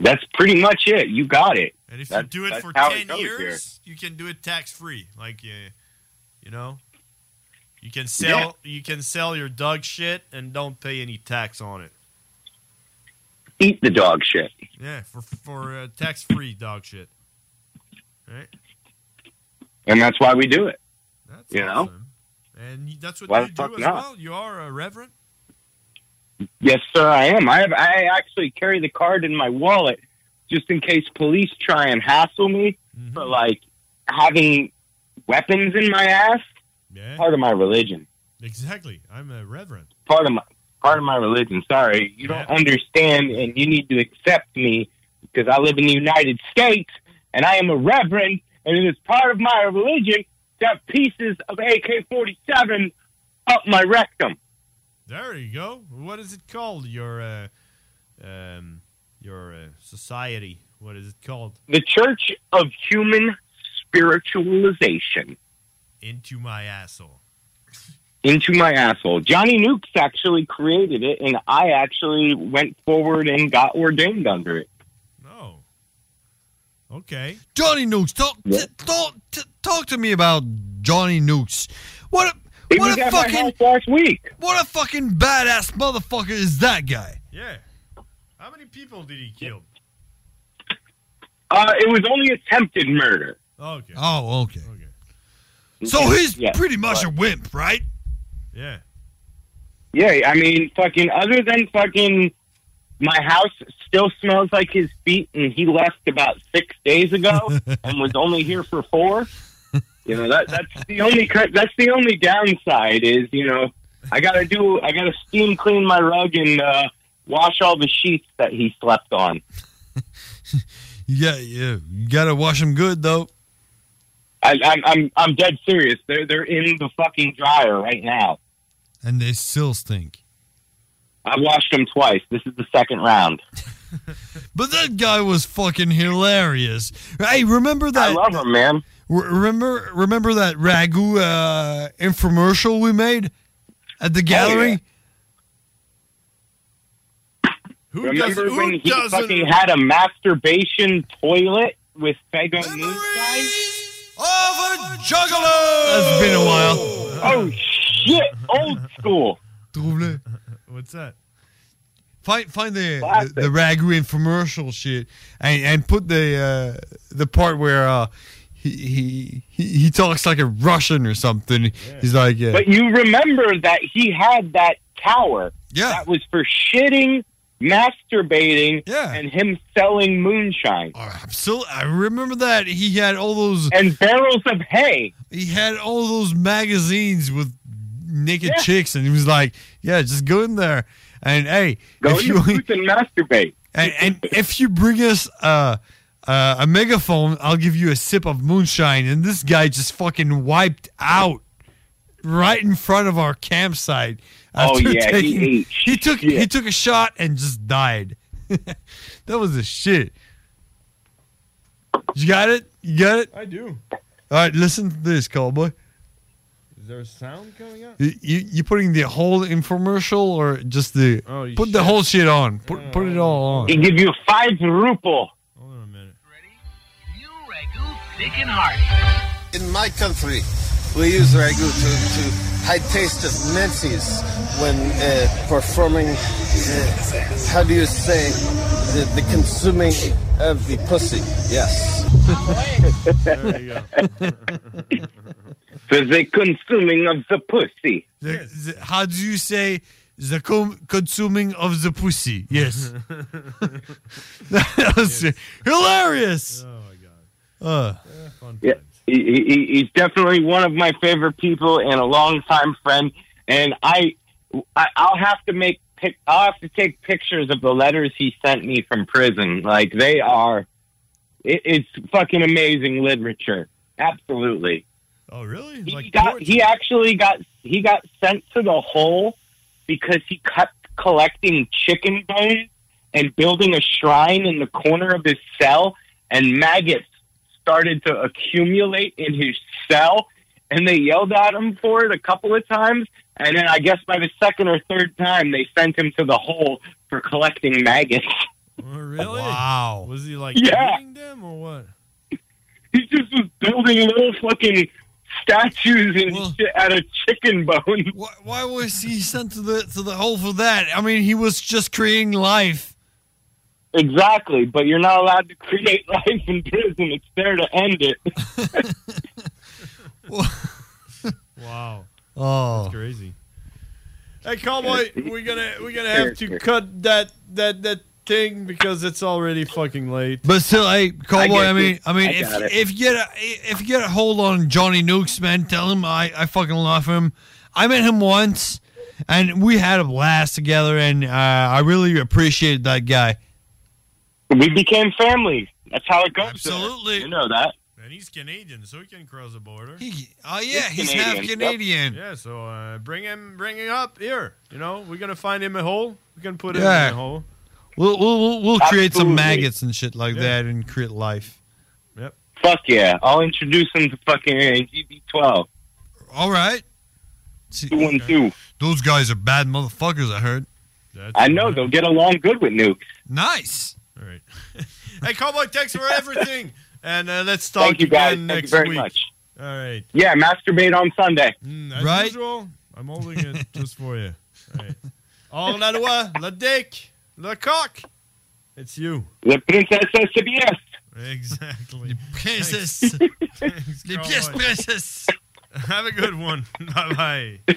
That's pretty much it. You got it. And if That's- you do it that's for how it ten goes here. years, you can do it tax free. Like you, you know, you can sell you can sell your dog shit and don't pay any tax on it. eat the dog shit. Yeah, for for uh, tax free dog shit. Right, And that's why we do it. you know? and you- that's what Why you the do fuck as not? well. You are a reverend. Yes, sir, I am. I have, I actually carry the card in my wallet just in case police try and hassle me Mm-hmm. for like having weapons in my ass. Part of my religion. Exactly, I'm a reverend. Part of my part of my religion. Sorry, you don't understand, and you need to accept me because I live in the United States and I am a reverend, and it is part of my religion to have pieces of AK-47 up my rectum. There you go. What is it called? Your uh, um, your uh, society. What is it called? The Church of Human Spiritualization. Into my asshole. Into my asshole. Johnny Nukes actually created it, and I actually went forward and got ordained under it. Okay. Johnny Nukes, talk, Yeah. t- talk, t- talk to me about Johnny Nukes. What a, He what was a at my fucking house last week. What a fucking badass motherfucker is that guy? Yeah. How many people did he kill? Uh, it was only attempted murder. Okay. Oh, okay. So he's Yeah, pretty much but- a wimp, right? Yeah. Yeah, I mean, fucking, other than fucking, my house still smells like his feet, and he left about six days ago *laughs* and was only here for four. You know, that, that's the only, cur- that's the only downside is, you know, I gotta do, I gotta steam clean my rug and, uh, wash all the sheets that he slept on. Yeah, yeah. You gotta wash him good though. I, I'm, I'm, I'm dead serious. They're, they're in the fucking dryer right now. And they still stink. I've washed them twice. This is the second round. But that guy was fucking hilarious. Hey, remember that? I love him, man. Remember, remember that ragu uh, infomercial we made at Oh, the gallery? Who Remember doesn't- who when he doesn't- fucking had a masturbation toilet with Fego Moon Over Juggalo! That's been a while. Oh shit! Old school. Trouble. What's that? Find find the the, the ragu infomercial shit and, and put the uh, the part where uh, he, he he he talks like a Russian or something. He's like, uh, yeah. But you remember that he had that tower. Yeah. That was for shitting, masturbating, and him selling moonshine. So Oh, I remember that he had all those and barrels of hay. He had all those magazines with naked chicks, and he was like, "Yeah, just go in there and hey, Go in *laughs* your booth and masturbate." And, and if you bring us uh, uh, a megaphone, I'll give you a sip of moonshine." And this guy just fucking wiped out right in front of our campsite. Oh, after yeah, he taking- ate he took he took a shot and just died. *laughs* that was the shit. You got it? You got it? I do. All right, listen to this, cowboy. Is There's sound coming up? You, you, you putting the whole infomercial or just the Oh, you put the should. whole shit on. Put put it all on. They give you five ruple. Thick and hearty. In my country, we use ragu to, to hide taste of menses when uh, performing, uh, how do you say, the, the consuming of the pussy. Yes. There you *laughs* For the consuming of the pussy. The- the- how do you say the com- consuming of the pussy? *laughs* Yes. that was hilarious. Oh, Uh, yeah, he, he, he's definitely one of my favorite people and a longtime friend. And I, I I'll have to make pic, I'll have to take pictures of the letters he sent me from prison. Like they are, it, it's fucking amazing literature. Absolutely. Oh, really? He got he actually got he got sent to the hole because he kept collecting chicken bones and building a shrine in the corner of his cell and maggots started to accumulate in his cell and they yelled at him for it a couple of times and then I guess by the second or third time they sent him to the hole for collecting maggots. *laughs* Really? Wow. Was he like Yeah. eating them or what? *laughs* He just was building little fucking statues and shit out of chicken bones. *laughs* Why, why was he sent to the to the hole for that? I mean, he was just creating life. Exactly, but you're not allowed to create *laughs* life in prison. It's there to end it. *laughs* Wow. Oh. That's crazy. Hey, *laughs* Cowboy, we're gonna we're gonna have to cut that that that thing because it's already fucking late. But still, hey, Cowboy. I, mean, I mean, if, got it. if you get a, if you get a hold on Johnny Nukes, man, tell him I, I fucking love him. I met him once, and we had a blast together, and uh, I really appreciated that guy. We became family. That's how it goes. Absolutely, you know that. And he's Canadian, so he can cross the border. oh yeah, He's he's half Canadian, yep. Canadian. Yeah, so uh, bring him, bring him up here. You know, we're gonna find him a hole. We're gonna put him Yeah. in a hole. We'll we'll, we'll, we'll create some Absolutely. maggots and shit like Yeah. that, and create life. Fuck yeah! I'll introduce him to fucking GB12. All right. Two one two. Those guys are bad motherfuckers. I heard. I know they'll get along good with Nuke. Nice. *laughs* Hey, Cowboy, thanks for everything. And uh, let's talk Thank you guys. again Thank you next very week. much. All right. Yeah, masturbate on Sunday. As usual, I'm holding it just for you. All right. On Oh, la loi, la dick, le coq. It's you. The Mm-hmm. princess CBS. Exactly. *laughs* Princess. Les pièces princesses. Ah *laughs* Have a good one. *laughs* Bye bye.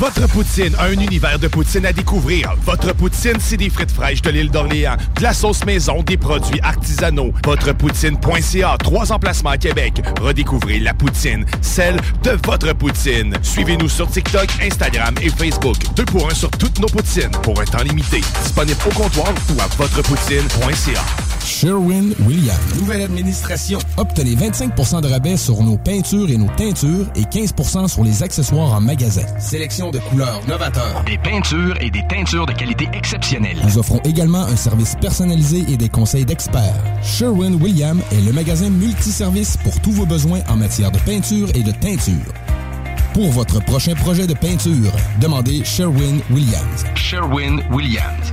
Votre poutine, un univers de poutine à découvrir. Votre poutine, c'est des frites fraîches de l'île d'Orléans, de la sauce maison, des produits artisanaux. Votrepoutine.ca, trois emplacements à Québec. Redécouvrez la poutine, celle de votre poutine. Suivez-nous sur TikTok, Instagram et Facebook. Deux pour un sur toutes nos poutines, pour un temps limité. Disponible au comptoir ou à votrepoutine.ca. Sherwin Williams. Nouvelle administration. Obtenez 25 de rabais sur nos peintures et nos teintures et 15 sur les accessoires en magasin. Sélection de couleurs novateurs. Des peintures et des teintures de qualité exceptionnelle. Nous offrons également un service personnalisé et des conseils d'experts. Sherwin Williams est le magasin multiservice pour tous vos besoins en matière de peinture et de teinture. Pour votre prochain projet de peinture, demandez Sherwin Williams. Sherwin Williams.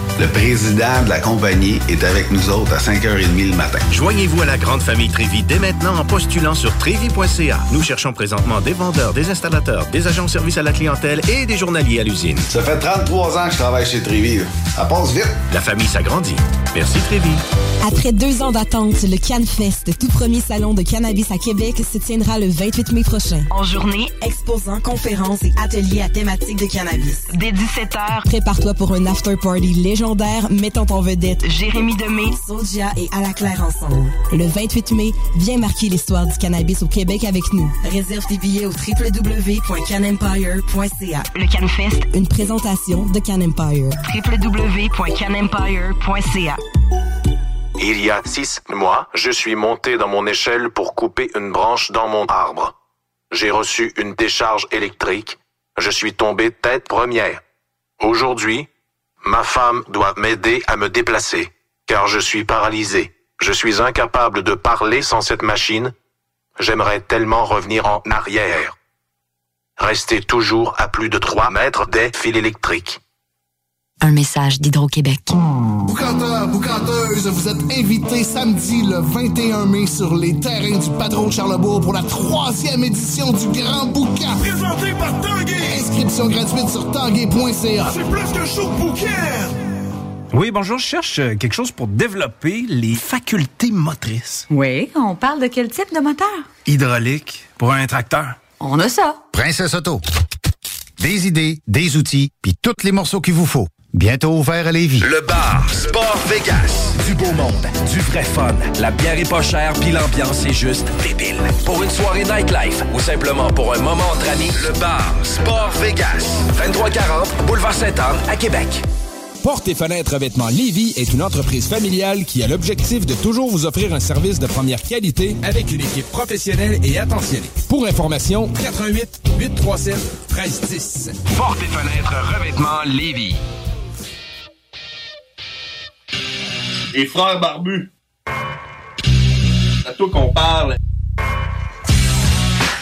Le président de la compagnie est avec nous autres à 5h30 le matin. Joignez-vous à la grande famille Trévi dès maintenant en postulant sur trévi.ca. Nous cherchons présentement des vendeurs, des installateurs, des agents de service à la clientèle et des journaliers à l'usine. Ça fait 33 ans que je travaille chez Trévy. là. Ça passe vite. La famille s'agrandit. Merci Trévi. Après deux ans d'attente, le CanFest, tout premier salon de cannabis à Québec, se tiendra le 28 mai prochain. En journée, exposants, conférences et ateliers à thématique de cannabis. dès 17h, Prépare-toi pour un after party légendaire mettant en vedette Jérémy Demé, Sodia et À la Claire ensemble. Le 28 mai, viens marquer l'histoire du cannabis au Québec avec nous. Réserve tes billets au www.canempire.ca. Le CanFest, Une présentation de Can Empire. www.canempire.ca. Il y a six mois, je suis monté dans mon échelle pour couper une branche dans mon arbre. J'ai reçu une décharge électrique. Je suis tombé tête première. Aujourd'hui, ma femme doit m'aider à me déplacer, car je suis paralysé. Je suis incapable de parler sans cette machine. J'aimerais tellement revenir en arrière. Rester toujours à plus de 3 mètres des fils électriques. Un message d'Hydro-Québec. Boucanteurs, boucanteuses, vous êtes invités samedi le 21 mai sur les terrains du patron de Charlebourg pour la troisième édition du Grand Boucan. Présenté par Tanguay. Inscription gratuite sur tanguay.ca. C'est plus qu'un show bouquet. Oui, bonjour, je cherche euh, quelque chose pour développer les facultés motrices. Oui, on parle de quel type de moteur? Hydraulique, pour un tracteur. On a ça. Princesse Auto. Des idées, des outils, puis tous les morceaux qu'il vous faut. Bientôt ouvert à Lévis. Le bar Sport Vegas. Du beau monde, du vrai fun. La bière est pas chère, puis l'ambiance est juste débile. Pour une soirée nightlife ou simplement pour un moment entre amis, le bar Sport Vegas. 2340 Boulevard Saint-Anne à Québec. Porte et fenêtres revêtements Lévy est une entreprise familiale qui a l'objectif de toujours vous offrir un service de première qualité avec une équipe professionnelle et attentionnée. Pour information, 88 837 1310. Portes et fenêtres revêtement Lévis. Les frères barbus. C'est à toi qu'on parle.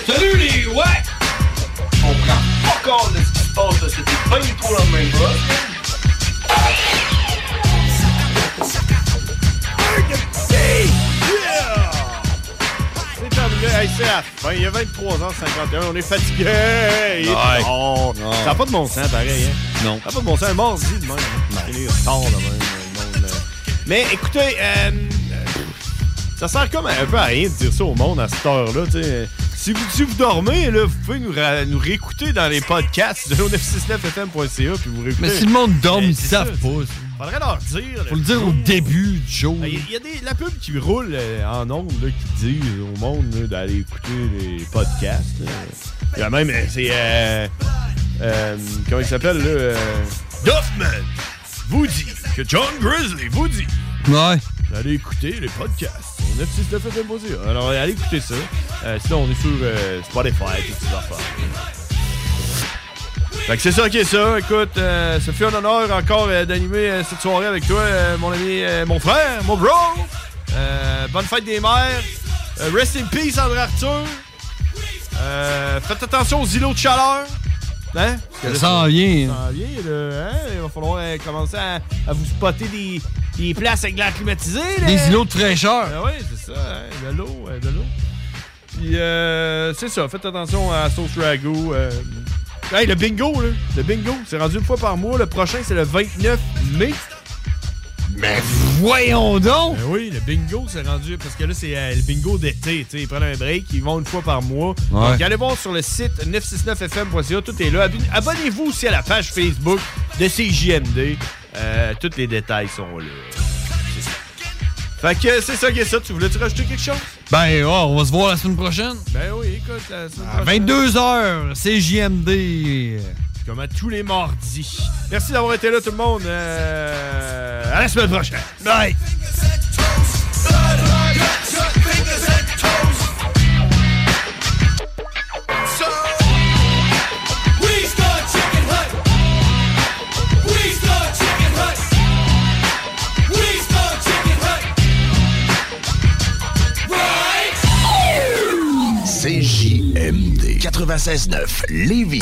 Salut les ouais! On prend pas compte de ce qui se passe, là. C'était pas du tout la même C'est terminé. Hey, c'est la fin. Il y a 23 h 51. On est fatigué. Oh, Il est Ouais. tard. Non. Ça n'a pas de bon sens, pareil. Hein? Non. Ça n'a pas de bon sens. Un mardi de même. hein. Il est tard, là, même. le monde, euh. Mais écoutez, euh, euh, ça sert comme un peu à rien de dire ça au monde à cette heure-là. tu sais. Si vous, si vous dormez, là, vous pouvez nous, ra- nous réécouter dans les podcasts de 969fm.ca puis vous réécoutez. Mais si le monde dorme, Mais ils c'est savent ça. pas. Faudrait leur dire. Ben, Faut le dire au début du show. Il y a des, la pub qui roule euh, en ondes, là, qui dit au monde là, d'aller écouter les podcasts. là. Il y a même, euh, c'est. euh, euh, comment il s'appelle, là euh, Duffman vous dit que John Grizzly vous dit. Ouais. Allez écouter les podcasts. On a 969 FM Boisé. Alors, allez écouter ça. Euh, sinon, on est sur euh, Spotify, toutes ces affaires. Fait que c'est ça qui est ça. Écoute, euh, ce fut un honneur encore euh, d'animer euh, cette soirée avec toi, euh, mon ami, euh, mon frère, mon bro. Euh, bonne fête des mères. Euh, rest in peace, André Arthur. Euh, faites attention aux îlots de chaleur. Hein? Ça s'en vient. Ça s'en vient, là. Hein? Il va falloir euh, commencer à, à vous spotter des, des places avec l'air climatisé. là. Des îlots de fraîcheur. Ben Ah oui, c'est ça. hein, De Oh, l'eau, euh, de l'eau. Puis, euh, c'est ça. Faites attention à la sauce ragoût. euh, Hey, le bingo, là. Le bingo, c'est rendu une fois par mois. Le prochain, c'est le 29 mai. Mais voyons donc! oui, le bingo, c'est rendu. Parce que là, c'est euh, le bingo d'été. tu sais, Ils prennent un break, ils vont une fois par mois. Ouais. Donc, allez voir sur le site 969fm.ca. Tout est là. Abonne- Abonnez-vous aussi à la page Facebook de CJMD. Euh, tous les détails sont là. C'est ça. Fait que c'est ça qui est ça. Tu voulais-tu rajouter quelque chose? Ben, oh, on va se voir la semaine prochaine. Ben oui, écoute, la semaine À prochaine. 22h, c'est JMD. Comme à tous les mardis. Merci d'avoir été là, tout le monde. Euh, à la semaine prochaine. Bye! CJMD 96.9 Lévis.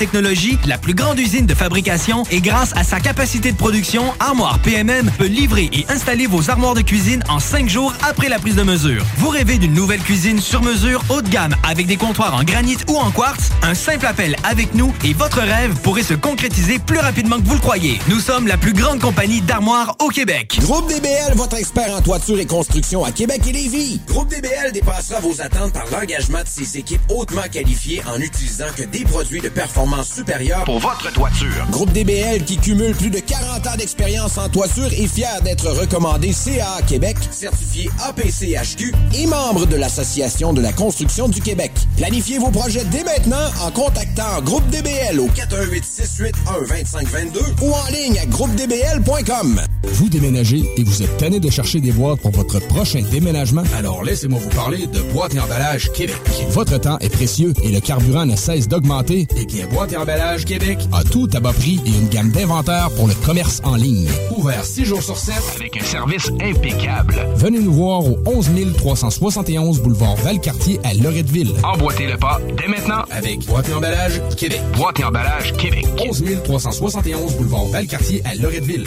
technologie, la plus grande usine de fabrication et grâce à sa capacité de production, Armoire PMM peut livrer et installer vos armoires de cuisine en cinq jours après la prise de mesure. Vous rêvez d'une nouvelle cuisine sur mesure haut de gamme avec des comptoirs en granit ou en quartz? Un simple appel avec nous et votre rêve pourrait se concrétiser plus rapidement que vous le croyez. Nous sommes la plus grande compagnie d'armoires au Québec. Groupe DBL, votre expert en toiture et construction à Québec et Lévis. Groupe DBL dépassera vos attentes par l'engagement de ses équipes hautement qualifiées en utilisant que des produits de performance supérieure Pour votre toiture. Groupe DBL qui cumule plus de 40 ans d'expérience en toiture est fier d'être recommandé CA Québec, certifié APCHQ et membre de l'Association de la construction du Québec. Planifiez vos projets dès maintenant en contactant Groupe DBL au 418 681 2522 ou en ligne à groupedbl.com. Vous déménagez et vous êtes tanné de chercher des boîtes pour votre prochain déménagement? Alors laissez-moi vous parler de Boîte et Emballage Québec. Votre temps est précieux et le carburant ne cesse d'augmenter. Eh bien, Boîte et Emballage Québec a tout à bas prix et une gamme d'inventaires pour le commerce en ligne. Ouvert 6 jours sur 7 avec un service impeccable. Venez nous voir au 11 371 boulevard Valcartier à Loretteville. Emboîtez le pas dès maintenant avec Boîte et Emballage Québec. Boîte et Emballage Québec. 11 371 boulevard Valcartier à Loretteville.